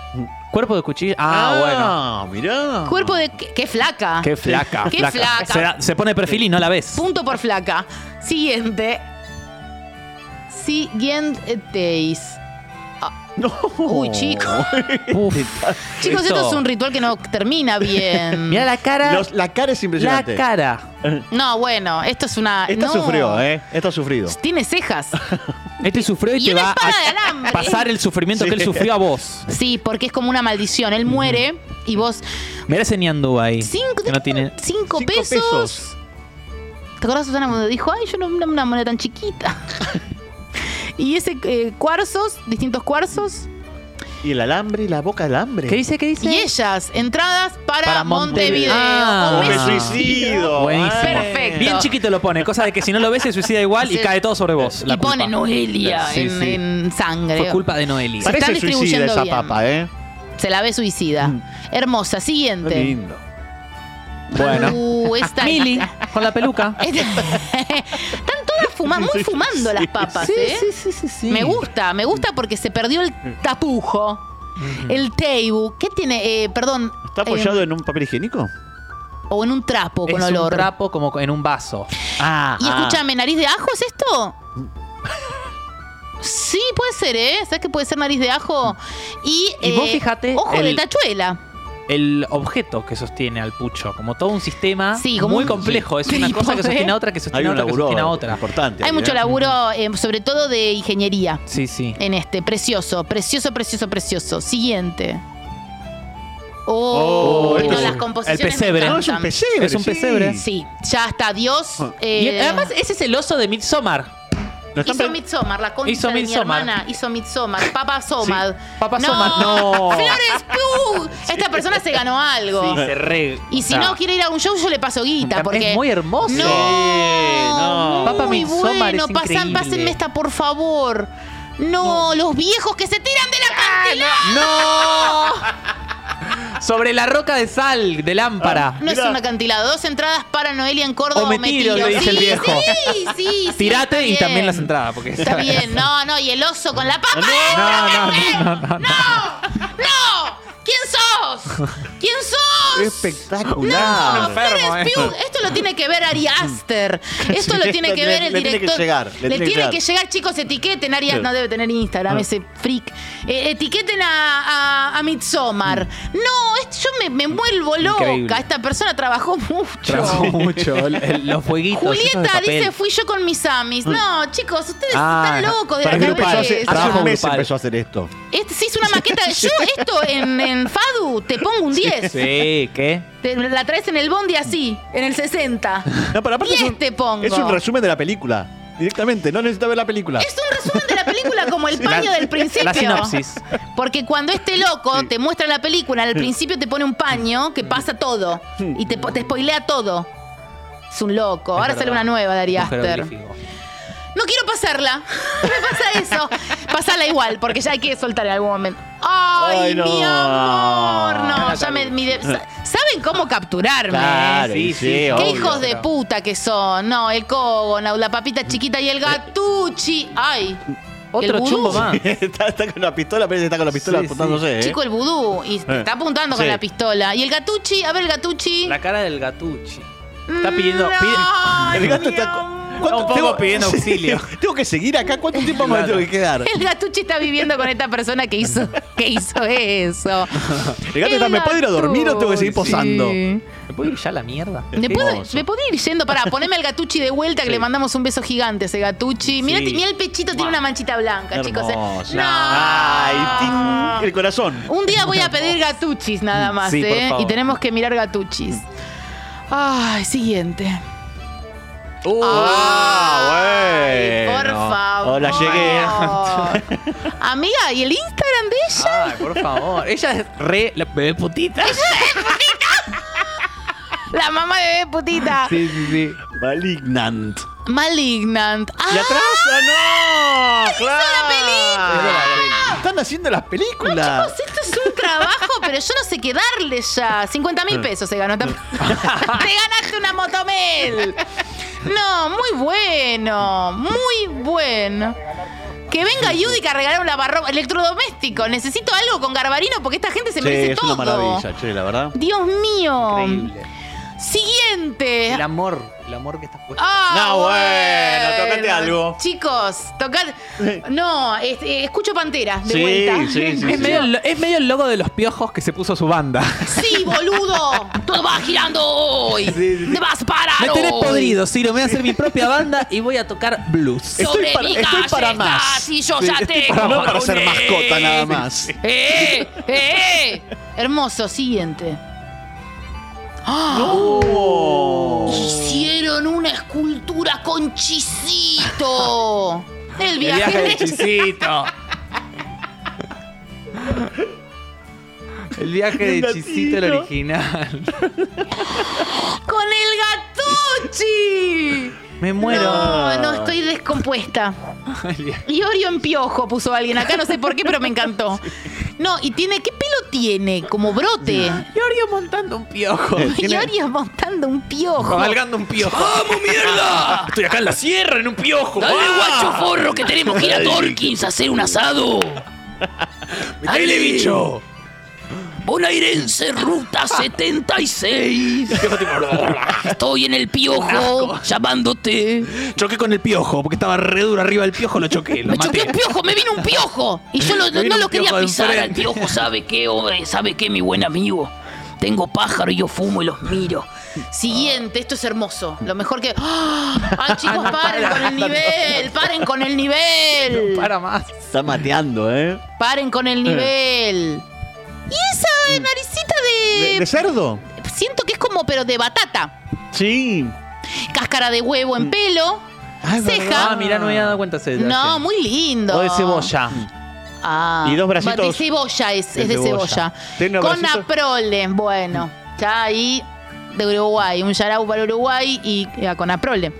C: Cuerpo de cuchillo. Ah,
D: Ah,
C: bueno.
D: mirá.
B: Cuerpo de... Qué, qué flaca.
C: Qué flaca.
B: Qué flaca.
C: Se, da- se pone perfil y no la ves.
B: Punto por flaca. Siguiente. Siguienteis.
D: No.
B: Uy, chicos. Chicos, esto es un ritual que no termina
C: [laughs]
B: bien.
C: Mira la cara.
D: Los- la cara es impresionante.
C: cara.
B: No, bueno, esto es una.
D: Esto
B: no.
D: sufrió, ¿eh? Esto ha sufrido.
B: Tiene cejas.
C: Este sufrió y,
B: Y
C: te
B: una
C: va
B: espada de
C: a
B: alambre.
C: pasar el sufrimiento que él
D: Sí.
C: sufrió a vos.
B: Sí, porque es como una maldición. Él muere y vos.
C: Mirá ese ñandú ahí.
B: Cinco-
C: que no tiene.
B: Cinco, pesos. ¿Te acordás, Susana, cuando dijo, ay, yo no una, una moneda tan chiquita? y ese eh, cuarzos, distintos cuarzos.
D: Y el alambre, y la boca del hambre.
C: ¿Qué
B: Y ellas, entradas para,
C: Para
B: Montevideo.
C: Ah.
B: Un
D: Me
B: beso.
D: suicido.
C: Buenísimo.
B: Perfecto.
C: Bien chiquito lo pone, cosa de que si no lo ves se suicida igual y
B: Sí.
C: cae todo sobre vos.
B: y pone Noelia
C: Sí,
B: en,
C: sí.
B: en sangre.
C: Fue culpa de Noelia.
B: Se están
D: Parece suicida
B: distribuyendo
D: esa
B: bien.
D: papa, ¿eh?
B: Se la ve suicida.
C: Mm.
B: Hermosa.
D: Qué
B: Siguiente.
D: lindo.
B: Uh, esta-
C: Mili,
B: [laughs]
C: con la peluca.
B: Este- Están todas fumando, muy fumando las papas,
C: Sí,
B: ¿eh?
C: sí, Mm.
B: Me gusta, me gusta porque se perdió el tapujo, el teibu. ¿Qué tiene? Eh, perdón.
D: ¿Está apoyado
B: eh,
D: en un papel higiénico?
B: o en un trapo con
C: es
B: olor.
C: un trapo como en un vaso.
D: Ah.
B: Y escúchame, ¿nariz de ajo es esto? Sí, puede ser, ¿eh? ¿Sabes que puede ser nariz de ajo? Y,
C: Y vos
B: eh,
C: fíjate
B: Ojo de
C: el-
B: tachuela.
C: El objeto que sostiene al pucho, como todo un sistema
B: Sí, como
C: muy
B: un- ¿eh?
C: complejo. Es
B: [laughs]
C: una
B: Sí,
C: cosa que
B: pobre.
C: sostiene a otra, que
D: Hay
C: sostiene a
D: un
C: otra, que
D: laburo
C: sostiene a otra.
D: importante.
B: Hay
D: ahí,
B: mucho
D: ¿eh?
B: laburo, eh, sobre todo de ingeniería.
C: Sí, sí.
B: En este, precioso, precioso, precioso, precioso. Siguiente.
D: Oh,
B: Oh,
D: este
B: no,
D: es
B: las
D: un-
B: composiciones.
C: el pesebre.
B: me
C: No, es un
B: encantan.
C: pesebre, Es un sí. pesebre.
B: Sí, ya está. Dios. eh,
C: Y además, ese es el oso de Midsommar.
D: Nos están
B: hizo
D: pre-
B: Midsommar, la concha
C: Hizo
B: de mi
C: Midsommar.
B: hermana. Hizo Midsommar. Papa Somad.
C: Papa Somad, no.
B: Flores Pugh. Esta persona se ganó algo.
C: Sí, se re-
B: Y si
C: o sea,
B: no quiere ir a un show, yo le paso guita.
C: Es
B: Porque
C: muy hermoso.
B: No,
D: no.
C: Papa
B: muy
C: Midsommar
B: bueno.
C: es
B: pasan-
C: increíble.
B: pásenme esta, por favor. No, los viejos que se tiran de
C: Ah,
B: la cantilada.
C: ¡No! [laughs] Sobre la roca de sal, de lámpara.
B: Ah. No es un acantilado. Dos entradas para Noelia en Córdoba.
C: O me tiro, le dice
B: sí,
C: el viejo.
B: Sí, sí, sí.
C: Tirate
B: está
C: y también
B: bien.
C: las entradas. Porque [laughs]
B: Está bien, no, no, y el oso con la papa.
C: No, no, no, no, no.
B: ¡No! ¿Quién sos? ¿Quién sos? No,
D: Espectacular.
B: Ferris Pugh, esto lo tiene que ver Ari Aster. Esto lo
D: eh. Sí,
B: tiene que
D: le-
B: ver el
D: le tiene que
B: director.
D: llegar, le tiene que
B: tiene
D: llegar.
B: que llegar, chicos, etiqueten. Ari Aster
D: Sí.
B: no debe tener Instagram,
D: Ah.
B: ese freak. Eh, etiqueten a, a, a Midsommar. No, es- yo me, me vuelvo loca.
C: Mm. Increíble.
B: Esta persona trabajó mucho.
C: Trabajó mucho. el- el- los fueguitos. esos de
B: Julieta
C: papel. Mm.
B: dice, fui yo con mis amis. No, chicos, ustedes
C: Ah,
B: están locos de
D: Para
B: la
D: mí lo empezó
B: cabeza.
D: hace, hace
C: Trabajo
D: un mes
C: grupal.
D: empezó a hacer esto.
B: Este, se hizo una maqueta.
C: [laughs]
B: Yo esto en, en Fadu te pongo un 10.
C: Sí, ¿qué?
B: Te- la traes en el bondi así, en el 60.
D: No, pero aparte es
B: 10
D: un,
B: te este pongo.
D: es un resumen de la película. Directamente, no necesita ver la película.
B: Es un resumen de la película como el paño
C: La-
B: del principio.
C: La sinopsis.
B: Porque cuando este loco te muestra la película, al principio te pone un paño que pasa todo. Y te, po- te spoilea todo. Es un loco. Ahora sale una nueva de Ari
C: Un
B: Aster.
C: jeroglífico.
B: No quiero pasarla. Me pasa eso. Pasala igual, porque ya hay que soltar en algún momento. ¡Ay,
D: Ay, no.
B: mi amor! No,
D: Ana
B: ya me,
D: Calvo.
B: mi de- sa- ¿Saben cómo capturarme?
D: Claro, y sí, sí,
B: Qué
D: obvio,
B: hijos de
D: claro.
B: puta que son. No, el cogo, la, la
D: Mm.
B: papita chiquita y
D: Eh.
B: el gatuchi. ¡Ay! el vudú.
D: [laughs] está, está con la pistola, parece que está con la pistola
C: Sí,
D: apuntándose, ¿eh?
B: Chico, el vudú. Y te
D: Eh.
B: está apuntando con
D: Sí.
B: la pistola. Y el gatuchi, a ver, el gatuchi.
C: La cara del gatuchi. Está pidiendo.
B: Mm, no,
C: pide-
D: El gato está. ¿Cuánto
C: Un poco pidiendo
D: [laughs]
C: auxilio.
D: tengo que seguir acá. ¿Cuánto tiempo más me tengo que quedar?
B: [laughs] El gatuchi está viviendo con esta persona que hizo, que hizo eso.
D: El gato
B: El
D: está. ¿Me puedo ir a dormir o tengo que seguir
B: gatuchi.
D: posando?
C: ¿Me puedo ir ya a la mierda?
B: ¿Me puedo,
C: Hermoso.
B: me puedo ir yendo para ponerme al gatuchi de vuelta que le mandamos un beso gigante a ese gatuchi. Mira,
D: Sí.
B: mira el pechito, tiene una manchita blanca, chicos. eh.
D: Hermoso.
B: No.
D: Ay, ting, el corazón.
B: Un día voy a pedir gatuchis nada más,
D: Sí, por
B: ¿eh?
D: favor.
B: Y tenemos que mirar gatuchis. Ay, siguiente.
D: Ah,
B: Ay,
D: Uh, bueno.
B: por favor.
D: Hola,
B: [laughs]
D: llegué.
B: Amiga, ¿y el Instagram de ella?
C: Ay, por favor. Ella es re la bebé putita.
B: La mamá de bebé putita.
D: Sí, sí, sí. Malignant.
B: ¡Ah! Malignant.
D: ¡Y
B: ¡Ah!
D: atrás! ¡Ah, ¡No! ¡Claro!
B: película!
D: Están haciendo las
B: No,
D: películas.
B: chicos, esto es un trabajo, pero yo no sé qué darle ya. 50
D: Eh.
B: mil pesos se ganó. tam- [laughs] Te ganaste una motomel. No, muy bueno. Muy bueno. Que venga Yudica a regalar un lavarropa electrodoméstico. Necesito algo con Garbarino porque esta gente se
D: Sí,
B: merece
D: es
B: todo.
D: una maravilla, che, la verdad.
B: Dios mío.
C: Increíble.
B: Siguiente.
C: El amor, el amor que estás puesto.
B: Ah,
D: No, bueno, tocate algo.
B: Chicos, tocad. No, es- eh, escucho Pantera de
C: Sí,
B: vuelta. [laughs]
C: sí, sí, es, medio, el- es medio el logo de los piojos que se puso su banda.
B: Sí, boludo. Todo va girando hoy. [laughs] Te vas a parar.
C: Me tenés
B: hoy.
C: podrido, Ciro. Me voy a hacer mi propia banda y voy a tocar blues.
B: Sobre mi calle estás y yo ya te
D: no para ser
B: coroné.
D: mascota nada más.
B: [laughs] ¡Eh! ¡Eh! Hermoso, siguiente. ¡Ah! Hicieron una escultura con Chisito. El
C: El
B: viaje,
C: viaje de Chisito. El viaje
B: El
C: de
B: gatito.
C: Chisito el original.
B: con el gatuchi.
C: Me muero.
B: No, no, estoy descompuesta. Y Orión Piojo puso alguien acá, no sé por qué, pero me
C: [laughs]
B: encantó. No, y tiene, ¿qué pelo tiene? Como brote.
C: Y Orio montando un piojo.
B: Y Orión montando un piojo.
C: Cabalgando un piojo. ¡Vamos, mierda! Estoy acá en la sierra, en un piojo.
F: Dale, guacho forro, que tenemos que ir a Torkins a hacer un asado. Dale, bicho. Bonairense, ruta 76. Estoy en el piojo llamándote.
C: Choqué con el piojo, porque estaba re duro arriba del piojo, lo choqué. Lo
F: Me
C: maté.
F: choqué un piojo, me vino un piojo. Y yo lo-
C: Me vino
F: no
C: un
F: lo quería
C: piojo de
F: pisar al
C: enfrente.
F: piojo. ¿Sabe qué, hombre? ¿Sabe qué, mi buen amigo? Tengo pájaro y yo fumo y los miro.
B: Siguiente, esto es hermoso. Lo mejor que. ¡Ah! ¡Ay, chicos,
F: No,
B: paren
F: para,
B: con el
F: no.
B: nivel! ¡Paren con el nivel!
C: [laughs] para más.
D: Está mateando, ¿eh?
B: ¡Paren con el nivel! ¿Y esa eh, naricita de.?
D: ¿De, de cerdo?
B: Siento que es como, pero de batata.
D: Sí.
B: Cáscara de huevo en pelo. ceja.
C: Ah, mirá, no me había dado cuenta ese detalle.
B: No, muy lindo.
C: O de cebolla.
B: Ah.
C: Y dos bracitos.
B: De cebolla es,
C: De
B: es de
C: cebolla.
B: cebolla.
C: Tiene unos
B: Con
C: bracitos.
B: Aprole, bueno. Ya ahí de Uruguay. Un yarau para Uruguay y eh, con Aprole.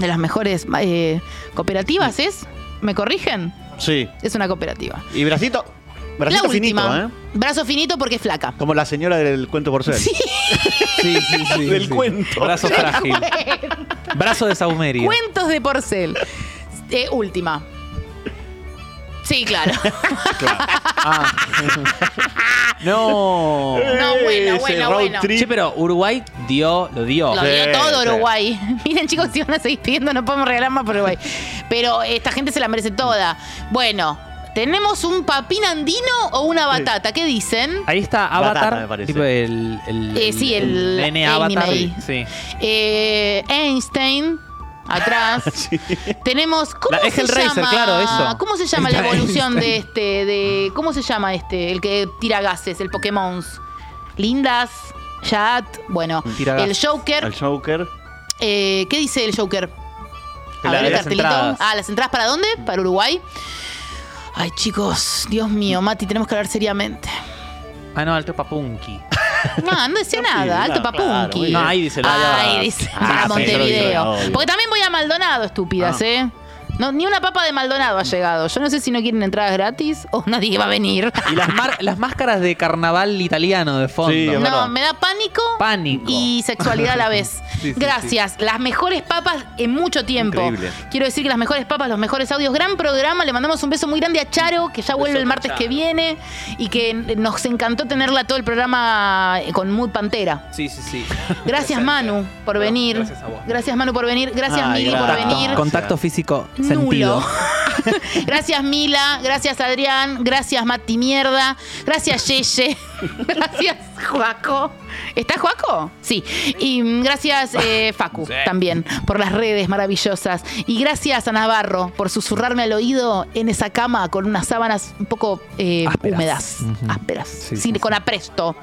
B: De las mejores eh, cooperativas es. ¿Me corrigen?
D: Sí.
B: Es una cooperativa.
D: Y bracito. Bracito
B: la última.
D: finito, ¿eh?
B: Brazo finito porque es flaca.
D: Como la señora del cuento por ser. Sí,
C: sí, sí.
D: del
C: sí.
D: cuento.
C: Brazo frágil.
B: Bueno,
C: Brazo de Saumerio.
B: Cuentos de porcel. Eh, última. Sí,
C: [laughs]
B: claro.
C: No.
B: No, bueno, bueno, bueno.
C: Che, pero Uruguay dio, lo dio.
B: Lo dio todo Uruguay. [laughs] Miren, chicos, si van a seguir pidiendo, no podemos regalar más por Uruguay. Pero esta gente se la merece toda. Bueno, ¿tenemos un papín andino o una batata? ¿Qué dicen?
C: Ahí está Avatar,
B: Batata,
D: me parece.
C: tipo el, el,
B: Eh, sí, el
C: nene Avatar.
B: anime.
C: Sí.
B: Eh, Einstein.
C: [laughs]
B: Atrás. Tenemos. ¿Cómo
C: La- es
B: se
C: el
B: llama?
C: Racer, claro, eso.
B: ¿Cómo se llama la
C: Está
B: evolución de
C: Einstein.
B: este? De, ¿Cómo se llama este? El que tira gases, el Pokémon. Lindas, Yat, bueno. El Joker.
D: El Joker.
B: Eh, ¿Qué dice el Joker?
D: Que la- las entradas.
B: Ah, las entradas para dónde? Para Uruguay. Ay, chicos, Dios mío, Mati, tenemos que hablar seriamente.
C: Ah, no, Alto Papunki.
B: No, no decía nada, alto papunki.
C: No, ahí dice la.
B: Ahí dice la
C: Ah, sí, yo lo dije,
B: Montevideo.
C: obvio.
B: Porque también voy a Maldonado, estúpidas,
C: Ah.
B: ¿eh? No, ni una papa de Maldonado ha llegado. Yo no sé si no quieren entradas gratis o nadie va a venir.
C: Y las, mar- [laughs] las máscaras de carnaval italiano de fondo.
B: no, me da pánico,
C: Pánico.
B: y sexualidad a la vez.
C: [laughs] Sí, sí,
B: Gracias. Las mejores papas en mucho tiempo.
C: Increíble.
B: Quiero decir que las mejores papas, los mejores audios. Gran programa. Le mandamos un beso muy grande a Charo, que ya vuelve el martes que viene y que nos encantó tenerla todo el programa eh, con Mood Pantera.
C: Sí, sí,
B: [laughs]
C: sí.
B: Gracias Manu por venir. Gracias, Manu por venir. Gracias
C: Ay,
B: Mili
C: gracias.
B: por venir.
C: Contacto físico
B: Nulo.
C: sentido.
B: [laughs] Gracias Mila, gracias Adrián, gracias Mati Mierda, gracias Yeye, [laughs] gracias Joaco. ¿Está Joaco? Sí. Y mm, gracias eh, Facu también por las redes maravillosas. Y gracias a Navarro por susurrarme al oído en esa cama con unas sábanas un poco eh, húmedas, ásperas, sin- con apresto.